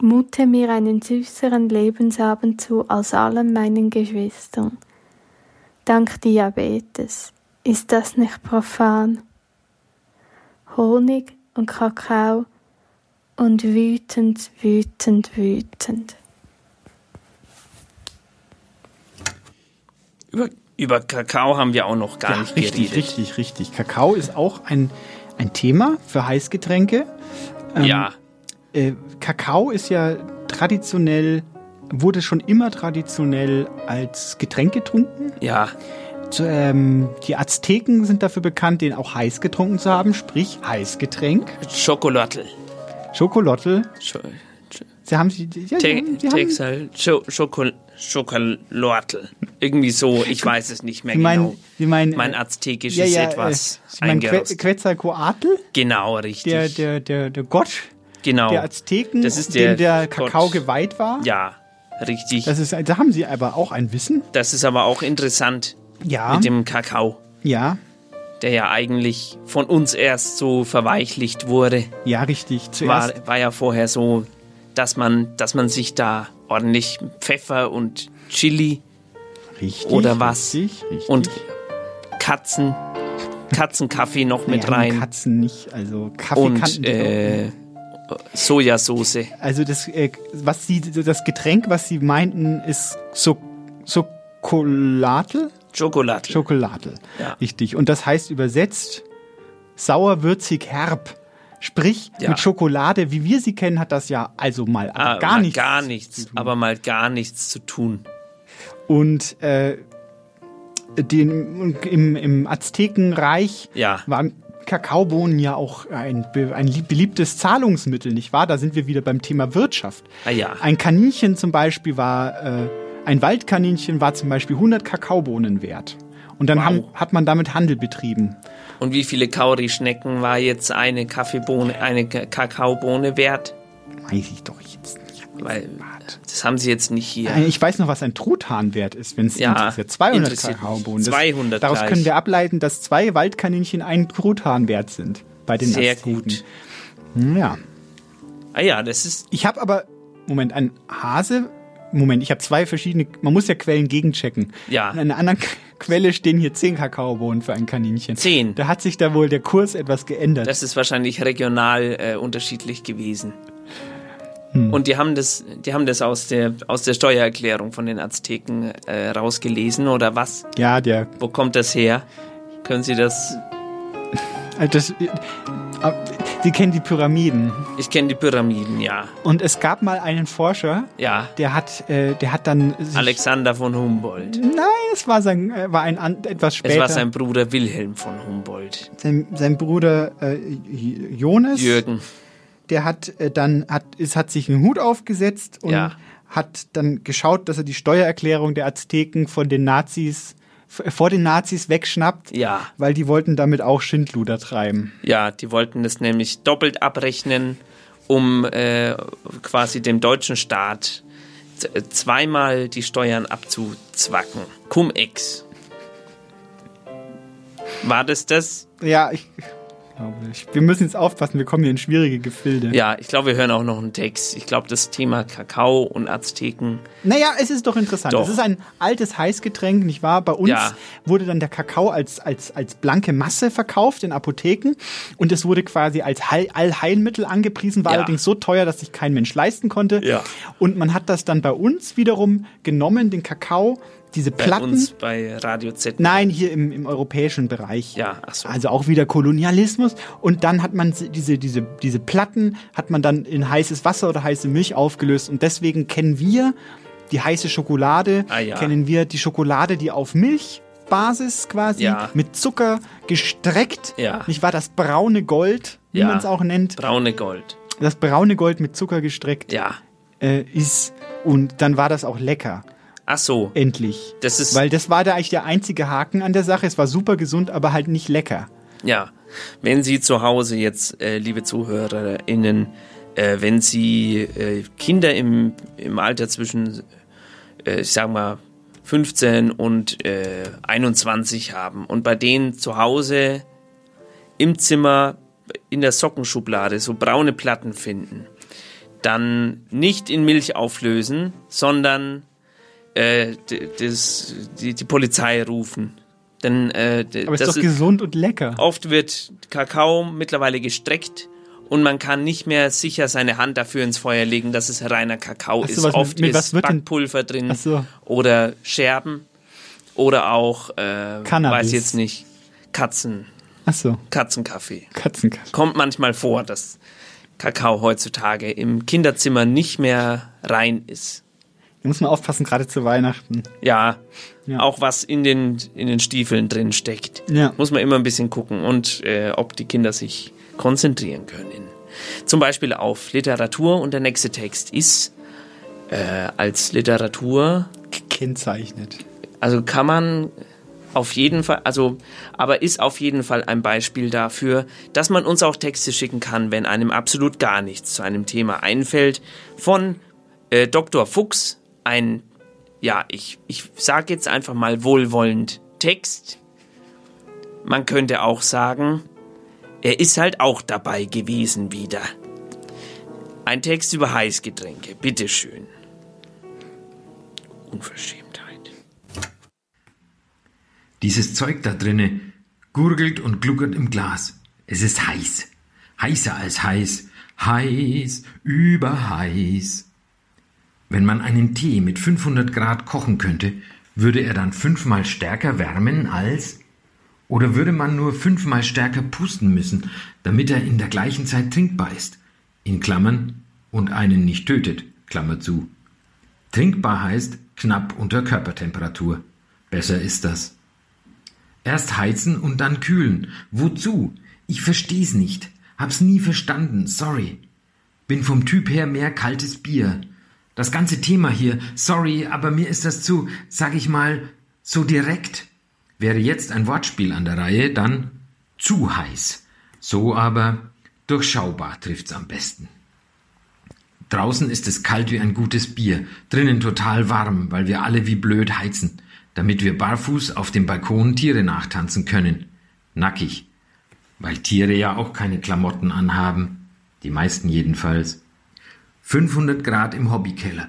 [SPEAKER 33] Mute mir einen süßeren Lebensabend zu als allen meinen Geschwistern. Dank Diabetes. Ist das nicht profan? Honig und Kakao und wütend, wütend, wütend.
[SPEAKER 2] Über, über Kakao haben wir auch noch gar nicht
[SPEAKER 3] richtig,
[SPEAKER 2] geredet.
[SPEAKER 3] richtig, richtig. Kakao ist auch ein, ein Thema für Heißgetränke. Ähm,
[SPEAKER 2] Ja.
[SPEAKER 3] Äh, Kakao ist ja traditionell, wurde schon immer traditionell als Getränk getrunken.
[SPEAKER 2] Ja.
[SPEAKER 3] Zu, ähm, die Azteken sind dafür bekannt, den auch heiß getrunken zu haben, sprich Heißgetränk.
[SPEAKER 2] Schokolattel.
[SPEAKER 3] Schokolottel. Sie haben sie. Ja,
[SPEAKER 2] Te
[SPEAKER 3] sie haben- sie haben,
[SPEAKER 2] Texal, Scho Schokol Schokolortel. Irgendwie so, ich weiß es nicht mehr
[SPEAKER 3] Sie meinen-
[SPEAKER 2] genau.
[SPEAKER 3] Sie meinen, äh,
[SPEAKER 2] mein Aztekisch
[SPEAKER 3] ja,
[SPEAKER 2] ist
[SPEAKER 3] ja,
[SPEAKER 2] etwas
[SPEAKER 3] äh, Sie meinen Que
[SPEAKER 2] eingerostet.
[SPEAKER 3] Quetzalcoatl,
[SPEAKER 2] genau, richtig.
[SPEAKER 3] der, der, der, der Gott
[SPEAKER 2] genau.
[SPEAKER 3] der Azteken,
[SPEAKER 2] das ist
[SPEAKER 3] dem der
[SPEAKER 2] Gott.
[SPEAKER 3] Kakao geweiht war.
[SPEAKER 2] Ja, richtig.
[SPEAKER 3] Das ist, da haben sie aber auch ein Wissen.
[SPEAKER 2] Das ist aber auch interessant
[SPEAKER 3] Ja.
[SPEAKER 2] mit dem Kakao,
[SPEAKER 3] Ja,
[SPEAKER 2] der ja eigentlich von uns erst so verweichlicht wurde.
[SPEAKER 3] ja, richtig. Zuerst,
[SPEAKER 2] War, war ja vorher so, dass man, dass man sich da ordentlich Pfeffer und Chili
[SPEAKER 3] Richtig.
[SPEAKER 2] oder was?
[SPEAKER 3] Richtig, richtig.
[SPEAKER 2] Und Katzen, Katzenkaffee noch mit
[SPEAKER 3] Naja,
[SPEAKER 2] rein.
[SPEAKER 3] Katzen nicht, also Kaffee kannten
[SPEAKER 2] und
[SPEAKER 3] die
[SPEAKER 2] äh, Sojasauce.
[SPEAKER 3] Also das, äh, was sie, das Getränk, was sie meinten, ist so Schokolatel?
[SPEAKER 2] Schokolade.
[SPEAKER 3] Schokolatel.
[SPEAKER 2] Ja.
[SPEAKER 3] Richtig. Und das heißt übersetzt sauer, würzig, herb. Sprich,
[SPEAKER 2] Ja.
[SPEAKER 3] mit Schokolade, wie wir sie kennen, hat das ja also mal
[SPEAKER 2] Ah,
[SPEAKER 3] gar
[SPEAKER 2] mal
[SPEAKER 3] nichts.
[SPEAKER 2] Gar nichts, aber mal gar nichts zu tun.
[SPEAKER 3] Und äh, den, im, im Aztekenreich
[SPEAKER 2] Ja.
[SPEAKER 3] waren Kakaobohnen ja auch ein, be- ein lieb- beliebtes Zahlungsmittel, nicht wahr? Da sind wir wieder beim Thema Wirtschaft.
[SPEAKER 2] Ah ja.
[SPEAKER 3] Ein Kaninchen zum Beispiel war, äh, ein Waldkaninchen war zum Beispiel 100 Kakaobohnen wert. Und dann haben, hat man damit Handel betrieben.
[SPEAKER 2] Und wie viele Kauri-Schnecken war jetzt eine Kaffeebohne, eine K- Kakaobohne wert?
[SPEAKER 3] Weiß ich doch jetzt
[SPEAKER 2] nicht. Weil Äh, das haben sie jetzt nicht hier.
[SPEAKER 3] Äh, Ich weiß noch, was ein Truthahn wert ist, wenn es
[SPEAKER 2] Ja,
[SPEAKER 3] interessiert. 200
[SPEAKER 2] interessiert
[SPEAKER 3] Kakaobohnen.
[SPEAKER 2] mich.
[SPEAKER 3] Das-
[SPEAKER 2] 200
[SPEAKER 3] Daraus
[SPEAKER 2] gleich.
[SPEAKER 3] können wir ableiten, dass zwei Waldkaninchen ein Truthahn wert sind. Bei den
[SPEAKER 2] Sehr
[SPEAKER 3] gut. Hm, Ja.
[SPEAKER 2] Ah ja, das ist
[SPEAKER 3] Ich habe aber, Moment, ein Hase. Moment, ich habe zwei verschiedene. Man muss ja Quellen gegenchecken.
[SPEAKER 2] Ja.
[SPEAKER 3] In einer anderen K- Quelle stehen hier 10 Kakaobohnen für ein Kaninchen. 10. Da hat sich da wohl der Kurs etwas geändert.
[SPEAKER 2] Das ist wahrscheinlich regional äh, unterschiedlich gewesen.
[SPEAKER 3] Hm.
[SPEAKER 2] Und die haben das, die haben das aus der aus der Steuererklärung von den Azteken äh, rausgelesen oder was?
[SPEAKER 3] ja, der.
[SPEAKER 2] Wo kommt das her? Können Sie das?
[SPEAKER 3] äh, Das, äh, äh, Sie kennen die Pyramiden.
[SPEAKER 2] Ich kenne die Pyramiden, ja,
[SPEAKER 3] Und es gab mal einen Forscher,
[SPEAKER 2] ja.
[SPEAKER 3] der hat, äh, der hat dann. sich-
[SPEAKER 2] Alexander von Humboldt.
[SPEAKER 3] Nein, es war sein, äh, war ein an, etwas später.
[SPEAKER 2] Es war sein Bruder Wilhelm von Humboldt.
[SPEAKER 3] sein, sein Bruder äh, J- Jonas.
[SPEAKER 2] Jürgen.
[SPEAKER 3] Der hat äh, dann hat es hat sich einen Hut aufgesetzt und
[SPEAKER 2] Ja.
[SPEAKER 3] hat dann geschaut, dass er die Steuererklärung der Azteken von den Nazis f- vor den Nazis wegschnappt,
[SPEAKER 2] Ja.
[SPEAKER 3] weil die wollten damit auch Schindluder treiben.
[SPEAKER 2] Ja, die wollten das nämlich doppelt abrechnen, um äh, quasi dem deutschen Staat z- äh, zweimal die Steuern abzuzwacken. Cum-Ex. War das das?
[SPEAKER 3] Ja, ich, ich glaube, ich, wir müssen jetzt aufpassen, wir kommen hier in schwierige Gefilde.
[SPEAKER 2] Ja, ich glaube, wir hören auch noch einen Text. Ich glaube, das Thema Kakao und Azteken.
[SPEAKER 3] Naja, es ist doch interessant.
[SPEAKER 2] Doch.
[SPEAKER 3] Es ist ein altes Heißgetränk, nicht wahr? Bei uns
[SPEAKER 2] Ja.
[SPEAKER 3] wurde dann der Kakao als, als, als blanke Masse verkauft in Apotheken und es wurde quasi als Heil Allheilmittel angepriesen, war
[SPEAKER 2] Ja.
[SPEAKER 3] allerdings so teuer, dass sich kein Mensch leisten konnte.
[SPEAKER 2] Ja.
[SPEAKER 3] Und man hat das dann bei uns wiederum genommen, den Kakao, diese
[SPEAKER 2] Bei
[SPEAKER 3] Platten.
[SPEAKER 2] uns bei Radio Z.
[SPEAKER 3] Nein, hier im, im europäischen Bereich.
[SPEAKER 2] Ja, ach so.
[SPEAKER 3] Also auch wieder Kolonialismus. Und dann hat man si- diese, diese, diese Platten, hat man dann in heißes Wasser oder heiße Milch aufgelöst. Und deswegen kennen wir die heiße Schokolade,
[SPEAKER 2] Ah, ja.
[SPEAKER 3] kennen wir die Schokolade, die auf Milchbasis quasi
[SPEAKER 2] Ja.
[SPEAKER 3] mit Zucker gestreckt,
[SPEAKER 2] Ja.
[SPEAKER 3] nicht wahr? Das braune Gold, wie
[SPEAKER 2] Ja.
[SPEAKER 3] man es auch nennt.
[SPEAKER 2] Braune Gold.
[SPEAKER 3] Das braune Gold mit Zucker gestreckt
[SPEAKER 2] Ja.
[SPEAKER 3] äh, ist. Und dann war das auch lecker.
[SPEAKER 2] Ach so.
[SPEAKER 3] Endlich.
[SPEAKER 2] Das ist
[SPEAKER 3] Weil das war da eigentlich der einzige Haken an der Sache. Es war super gesund, aber halt nicht lecker.
[SPEAKER 2] Ja, wenn Sie zu Hause jetzt, äh, liebe ZuhörerInnen, äh, wenn Sie äh, Kinder im, im Alter zwischen, äh, ich sag mal, 15 und äh, 21 haben und bei denen zu Hause im Zimmer in der Sockenschublade so braune Platten finden, dann nicht in Milch auflösen, sondern äh, d- das, die, die Polizei rufen. Denn, äh, d-
[SPEAKER 3] Aber es
[SPEAKER 2] das
[SPEAKER 3] ist doch gesund und lecker.
[SPEAKER 2] Oft wird Kakao mittlerweile gestreckt und man kann nicht mehr sicher seine Hand dafür ins Feuer legen, dass es reiner Kakao
[SPEAKER 3] Ach so,
[SPEAKER 2] ist.
[SPEAKER 3] was mit-
[SPEAKER 2] Oft
[SPEAKER 3] mit
[SPEAKER 2] ist
[SPEAKER 3] was wird denn-
[SPEAKER 2] Backpulver drin
[SPEAKER 3] Ach so.
[SPEAKER 2] oder Scherben oder auch, äh,
[SPEAKER 3] Cannabis.
[SPEAKER 2] weiß jetzt nicht, Katzen,
[SPEAKER 3] Achso,
[SPEAKER 2] Katzenkaffee.
[SPEAKER 3] Katzenkaffee.
[SPEAKER 2] Kommt manchmal vor, dass Kakao heutzutage im Kinderzimmer nicht mehr rein ist.
[SPEAKER 3] Da muss man aufpassen, gerade zu Weihnachten.
[SPEAKER 2] Ja,
[SPEAKER 3] Ja.
[SPEAKER 2] auch was in den, in den Stiefeln drin steckt.
[SPEAKER 3] Ja.
[SPEAKER 2] Muss man immer ein bisschen gucken und äh, ob die Kinder sich konzentrieren können. Zum Beispiel auf Literatur und der nächste Text ist äh, als Literatur,
[SPEAKER 3] Gekennzeichnet.
[SPEAKER 2] also kann man auf jeden Fall, also, aber ist auf jeden Fall ein Beispiel dafür, dass man uns auch Texte schicken kann, wenn einem absolut gar nichts zu einem Thema einfällt. Von äh, Dr. Fuchs, ein, ja, ich, ich sage jetzt einfach mal wohlwollend Text. Man könnte auch sagen, er ist halt auch dabei gewesen wieder. Ein Text über Heißgetränke, bitteschön. Unverschämtheit.
[SPEAKER 36] Dieses Zeug da drinne gurgelt und gluckert im Glas. Es ist heiß. Heißer als heiß. Heiß, überheiß. Wenn man einen Tee mit 500 Grad kochen könnte, würde er dann fünfmal stärker wärmen als? Oder würde man nur fünfmal stärker pusten müssen, damit er in der gleichen Zeit trinkbar ist? In Klammern und einen nicht tötet, Klammer zu. Trinkbar heißt knapp unter Körpertemperatur. Besser ist das. Erst heizen und dann kühlen. Wozu? Ich versteh's nicht. Hab's nie verstanden. Sorry. Bin vom Typ her mehr kaltes Bier. Das ganze Thema hier, sorry, aber mir ist das zu, sag ich mal, so direkt. Wäre jetzt ein Wortspiel an der Reihe, dann zu heiß. So aber durchschaubar trifft's am besten. Draußen ist es kalt wie ein gutes Bier, drinnen total warm, weil wir alle wie blöd heizen, damit wir barfuß auf dem Balkon Tiere nachtanzen können. Nackig. Weil Tiere ja auch keine Klamotten anhaben. Die meisten jedenfalls. 500 Grad im Hobbykeller.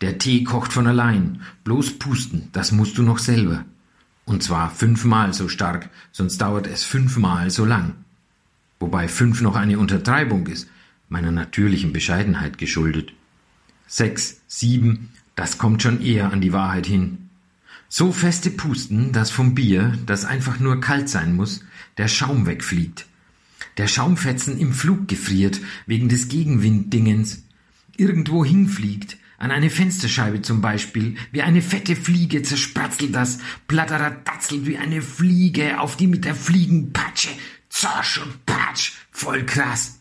[SPEAKER 36] Der Tee kocht von allein. Bloß pusten, das musst du noch selber. Und zwar fünfmal so stark, sonst dauert es fünfmal so lang. Wobei fünf noch eine Untertreibung ist meiner natürlichen Bescheidenheit geschuldet. Sechs, sieben, das kommt schon eher an die Wahrheit hin. So feste Pusten, dass vom Bier, das einfach nur kalt sein muss, der Schaum wegfliegt. Der Schaumfetzen im Flug gefriert, wegen des Gegenwinddingens. Irgendwo hinfliegt, an eine Fensterscheibe zum Beispiel, wie eine fette Fliege zerspratzelt das, platteradatzelt wie eine Fliege, auf die mit der Fliegenpatsche, zorsch und patsch, voll krass.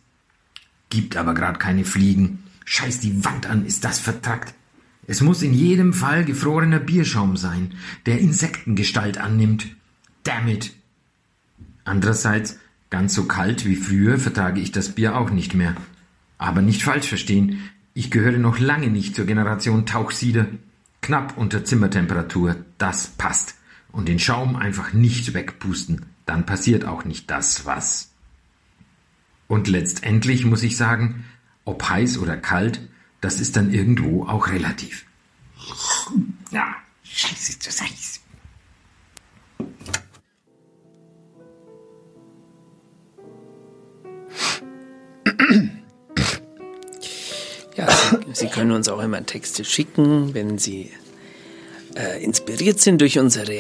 [SPEAKER 36] Gibt aber grad keine Fliegen. Scheiß die Wand an, ist das vertrackt. Es muss in jedem Fall gefrorener Bierschaum sein, der Insektengestalt annimmt. Damn it! Andererseits, ganz so kalt wie früher vertrage ich das Bier auch nicht mehr. Aber nicht falsch verstehen, ich gehöre noch lange nicht zur Generation Tauchsieder. Knapp unter Zimmertemperatur, das passt. Und den Schaum einfach nicht wegpusten, dann passiert auch nicht das, was. Und letztendlich muss ich sagen, ob heiß oder kalt, das ist dann irgendwo auch relativ. Ja, scheiße, das ist heiß.
[SPEAKER 2] Ja, Sie, Sie können uns auch immer Texte schicken, wenn Sie äh, inspiriert sind durch unsere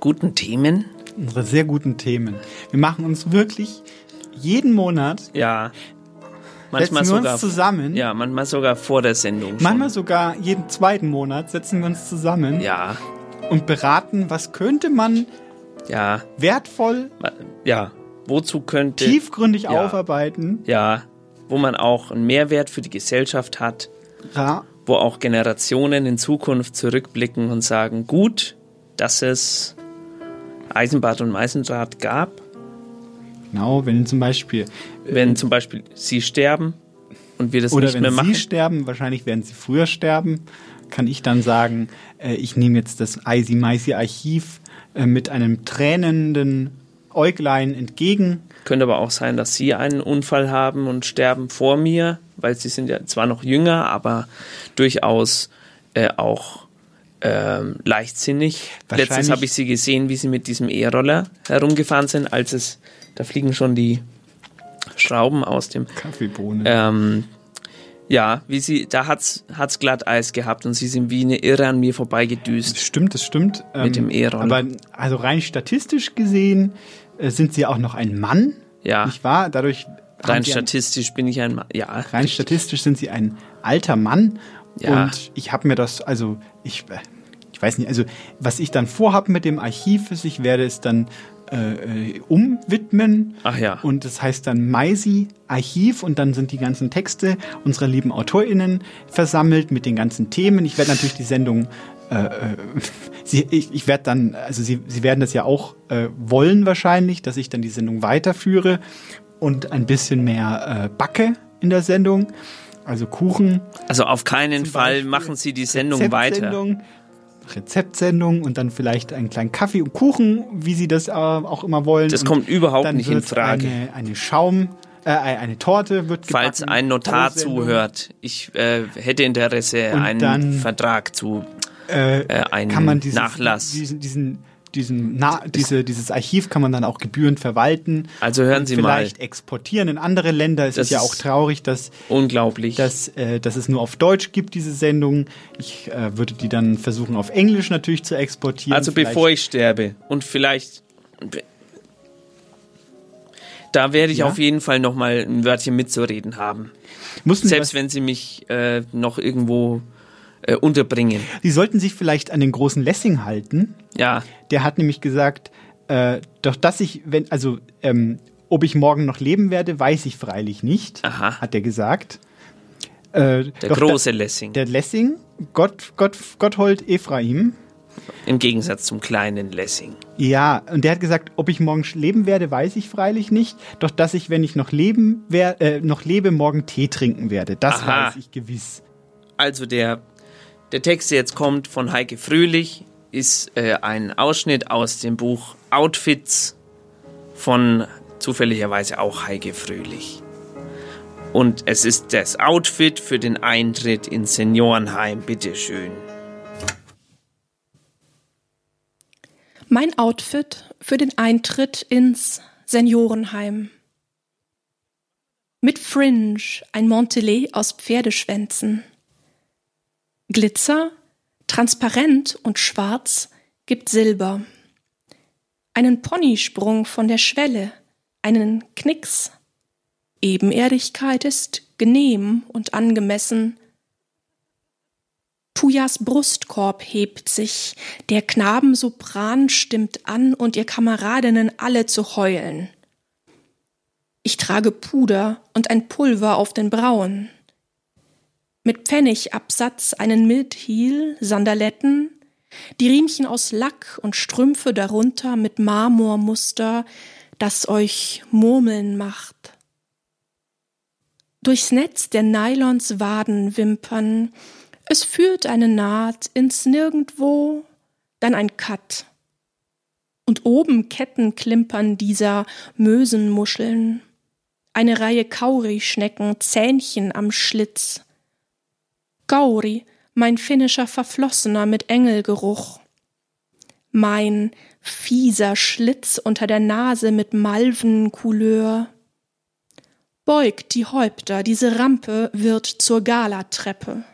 [SPEAKER 2] guten Themen.
[SPEAKER 3] Unsere sehr guten Themen. Wir machen uns wirklich jeden Monat.
[SPEAKER 2] Ja.
[SPEAKER 3] Manchmal setzen wir sogar, uns zusammen.
[SPEAKER 2] Ja, manchmal sogar vor der Sendung. Schon.
[SPEAKER 3] Manchmal sogar jeden zweiten Monat setzen wir uns zusammen.
[SPEAKER 2] Ja.
[SPEAKER 3] Und beraten, was könnte man
[SPEAKER 2] ja.
[SPEAKER 3] wertvoll.
[SPEAKER 2] Ja. Wozu könnte.
[SPEAKER 3] Tiefgründig ja. aufarbeiten.
[SPEAKER 2] Ja. Wo man auch einen Mehrwert für die Gesellschaft hat.
[SPEAKER 3] Ja.
[SPEAKER 2] Wo auch Generationen in Zukunft zurückblicken und sagen: gut, dass es Eisenbad und Meisendraht gab.
[SPEAKER 3] Genau, wenn zum Beispiel.
[SPEAKER 2] Wenn äh, zum Beispiel sie sterben und wir das
[SPEAKER 3] oder
[SPEAKER 2] nicht mehr machen.
[SPEAKER 3] Wenn sie sterben, wahrscheinlich werden sie früher sterben, kann ich dann sagen, äh, ich nehme jetzt das Icy Meicy Archiv äh, mit einem tränenden Äuglein entgegen.
[SPEAKER 2] Könnte aber auch sein, dass sie einen Unfall haben und sterben vor mir, weil sie sind ja zwar noch jünger, aber durchaus äh, auch ähm, leichtsinnig. Letztens habe ich sie gesehen, wie sie mit diesem E-Roller herumgefahren sind, als es da fliegen schon die Schrauben aus dem
[SPEAKER 3] Kaffeebohnen.
[SPEAKER 2] Ähm, ja, wie sie, da hat's, hat's glatt Eis gehabt und sie sind wie eine Irre an mir vorbeigedüst.
[SPEAKER 3] Das stimmt, das stimmt. Ähm,
[SPEAKER 2] mit dem e
[SPEAKER 3] Aber also rein statistisch gesehen äh, sind sie auch noch ein Mann.
[SPEAKER 2] Ja.
[SPEAKER 3] Nicht wahr? Dadurch.
[SPEAKER 2] Rein statistisch ein, bin ich ein Mann. Ja. Rein
[SPEAKER 3] richtig. statistisch sind sie ein alter Mann.
[SPEAKER 2] Ja.
[SPEAKER 3] Und ich habe mir das, also ich, ich weiß nicht, also was ich dann vorhabe mit dem Archiv ist, ich werde es dann äh, umwidmen.
[SPEAKER 2] Ach ja.
[SPEAKER 3] Und das heißt dann Maisi Archiv und dann sind die ganzen Texte unserer lieben AutorInnen versammelt mit den ganzen Themen. Ich werde natürlich die Sendung, äh, äh, sie, ich, ich werde dann, also sie, sie werden das ja auch äh, wollen wahrscheinlich, dass ich dann die Sendung weiterführe und ein bisschen mehr äh, backe in der Sendung. Also Kuchen.
[SPEAKER 2] Also auf keinen Fall machen Sie die Sendung weiter.
[SPEAKER 3] Rezeptsendung und dann vielleicht einen kleinen Kaffee und Kuchen, wie sie das äh, auch immer wollen.
[SPEAKER 2] Das
[SPEAKER 3] und
[SPEAKER 2] kommt überhaupt nicht in Frage.
[SPEAKER 3] Eine, eine Schaum, äh, eine Torte wird gebacken.
[SPEAKER 2] Falls ein Notar zuhört, ich äh, hätte Interesse,
[SPEAKER 3] Und
[SPEAKER 2] einen
[SPEAKER 3] dann, äh,
[SPEAKER 2] Vertrag zu, äh, einen
[SPEAKER 3] kann man diesen,
[SPEAKER 2] Nachlass.
[SPEAKER 3] diesen, diesen diesen, Na, diese, dieses Archiv kann man dann auch gebührend verwalten.
[SPEAKER 2] Also hören Sie
[SPEAKER 3] vielleicht
[SPEAKER 2] mal.
[SPEAKER 3] Vielleicht exportieren in andere Länder. Es
[SPEAKER 2] Das
[SPEAKER 3] ist ja
[SPEAKER 2] ist
[SPEAKER 3] auch traurig, dass,
[SPEAKER 2] Unglaublich.
[SPEAKER 3] dass, äh, dass es nur auf Deutsch gibt, diese Sendung. Ich äh, würde die dann versuchen, auf Englisch natürlich zu exportieren.
[SPEAKER 2] Also
[SPEAKER 3] Vielleicht-
[SPEAKER 2] bevor ich sterbe und vielleicht. Da werde ich
[SPEAKER 3] Ja?
[SPEAKER 2] auf jeden Fall nochmal ein Wörtchen mitzureden haben.
[SPEAKER 3] Mussten
[SPEAKER 2] Selbst wenn Sie mich äh, noch irgendwo äh, unterbringen.
[SPEAKER 3] Sie sollten sich vielleicht an den großen Lessing halten.
[SPEAKER 2] Ja.
[SPEAKER 3] Der hat nämlich gesagt, äh, doch dass ich, wenn, also, ähm, ob ich morgen noch leben werde, weiß ich freilich nicht, hat er gesagt. Äh,
[SPEAKER 2] Der
[SPEAKER 3] doch
[SPEAKER 2] große Lessing.
[SPEAKER 3] Der Lessing, Gott, Gott, Gotthold Ephraim.
[SPEAKER 2] Im Gegensatz zum kleinen Lessing.
[SPEAKER 3] Ja, und der hat gesagt, ob ich morgen sch- leben werde, weiß ich freilich nicht. Doch dass ich, wenn ich noch leben wer äh, noch lebe, morgen Tee trinken werde. Das
[SPEAKER 2] Aha.
[SPEAKER 3] weiß ich gewiss.
[SPEAKER 2] Also der, der Text, der jetzt kommt von Heike Fröhlich, ist äh, ein Ausschnitt aus dem Buch Outfits von zufälligerweise auch Heike Fröhlich. Und es ist das Outfit für den Eintritt ins Seniorenheim, bitteschön.
[SPEAKER 17] Mein Outfit für den Eintritt ins Seniorenheim. Mit Fringe, ein Mantelet aus Pferdeschwänzen. Glitzer, transparent und schwarz, gibt Silber. Einen Ponysprung von der Schwelle, einen Knicks. Ebenerdigkeit ist genehm und angemessen. Pujas Brustkorb hebt sich, der Knabensopran stimmt an und ihr Kameradinnen alle zu heulen. Ich trage Puder und ein Pulver auf den Brauen. Mit Pfennigabsatz einen Mildheel, Sandaletten, die Riemchen aus Lack und Strümpfe darunter mit Marmormuster, das euch murmeln macht. Durchs Netz der Nylons Wadenwimpern. Es führt eine Naht ins Nirgendwo, dann ein Cut. Und oben Kettenklimpern dieser Mösenmuscheln. Eine Reihe Kauri-Schnecken, Zähnchen am Schlitz. Gauri, mein finnischer Verflossener mit Engelgeruch. Mein fieser Schlitz unter der Nase mit Malvencouleur. Beugt die Häupter, diese Rampe wird zur Galatreppe.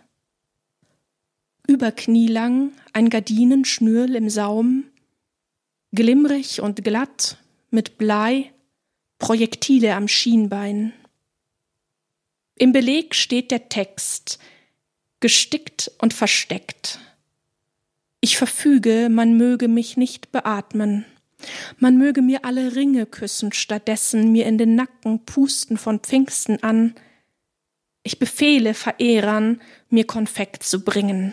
[SPEAKER 17] Über knielang ein Gardinenschnürl im Saum, glimmrig und glatt, mit Blei, Projektile am Schienbein. Im Beleg steht der Text, gestickt und versteckt. Ich verfüge, man möge mich nicht beatmen. Man möge mir alle Ringe küssen, stattdessen mir in den Nacken pusten von Pfingsten an. Ich befehle Verehrern, mir Konfekt zu bringen.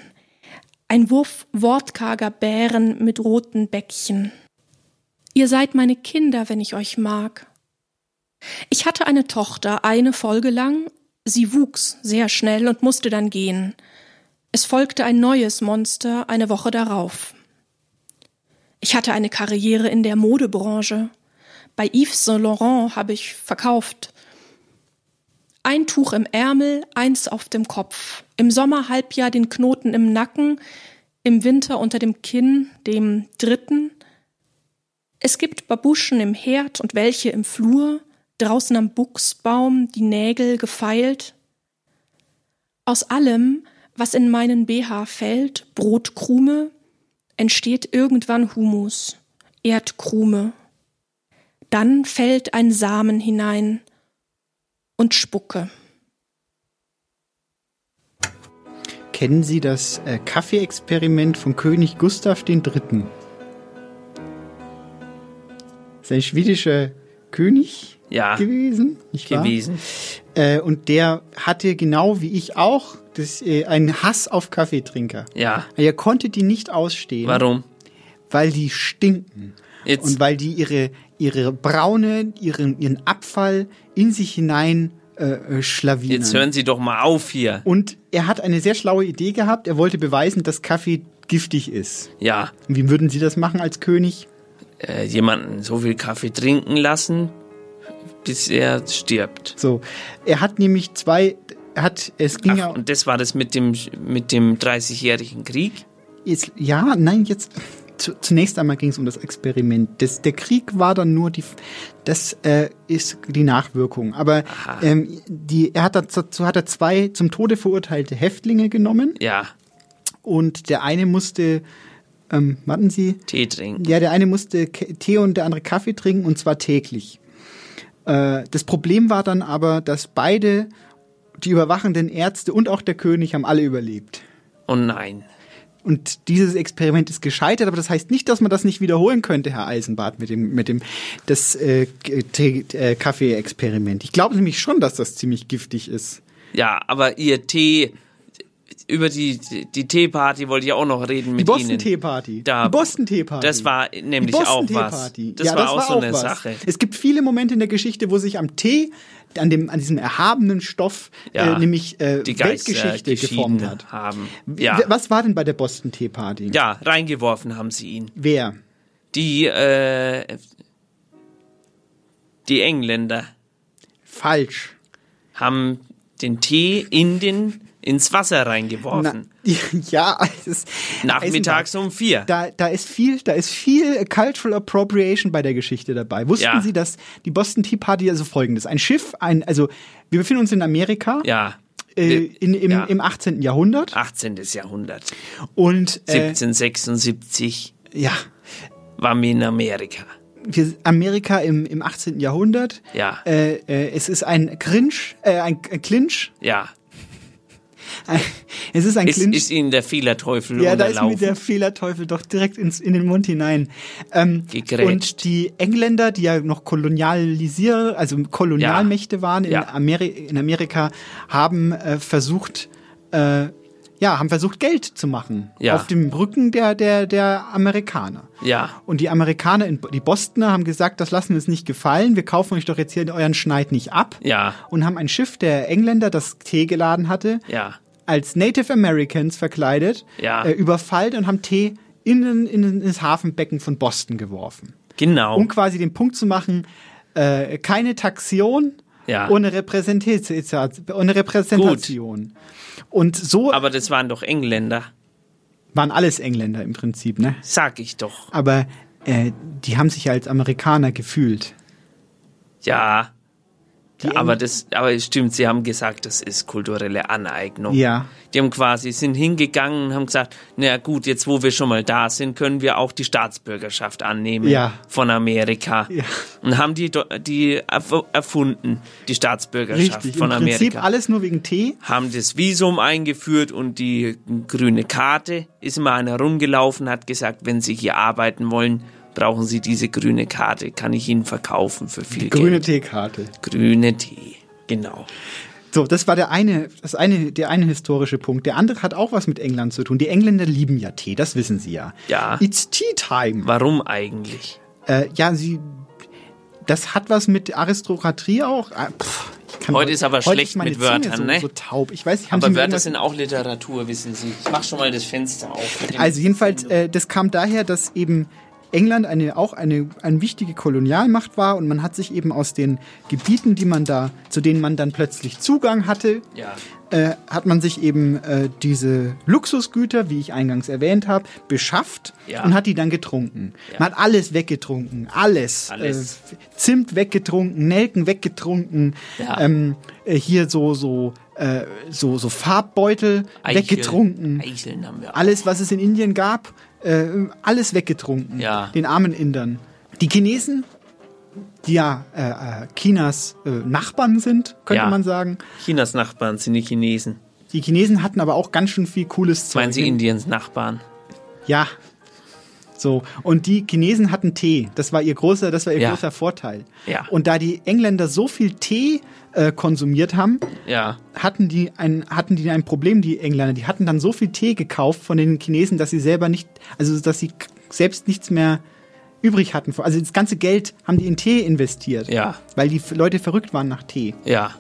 [SPEAKER 17] Ein Wurf wortkarger Bären mit roten Bäckchen. Ihr seid meine Kinder, wenn ich euch mag. Ich hatte eine Tochter, eine Folge lang. Sie wuchs sehr schnell und musste dann gehen. Es folgte ein neues Monster eine Woche darauf. Ich hatte eine Karriere in der Modebranche. Bei Yves Saint Laurent habe ich verkauft. Ein Tuch im Ärmel, eins auf dem Kopf. Im Sommerhalbjahr den Knoten im Nacken, im Winter unter dem Kinn, dem dritten. Es gibt Babuschen im Herd und welche im Flur, draußen am Buchsbaum, die Nägel gefeilt. Aus allem, was in meinen BH fällt, Brotkrume, entsteht irgendwann Humus, Erdkrume. Dann fällt ein Samen hinein und Spucke.
[SPEAKER 3] Kennen Sie das äh, Kaffee-Experiment von König Gustav III.? Sein schwedischer König
[SPEAKER 2] Ja.
[SPEAKER 3] gewesen, nicht wahr?
[SPEAKER 2] Gewesen.
[SPEAKER 3] Äh, und der hatte genau wie ich auch das, äh, einen Hass auf Kaffeetrinker.
[SPEAKER 2] Ja.
[SPEAKER 3] Er konnte die nicht ausstehen.
[SPEAKER 2] Warum?
[SPEAKER 3] Weil die stinken.
[SPEAKER 2] Jetzt-
[SPEAKER 3] Und weil die ihre, ihre Braune, ihren, ihren Abfall in sich hinein äh, äh, schlavieren.
[SPEAKER 2] Jetzt hören Sie doch mal auf hier.
[SPEAKER 3] Und er hat eine sehr schlaue Idee gehabt. Er wollte beweisen, dass Kaffee giftig ist.
[SPEAKER 2] Ja,
[SPEAKER 3] Und wie würden Sie das machen als König?
[SPEAKER 2] äh, jemanden so viel Kaffee trinken lassen, bis er stirbt.
[SPEAKER 3] So, er hat nämlich zwei, er hat, es ging ja,
[SPEAKER 2] Und das war das mit dem, mit dem 30-jährigen Krieg?
[SPEAKER 3] es, ja, nein, jetzt, zu, zunächst einmal ging es um das Experiment. Das, der Krieg war dann nur die, das äh, ist die Nachwirkung. Aber ähm, die, er hat dazu hat er zwei zum Tode verurteilte Häftlinge genommen
[SPEAKER 2] Ja,
[SPEAKER 3] und der eine musste, ähm, warten Sie,
[SPEAKER 2] Tee trinken.
[SPEAKER 3] ja, der eine musste K- Tee und der andere Kaffee trinken und zwar täglich. Äh, das Problem war dann aber, dass beide, die überwachenden Ärzte und auch der König, haben alle überlebt.
[SPEAKER 2] Oh nein.
[SPEAKER 3] Und dieses Experiment ist gescheitert, aber das heißt nicht, dass man das nicht wiederholen könnte, Herr Eisenbart, mit dem, mit dem das äh, K- Tee- äh, Kaffee-Experiment. Ich glaube nämlich schon, dass das ziemlich giftig ist.
[SPEAKER 2] Ja, aber ihr Tee. Über die, die Teeparty wollte ich auch noch reden mit
[SPEAKER 3] Die Boston
[SPEAKER 2] Ihnen.
[SPEAKER 3] Tea Party.
[SPEAKER 2] Da,
[SPEAKER 3] die Boston Tea Party.
[SPEAKER 2] Das war nämlich
[SPEAKER 3] Die Boston
[SPEAKER 2] auch
[SPEAKER 3] Tea
[SPEAKER 2] was.
[SPEAKER 3] Party.
[SPEAKER 2] Das
[SPEAKER 3] ja,
[SPEAKER 2] war
[SPEAKER 3] das
[SPEAKER 2] auch
[SPEAKER 3] war
[SPEAKER 2] so
[SPEAKER 3] auch
[SPEAKER 2] eine
[SPEAKER 3] was. äh,
[SPEAKER 2] Sache.
[SPEAKER 3] Es gibt viele Momente in der Geschichte, wo sich am Tee, an dem, an diesem erhabenen Stoff,
[SPEAKER 2] Ja,
[SPEAKER 3] äh, nämlich äh,
[SPEAKER 2] die Geister
[SPEAKER 3] Weltgeschichte
[SPEAKER 2] geschieden
[SPEAKER 3] geformt hat.
[SPEAKER 2] Haben.
[SPEAKER 3] W-
[SPEAKER 2] Ja.
[SPEAKER 3] w- Was war denn bei der Boston Tea Party?
[SPEAKER 2] ja, reingeworfen haben sie ihn.
[SPEAKER 3] Wer?
[SPEAKER 2] Die, äh, die Engländer
[SPEAKER 3] Falsch.
[SPEAKER 2] haben den Tee in den, ins Wasser reingeworfen.
[SPEAKER 3] Na, ja, es ist
[SPEAKER 2] Nachmittags um vier.
[SPEAKER 3] Da, da ist viel, da ist viel Cultural Appropriation bei der Geschichte dabei. Wussten
[SPEAKER 2] Ja.
[SPEAKER 3] Sie, dass die Boston Tea Party also folgendes: Ein Schiff, ein, also wir befinden uns in Amerika
[SPEAKER 2] Ja,
[SPEAKER 3] äh, in, im,
[SPEAKER 2] Ja.
[SPEAKER 3] im 18. Jahrhundert
[SPEAKER 2] 18. Jahrhundert.
[SPEAKER 3] und äh,
[SPEAKER 2] 1776
[SPEAKER 3] ja,
[SPEAKER 2] waren wir in Amerika.
[SPEAKER 3] wir, Amerika im, im 18. Jahrhundert.
[SPEAKER 2] Ja,
[SPEAKER 3] Äh, äh, es ist ein Cringe, äh, ein Clinch.
[SPEAKER 2] ja.
[SPEAKER 3] Es ist ein
[SPEAKER 2] Ist,
[SPEAKER 3] Clinch.
[SPEAKER 2] ist ihnen der Fehlerteufel
[SPEAKER 3] Ja, da ist mir
[SPEAKER 2] unterlaufen.
[SPEAKER 3] der Fehlerteufel doch direkt ins, in den Mund hinein. Ähm,
[SPEAKER 2] Gegrätscht.
[SPEAKER 3] und die Engländer, die ja noch kolonialisier, also Kolonialmächte waren in,
[SPEAKER 2] Ja.
[SPEAKER 3] Ameri in Amerika, haben äh, versucht, äh, ja, haben versucht, Geld zu machen.
[SPEAKER 2] Ja.
[SPEAKER 3] Auf dem Rücken der, der, der Amerikaner.
[SPEAKER 2] ja,
[SPEAKER 3] Und die Amerikaner, in, die Bostoner haben gesagt, das lassen wir uns nicht gefallen, wir kaufen euch doch jetzt hier euren Schneid nicht ab.
[SPEAKER 2] ja,
[SPEAKER 3] Und haben ein Schiff der Engländer, das Tee geladen hatte,
[SPEAKER 2] ja,
[SPEAKER 3] als Native Americans verkleidet,
[SPEAKER 2] Ja.
[SPEAKER 3] äh, überfallen und haben Tee in, den- in, den- ins Hafenbecken von Boston geworfen.
[SPEAKER 2] genau.
[SPEAKER 3] Um quasi den Punkt zu machen, äh, keine Taxion
[SPEAKER 2] Ja.
[SPEAKER 3] ohne, Repräsentation, ohne Repräsentation. Und so
[SPEAKER 2] Aber das waren doch Engländer,
[SPEAKER 3] waren alles Engländer im Prinzip, ne?
[SPEAKER 2] sag ich doch.
[SPEAKER 3] Aber äh, die haben sich ja als Amerikaner gefühlt.
[SPEAKER 2] Ja.
[SPEAKER 3] Die
[SPEAKER 2] aber
[SPEAKER 3] Engl-
[SPEAKER 2] das, aber es stimmt, sie haben gesagt, das ist kulturelle Aneignung.
[SPEAKER 3] Ja.
[SPEAKER 2] Die haben quasi, sind hingegangen und haben gesagt, na gut, jetzt wo wir schon mal da sind, können wir auch die Staatsbürgerschaft annehmen
[SPEAKER 3] Ja.
[SPEAKER 2] von Amerika.
[SPEAKER 3] Ja.
[SPEAKER 2] Und haben die, do- die erf- erfunden, die Staatsbürgerschaft
[SPEAKER 3] Richtig,
[SPEAKER 2] von
[SPEAKER 3] im
[SPEAKER 2] Amerika.
[SPEAKER 3] Prinzip alles nur wegen Tee.
[SPEAKER 2] haben das Visum eingeführt und die grüne Karte. Ist immer einer rumgelaufen, hat gesagt, wenn Sie hier arbeiten wollen, brauchen Sie diese grüne Karte. Kann ich Ihnen verkaufen für viel
[SPEAKER 3] Grüne
[SPEAKER 2] Geld.
[SPEAKER 3] Teekarte.
[SPEAKER 2] Grüne Tee. Genau.
[SPEAKER 3] So, das war der eine, das eine, der eine historische Punkt. Der andere hat auch was mit England zu tun. Die Engländer lieben ja Tee, das wissen sie ja.
[SPEAKER 2] Ja.
[SPEAKER 3] It's Tea Time.
[SPEAKER 2] Warum eigentlich?
[SPEAKER 3] Äh, ja, sie, das hat was mit Aristokratie auch. Ah, pff, ich kann
[SPEAKER 2] Heute ist aber schlecht
[SPEAKER 3] meine
[SPEAKER 2] mit
[SPEAKER 3] Zunge
[SPEAKER 2] Wörtern,
[SPEAKER 3] so,
[SPEAKER 2] ne?
[SPEAKER 3] So taub. Ich weiß, nicht, haben sie
[SPEAKER 2] Aber
[SPEAKER 3] mir
[SPEAKER 2] Wörter
[SPEAKER 3] irgendwas-
[SPEAKER 2] sind auch Literatur, wissen Sie. Ich mach schon mal das Fenster auf. mit dem-
[SPEAKER 3] Also jedenfalls, äh, das kam daher, dass eben England eine, auch eine, eine wichtige Kolonialmacht war und man hat sich eben aus den Gebieten, die man da, zu denen man dann plötzlich Zugang hatte,
[SPEAKER 2] Ja.
[SPEAKER 3] äh, hat man sich eben äh, diese Luxusgüter, wie ich eingangs erwähnt habe, beschafft
[SPEAKER 2] Ja.
[SPEAKER 3] und hat die dann getrunken. Man hat alles weggetrunken, alles.
[SPEAKER 2] Alles.
[SPEAKER 3] Äh, Zimt weggetrunken, Nelken weggetrunken,
[SPEAKER 2] Ja.
[SPEAKER 3] ähm, äh, hier so, so, äh, so, so Farbbeutel
[SPEAKER 2] Eichel-
[SPEAKER 3] weggetrunken.
[SPEAKER 2] Eicheln haben wir auch.
[SPEAKER 3] Alles, was es in Indien gab, äh, alles weggetrunken.
[SPEAKER 2] Ja.
[SPEAKER 3] Den armen Indern. Die Chinesen, die ja äh, äh, Chinas äh, Nachbarn sind, könnte
[SPEAKER 2] Ja.
[SPEAKER 3] man sagen.
[SPEAKER 2] Chinas Nachbarn sind die Chinesen.
[SPEAKER 3] Die Chinesen hatten aber auch ganz schön viel cooles Zeug.
[SPEAKER 2] Meinen Sie Indiens Nachbarn?
[SPEAKER 3] Ja. So, und die Chinesen hatten Tee. Das war ihr großer, das war ihr
[SPEAKER 2] Ja.
[SPEAKER 3] großer Vorteil.
[SPEAKER 2] Ja.
[SPEAKER 3] Und da die Engländer so viel Tee äh, konsumiert haben,
[SPEAKER 2] Ja.
[SPEAKER 3] hatten die, ein, hatten die ein Problem, die Engländer. Die hatten dann so viel Tee gekauft von den Chinesen, dass sie selber nicht, also dass sie k- selbst nichts mehr übrig hatten. Also das ganze Geld haben die in Tee investiert.
[SPEAKER 2] Ja.
[SPEAKER 3] Weil die f- Leute verrückt waren nach Tee.
[SPEAKER 2] Ja.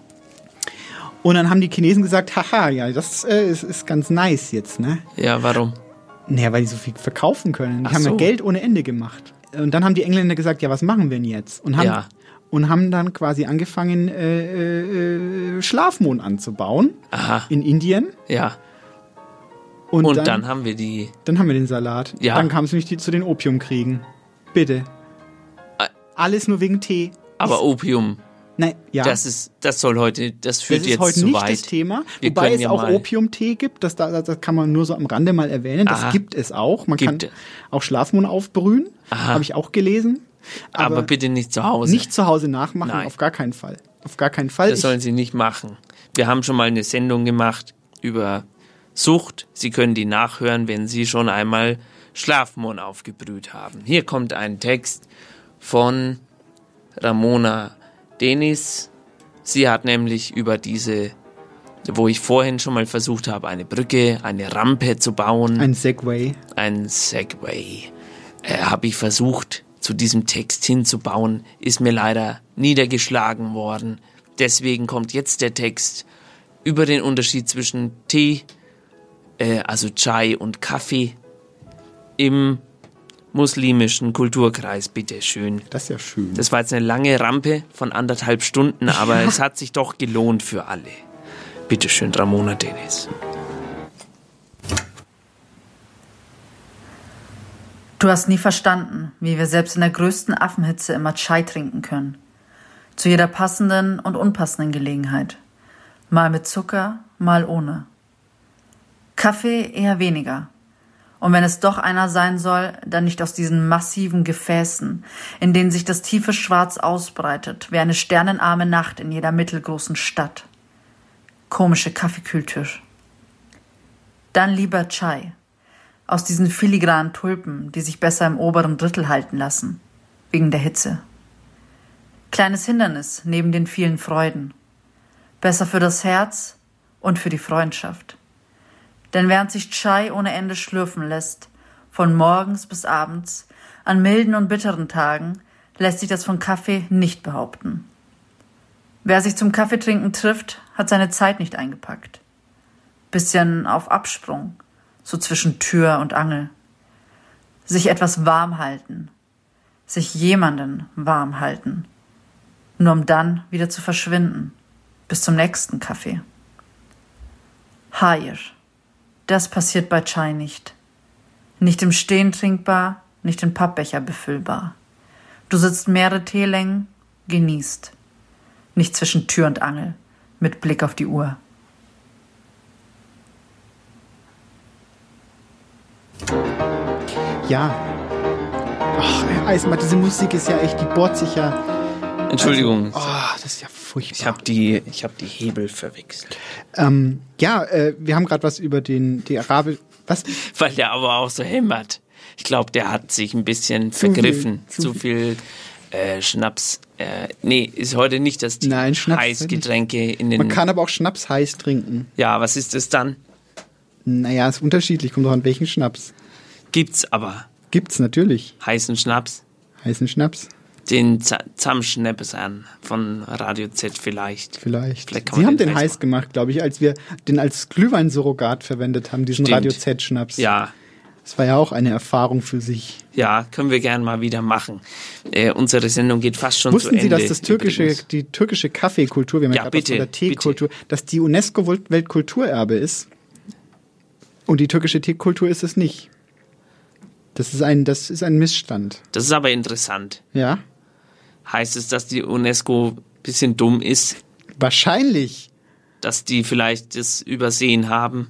[SPEAKER 3] Und dann haben die Chinesen gesagt, haha, ja, das äh, ist, ist ganz nice jetzt, ne?
[SPEAKER 2] Ja, warum?
[SPEAKER 3] Naja, weil die so viel verkaufen können. Die
[SPEAKER 2] Ach
[SPEAKER 3] haben ja
[SPEAKER 2] so.
[SPEAKER 3] Geld ohne Ende gemacht. Und dann haben die Engländer gesagt, ja, was machen wir denn jetzt? Und haben,
[SPEAKER 2] Ja.
[SPEAKER 3] und haben dann quasi angefangen, äh, äh, äh, Schlafmohn anzubauen
[SPEAKER 2] Aha.
[SPEAKER 3] in Indien.
[SPEAKER 2] Ja. Und,
[SPEAKER 3] dann-
[SPEAKER 2] dann, haben wir die.
[SPEAKER 3] Dann haben wir den Salat.
[SPEAKER 2] Ja.
[SPEAKER 3] Dann kam es nämlich die- zu den Opiumkriegen. Bitte. Alles nur wegen Tee.
[SPEAKER 2] Aber oh, Opium.
[SPEAKER 3] Nein, ja.
[SPEAKER 2] Das ist, das soll heute, das führt
[SPEAKER 3] das ist
[SPEAKER 2] jetzt
[SPEAKER 3] heute
[SPEAKER 2] zu
[SPEAKER 3] nicht
[SPEAKER 2] weit.
[SPEAKER 3] das Thema.
[SPEAKER 2] Wir
[SPEAKER 3] wobei
[SPEAKER 2] können
[SPEAKER 3] es
[SPEAKER 2] ja
[SPEAKER 3] auch
[SPEAKER 2] mal-
[SPEAKER 3] Opiumtee gibt. Das, das, das kann man nur so am Rande mal erwähnen. Das
[SPEAKER 2] Aha.
[SPEAKER 3] gibt es auch. Man
[SPEAKER 2] Gibt
[SPEAKER 3] kann auch Schlafmohn aufbrühen.
[SPEAKER 2] Aha.
[SPEAKER 3] Habe ich auch gelesen.
[SPEAKER 2] aber, bitte nicht zu Hause.
[SPEAKER 3] Nicht zu Hause nachmachen,
[SPEAKER 2] Nein.
[SPEAKER 3] auf gar keinen Fall. Auf gar keinen Fall.
[SPEAKER 2] Das sollen sie nicht machen. Wir haben schon mal eine Sendung gemacht über Sucht. Sie können die nachhören, wenn Sie schon einmal Schlafmohn aufgebrüht haben. Hier kommt ein Text von Ramona Denis. Sie hat nämlich über diese, wo ich vorhin schon mal versucht habe, eine Brücke, eine Rampe zu bauen.
[SPEAKER 3] Ein Segway.
[SPEAKER 2] Ein Segway. Äh, habe ich versucht, zu diesem Text hinzubauen, ist mir leider niedergeschlagen worden. Deswegen kommt jetzt der Text über den Unterschied zwischen Tee, äh, also Chai und Kaffee im muslimischen Kulturkreis, bitte schön.
[SPEAKER 3] Das ist ja schön.
[SPEAKER 2] Das war jetzt eine lange Rampe von anderthalb Stunden, aber es hat sich doch gelohnt für alle. Bitte schön, Ramona Dennis.
[SPEAKER 37] Du hast nie verstanden, wie wir selbst in der größten Affenhitze immer Chai trinken können. Zu jeder passenden und unpassenden Gelegenheit. Mal mit Zucker, mal ohne. Kaffee eher weniger. Und wenn es doch einer sein soll, dann nicht aus diesen massiven Gefäßen, in denen sich das tiefe Schwarz ausbreitet, wie eine sternenarme Nacht in jeder mittelgroßen Stadt. Komische Kaffeekühltisch. Dann lieber Chai aus diesen filigranen Tulpen, die sich besser im oberen Drittel halten lassen, wegen der Hitze. Kleines Hindernis neben den vielen Freuden. Besser für das Herz und für die Freundschaft. Denn während sich Chai ohne Ende schlürfen lässt, von morgens bis abends, an milden und bitteren Tagen, lässt sich das von Kaffee nicht behaupten. Wer sich zum Kaffeetrinken trifft, hat seine Zeit nicht eingepackt. Bisschen auf Absprung so zwischen Tür und Angel. Sich etwas warm halten, sich jemanden warm halten, nur um dann wieder zu verschwinden, bis zum nächsten Kaffee. Hair. Das passiert bei Chai nicht. Nicht im Stehen trinkbar, nicht in Pappbecher befüllbar. Du sitzt mehrere Teelängen, genießt. Nicht zwischen Tür und Angel, mit Blick auf die Uhr.
[SPEAKER 3] Ja. Ach, Eismann, diese Musik ist ja echt, die bohrt sich ja.
[SPEAKER 2] Entschuldigung.
[SPEAKER 3] Ah, das ist ja furchtbar.
[SPEAKER 2] Ich habe die, ich hab die Hebel verwechselt.
[SPEAKER 3] Ähm, ja, äh, wir haben gerade was über den, die Arabe. Was?
[SPEAKER 2] Weil der aber auch so hämmert. Ich glaube, der hat sich ein bisschen
[SPEAKER 3] Zu viel,
[SPEAKER 2] vergriffen.
[SPEAKER 3] zu
[SPEAKER 2] Zu viel, äh, Schnaps. Äh, nee, ist heute nicht das Thema.
[SPEAKER 3] Nein, Schnaps.
[SPEAKER 2] Heißgetränke in den.
[SPEAKER 3] Man kann aber auch Schnaps heiß trinken.
[SPEAKER 2] ja, was ist es dann?
[SPEAKER 3] Naja, ist unterschiedlich, kommt doch an welchen Schnaps.
[SPEAKER 2] Gibt's aber
[SPEAKER 3] Gibt's natürlich.
[SPEAKER 2] heißen Schnaps.
[SPEAKER 3] Heißen Schnaps,
[SPEAKER 2] Den Z- Zamschneppes an von Radio Z vielleicht.
[SPEAKER 3] vielleicht.
[SPEAKER 2] Vielleicht kann
[SPEAKER 3] Sie
[SPEAKER 2] man
[SPEAKER 3] haben
[SPEAKER 2] den
[SPEAKER 3] den heiß gemacht, glaube ich, als wir den als Glühweinsurrogat verwendet haben, diesen
[SPEAKER 2] Stimmt.
[SPEAKER 3] Radio Z-Schnaps.
[SPEAKER 2] Ja,
[SPEAKER 3] Das war ja auch eine Erfahrung für sich.
[SPEAKER 2] ja, können wir gern mal wieder machen. Äh, unsere Sendung geht fast schon zu
[SPEAKER 3] Wussten
[SPEAKER 2] Ende.
[SPEAKER 3] Sie, dass das türkische,
[SPEAKER 2] übrigens.
[SPEAKER 3] die türkische Kaffeekultur, wir haben
[SPEAKER 2] Ja,
[SPEAKER 3] ja, gerade was
[SPEAKER 2] bitte,
[SPEAKER 3] von der Teekultur, dass die UNESCO-Weltkulturerbe ist? Und die türkische Teekultur ist es nicht. Das ist ein, das ist ein Missstand.
[SPEAKER 2] Das ist aber interessant.
[SPEAKER 3] Ja?
[SPEAKER 2] Heißt es, dass die UNESCO ein bisschen dumm ist?
[SPEAKER 3] Wahrscheinlich
[SPEAKER 2] dass die vielleicht das übersehen haben,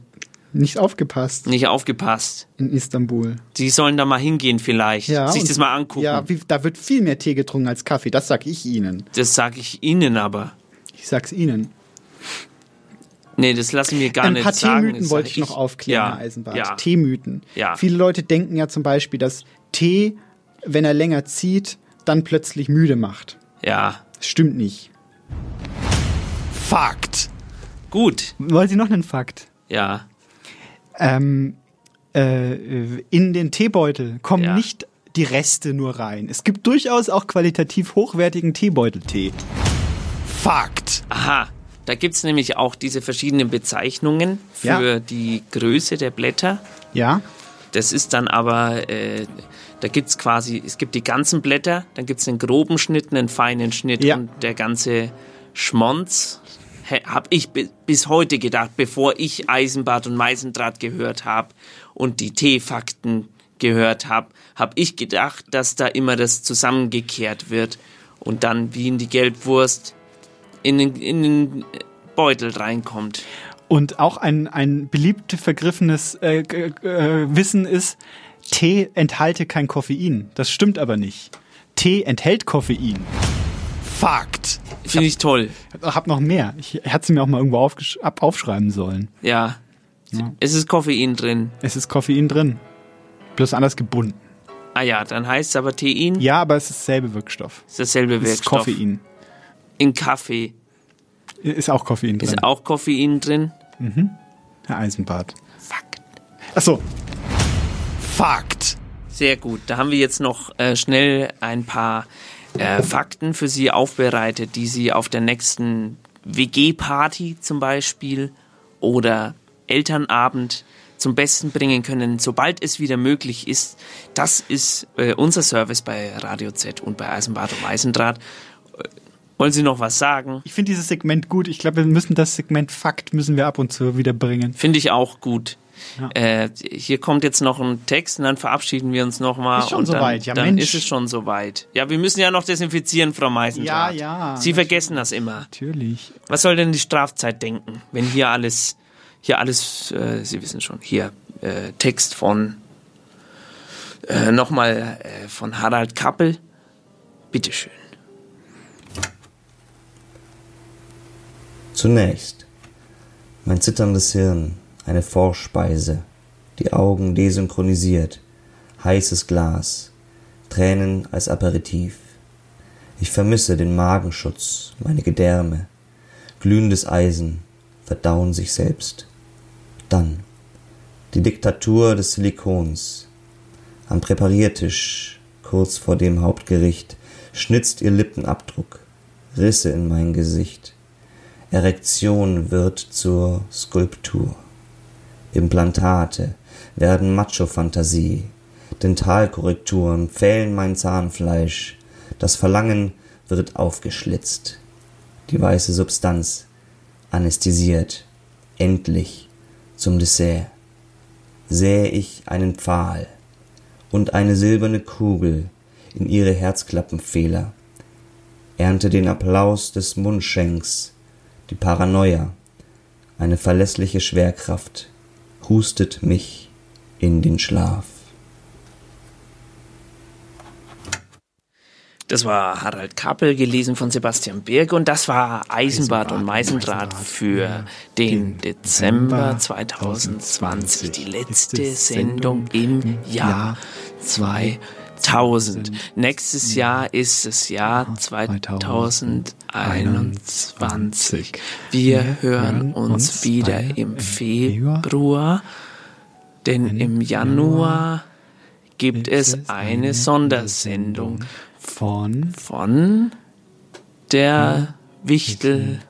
[SPEAKER 3] nicht aufgepasst
[SPEAKER 2] nicht aufgepasst.
[SPEAKER 3] in Istanbul.
[SPEAKER 2] Die sollen da mal hingehen vielleicht,
[SPEAKER 3] Ja,
[SPEAKER 2] sich
[SPEAKER 3] und-
[SPEAKER 2] das mal angucken.
[SPEAKER 3] Ja, wie, da wird viel mehr Tee getrunken als Kaffee, das sag ich Ihnen.
[SPEAKER 2] Das sage ich ihnen aber.
[SPEAKER 3] Ich sag's Ihnen.
[SPEAKER 2] Nee, das lassen wir gar
[SPEAKER 3] Ein
[SPEAKER 2] nicht
[SPEAKER 3] paar
[SPEAKER 2] sagen.
[SPEAKER 3] Teemythen
[SPEAKER 2] das
[SPEAKER 3] wollte
[SPEAKER 2] sag
[SPEAKER 3] ich noch aufklären, Herr Eisenbart.
[SPEAKER 2] Ja,
[SPEAKER 3] Teemythen.
[SPEAKER 2] Ja.
[SPEAKER 3] Viele Leute denken ja zum Beispiel, dass Tee, wenn er länger zieht, dann plötzlich müde macht.
[SPEAKER 2] ja.
[SPEAKER 3] Das stimmt nicht.
[SPEAKER 2] Fakt. Gut.
[SPEAKER 3] Wollen Sie noch einen Fakt?
[SPEAKER 2] Ja.
[SPEAKER 3] Ähm, äh, in den Teebeutel kommen nicht die Reste nur rein. Es gibt durchaus auch qualitativ hochwertigen Teebeuteltee. Fakt.
[SPEAKER 2] Aha. Da gibt es nämlich auch diese verschiedenen Bezeichnungen für die Größe der Blätter.
[SPEAKER 3] Ja?
[SPEAKER 2] Das ist dann aber, äh, da gibt's quasi, es gibt die ganzen Blätter, dann gibt's einen groben Schnitt, einen feinen Schnitt und der ganze Schmonz hä- hab ich bi- bis heute gedacht, bevor ich Eisenbart und Meisendraht gehört habe und die T-Fakten gehört habe, hab ich gedacht, dass da immer das zusammengekehrt wird und dann wie in die Gelbwurst in den, in den Beutel reinkommt.
[SPEAKER 3] Und auch ein, ein beliebt vergriffenes äh, g- äh, Wissen ist, Tee enthalte kein Koffein. Das stimmt aber nicht. Tee enthält Koffein. Fakt.
[SPEAKER 2] Finde ich toll.
[SPEAKER 3] Hab noch mehr. Ich hätte sie mir auch mal irgendwo aufgesch- ab- aufschreiben sollen.
[SPEAKER 2] Ja. Es ist Koffein drin.
[SPEAKER 3] Es ist Koffein drin. Bloß anders gebunden.
[SPEAKER 2] Ah ja, dann heißt es aber Tein.
[SPEAKER 3] Ja, aber es ist derselbe Wirkstoff.
[SPEAKER 2] Ist dasselbe
[SPEAKER 3] Es ist
[SPEAKER 2] Wirkstoff.
[SPEAKER 3] Koffein.
[SPEAKER 2] In Kaffee.
[SPEAKER 3] Ist auch Koffein drin.
[SPEAKER 2] Ist auch Koffein drin.
[SPEAKER 3] Mhm. Herr Eisenbart. Fakt. Achso. Fakt.
[SPEAKER 2] Sehr gut. Da haben wir jetzt noch äh, schnell ein paar äh, Fakten für Sie aufbereitet, die Sie auf der nächsten WG-Party zum Beispiel oder Elternabend zum Besten bringen können, sobald es wieder möglich ist. Das ist äh, unser Service bei Radio Z und bei Eisenbart und Eisendraht. Äh, Wollen Sie noch was sagen?
[SPEAKER 3] Ich finde dieses Segment gut. Ich glaube, wir müssen das Segment Fakt müssen wir ab und zu wieder bringen.
[SPEAKER 2] Finde ich auch gut.
[SPEAKER 3] Ja.
[SPEAKER 2] Äh, hier kommt jetzt noch ein Text und dann verabschieden wir uns nochmal.
[SPEAKER 3] Ist schon
[SPEAKER 2] und dann,
[SPEAKER 3] soweit, ja,
[SPEAKER 2] Dann
[SPEAKER 3] Mensch.
[SPEAKER 2] ist es schon soweit. Ja, wir müssen ja noch desinfizieren, Frau Meisendrath.
[SPEAKER 3] Ja, ja,
[SPEAKER 2] Sie vergessen das immer.
[SPEAKER 3] Natürlich.
[SPEAKER 2] Was soll denn die Strafzeit denken, wenn hier alles, hier alles, äh, Sie wissen schon, hier äh, Text von, äh, nochmal äh, von Harald Kappel. Bitteschön.
[SPEAKER 8] Zunächst mein zitterndes Hirn, eine Vorspeise, die Augen desynchronisiert, heißes Glas, Tränen als Aperitif. Ich vermisse den Magenschutz, meine Gedärme, glühendes Eisen, verdauen sich selbst. Dann die Diktatur des Silikons. Am Präpariertisch, kurz vor dem Hauptgericht, schnitzt ihr Lippenabdruck, Risse in mein Gesicht. Erektion wird zur Skulptur. Implantate werden Macho-Fantasie. Dentalkorrekturen fällen mein Zahnfleisch. Das Verlangen wird aufgeschlitzt. Die weiße Substanz anästhesiert. Endlich zum Dessert sähe ich einen Pfahl und eine silberne Kugel in ihre Herzklappenfehler. Ernte den Applaus des Mundschenks, die Paranoia, eine verlässliche Schwerkraft, hustet mich in den Schlaf.
[SPEAKER 2] Das war Harald Kappel, gelesen von Sebastian Birk und das war Eisenbart und Meisendraht für den Dezember 2020, die letzte Sendung im Jahr 2000. Nächstes Jahr ist das Jahr 2021. Wir hören uns wieder im Februar, denn im Januar gibt es eine Sondersendung
[SPEAKER 3] von
[SPEAKER 2] von Hm? der Wichtel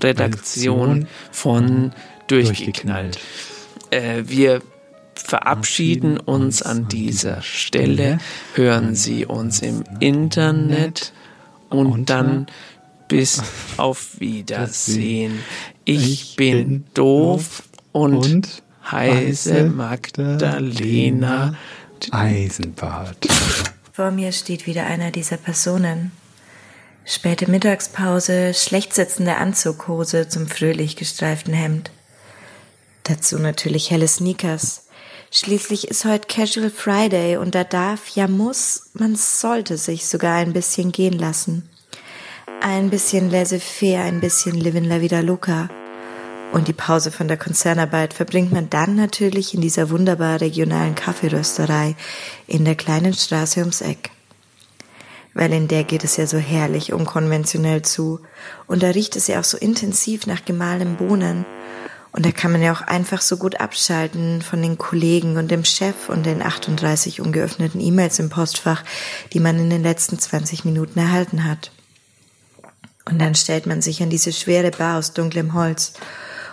[SPEAKER 2] Redaktion von durchgeknallt. Äh, wir verabschieden uns an dieser Stelle. Hören Sie uns im Internet und dann bis auf Wiedersehen. Ich bin doof und heiße Magdalena
[SPEAKER 3] Eisenbart.
[SPEAKER 38] Vor mir steht wieder einer dieser Personen. Späte Mittagspause, schlecht sitzende Anzughose zum fröhlich gestreiften Hemd. Dazu natürlich helle Sneakers. Schließlich ist heute Casual Friday und da darf, ja muss, man sollte sich sogar ein bisschen gehen lassen. Ein bisschen laissez-faire, ein bisschen livin la vida loca. Und die Pause von der Konzernarbeit verbringt man dann natürlich in dieser wunderbar regionalen Kaffeerösterei in der kleinen Straße ums Eck. Weil in der geht es ja so herrlich unkonventionell zu und da riecht es ja auch so intensiv nach gemahlenem Bohnen. Und da kann man ja auch einfach so gut abschalten von den Kollegen und dem Chef und den 38 ungeöffneten E-Mails im Postfach, die man in den letzten 20 Minuten erhalten hat. Und dann stellt man sich an diese schwere Bar aus dunklem Holz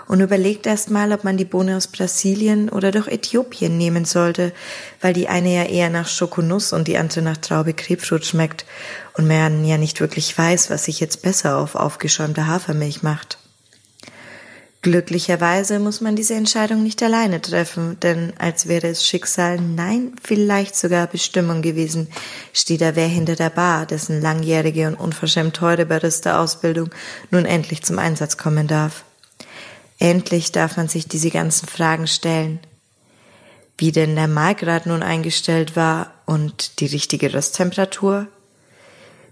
[SPEAKER 38] und überlegt erst mal, ob man die Bohne aus Brasilien oder doch Äthiopien nehmen sollte, weil die eine ja eher nach Schokonuss und die andere nach Traube Krebsschutz schmeckt und man ja nicht wirklich weiß, was sich jetzt besser auf aufgeschäumte Hafermilch macht. Glücklicherweise muss man diese Entscheidung nicht alleine treffen, denn als wäre es Schicksal, nein, vielleicht sogar Bestimmung gewesen, steht da wer hinter der Bar, dessen langjährige und unverschämt teure Barista-Ausbildung nun endlich zum Einsatz kommen darf. Endlich darf man sich diese ganzen Fragen stellen. Wie denn der Mahlgrad nun eingestellt war und die richtige Rösttemperatur?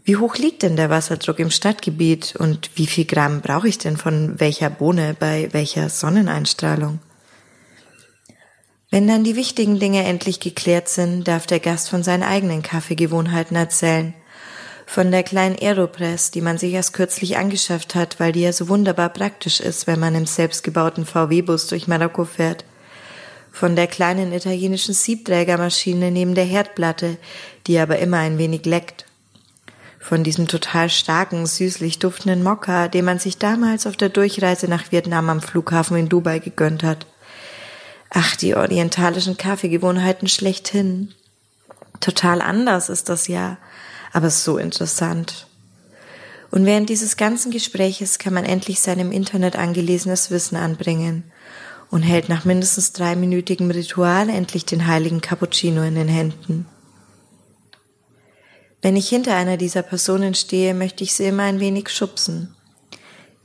[SPEAKER 38] Wie hoch liegt denn der Wasserdruck im Stadtgebiet und wie viel Gramm brauche ich denn von welcher Bohne bei welcher Sonneneinstrahlung? Wenn dann die wichtigen Dinge endlich geklärt sind, darf der Gast von seinen eigenen Kaffeegewohnheiten erzählen. Von der kleinen Aeropress, die man sich erst kürzlich angeschafft hat, weil die ja so wunderbar praktisch ist, wenn man im selbstgebauten VW-Bus durch Marokko fährt von der kleinen italienischen Siebträgermaschine neben der Herdplatte, die aber immer ein wenig leckt. Von diesem total starken, süßlich duftenden Mokka, den man sich damals auf der Durchreise nach Vietnam am Flughafen in Dubai gegönnt hat. Ach, die orientalischen Kaffeegewohnheiten schlechthin. Total anders ist das ja, aber so interessant. Und während dieses ganzen Gespräches kann man endlich sein im Internet angelesenes Wissen anbringen und hält nach mindestens dreiminütigem Ritual endlich den heiligen Cappuccino in den Händen. Wenn ich hinter einer dieser Personen stehe, möchte ich sie immer ein wenig schubsen.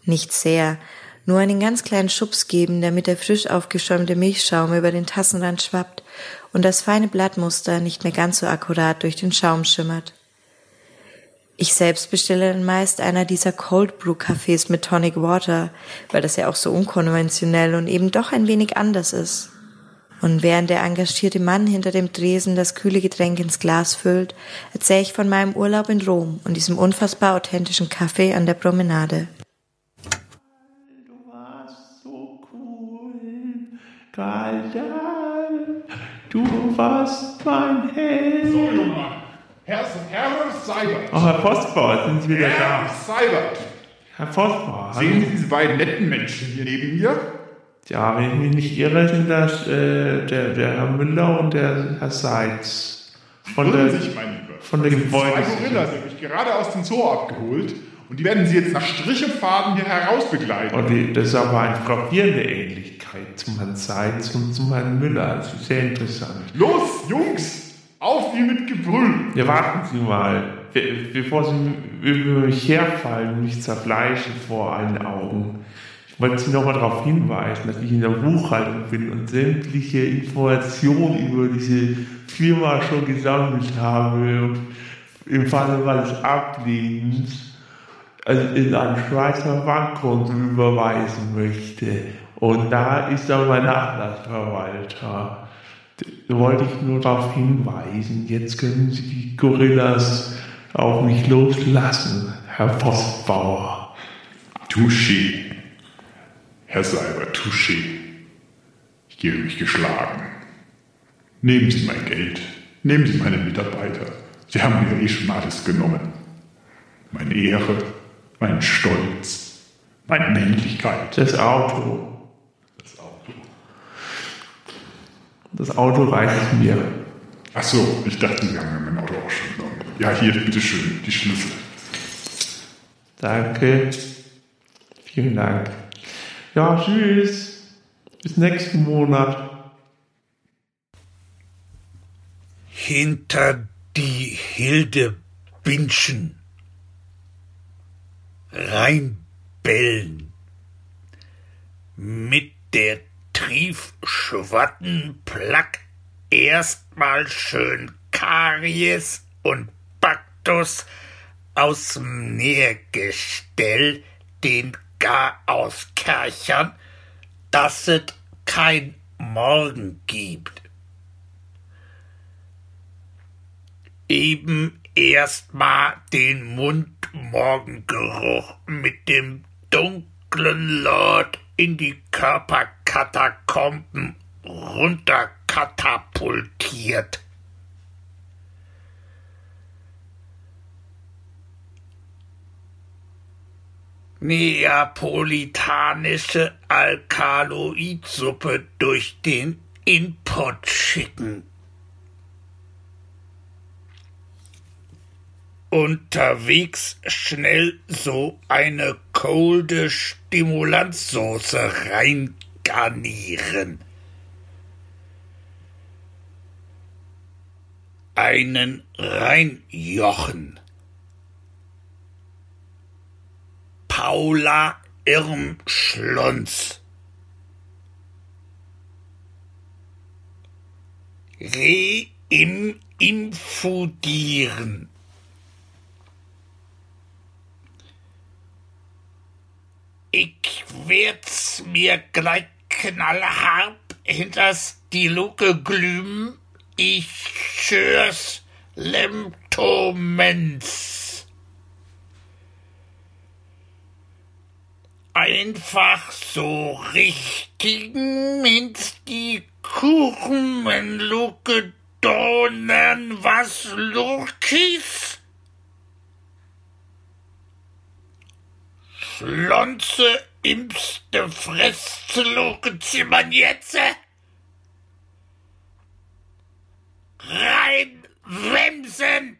[SPEAKER 38] Nicht sehr, nur einen ganz kleinen Schubs geben, damit der frisch aufgeschäumte Milchschaum über den Tassenrand schwappt und das feine Blattmuster nicht mehr ganz so akkurat durch den Schaum schimmert. Ich selbst bestelle dann meist einer dieser Cold Brew Cafés mit Tonic Water, weil das ja auch so unkonventionell und eben doch ein wenig anders ist. Und während der engagierte Mann hinter dem Dresen das kühle Getränk ins Glas füllt, erzähle ich von meinem Urlaub in Rom und diesem unfassbar authentischen Café an der Promenade.
[SPEAKER 5] Galdan, du warst mein Held.
[SPEAKER 4] So, junger Mann. Herr, Herr Seibert.
[SPEAKER 5] Ach, Oh, Herr Postbauer, sind Sie wieder
[SPEAKER 4] Herr
[SPEAKER 5] da?
[SPEAKER 4] Seibert.
[SPEAKER 5] Herr Postbauer,
[SPEAKER 4] Sehen
[SPEAKER 5] hallo.
[SPEAKER 4] Sie diese beiden netten Menschen hier neben mir?
[SPEAKER 5] Ja, wenn ich mich nicht irre, sind das äh, der, der Herr Müller und der Herr Seitz. Von
[SPEAKER 4] Irren
[SPEAKER 5] der,
[SPEAKER 4] sich, mein Lieber.
[SPEAKER 5] von der
[SPEAKER 4] Das sind
[SPEAKER 5] Gebäude.
[SPEAKER 4] Zwei Gorillas habe ich gerade aus dem Zoo abgeholt und die werden Sie jetzt nach Strich und Faden hier herausbegleiten.
[SPEAKER 5] Und Oh, die, das ist aber eine frappierende Ähnlichkeit zum Herrn Seitz und zum Herrn Müller. Das ist sehr interessant.
[SPEAKER 4] Los, Jungs, auf wie mit Gebrüll.
[SPEAKER 5] Ja, warten Sie mal. Be- Bevor Sie über mich herfallen und mich zerfleischen vor allen Augen. Ich wollte Sie nochmal darauf hinweisen, dass ich in der Buchhaltung bin und sämtliche Informationen über diese Firma schon gesammelt habe. Und Im Falle meines Ablehnens also in ein Schweizer Bankkonto überweisen möchte. Und da ist dann mein Nachlassverwalter. Da wollte ich nur darauf hinweisen, jetzt können Sie die Gorillas auf mich loslassen, Herr Postbauer.
[SPEAKER 4] Touché. Herr Seibert, touché. Ich gebe mich geschlagen. Nehmen Sie mein Geld. Nehmen Sie meine Mitarbeiter. Sie haben mir eh schon alles genommen. Meine Ehre, meinen Stolz, meine Männlichkeit.
[SPEAKER 5] Das Auto. Das Auto reicht mir.
[SPEAKER 4] Ach so, ich dachte, Sie haben mir mein Auto auch schon genommen. Ja, hier, bitteschön, die Schlüssel.
[SPEAKER 5] Danke. Vielen Dank. Ja, tschüss. Bis nächsten Monat.
[SPEAKER 26] hinter die Hilde binschen, reinbellen, mit der triefschwatten Plack erstmal schön Karies und Baktus aus'm Nährgestell den gar auskerchern, dass et kein Morgen gibt. eben erst mal den Mundmorgengeruch mit dem dunklen Lord in die Körperkatakomben runterkatapultiert. neapolitanische Alkaloidsuppe durch den Import schicken. Unterwegs schnell so eine kolde Stimulanzsoße reingarnieren. Einen reinjochen. Paula Irmschlunz. Re-im-infudieren. Ich werd's mir gleich knallhart hinters die Luke glühen. Ich schür's Lemtomens. einfach so richtigen ins die Kuchenluke donnern, was Lurkis? Schlonze impste Fressluke zimmern jetze? Reinwemsen!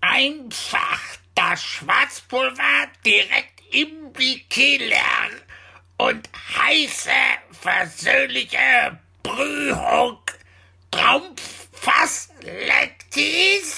[SPEAKER 26] Einfach das Schwarzpulver direkt im Bikiller und heiße, versöhnliche Brühung. Trumpffass Lektis.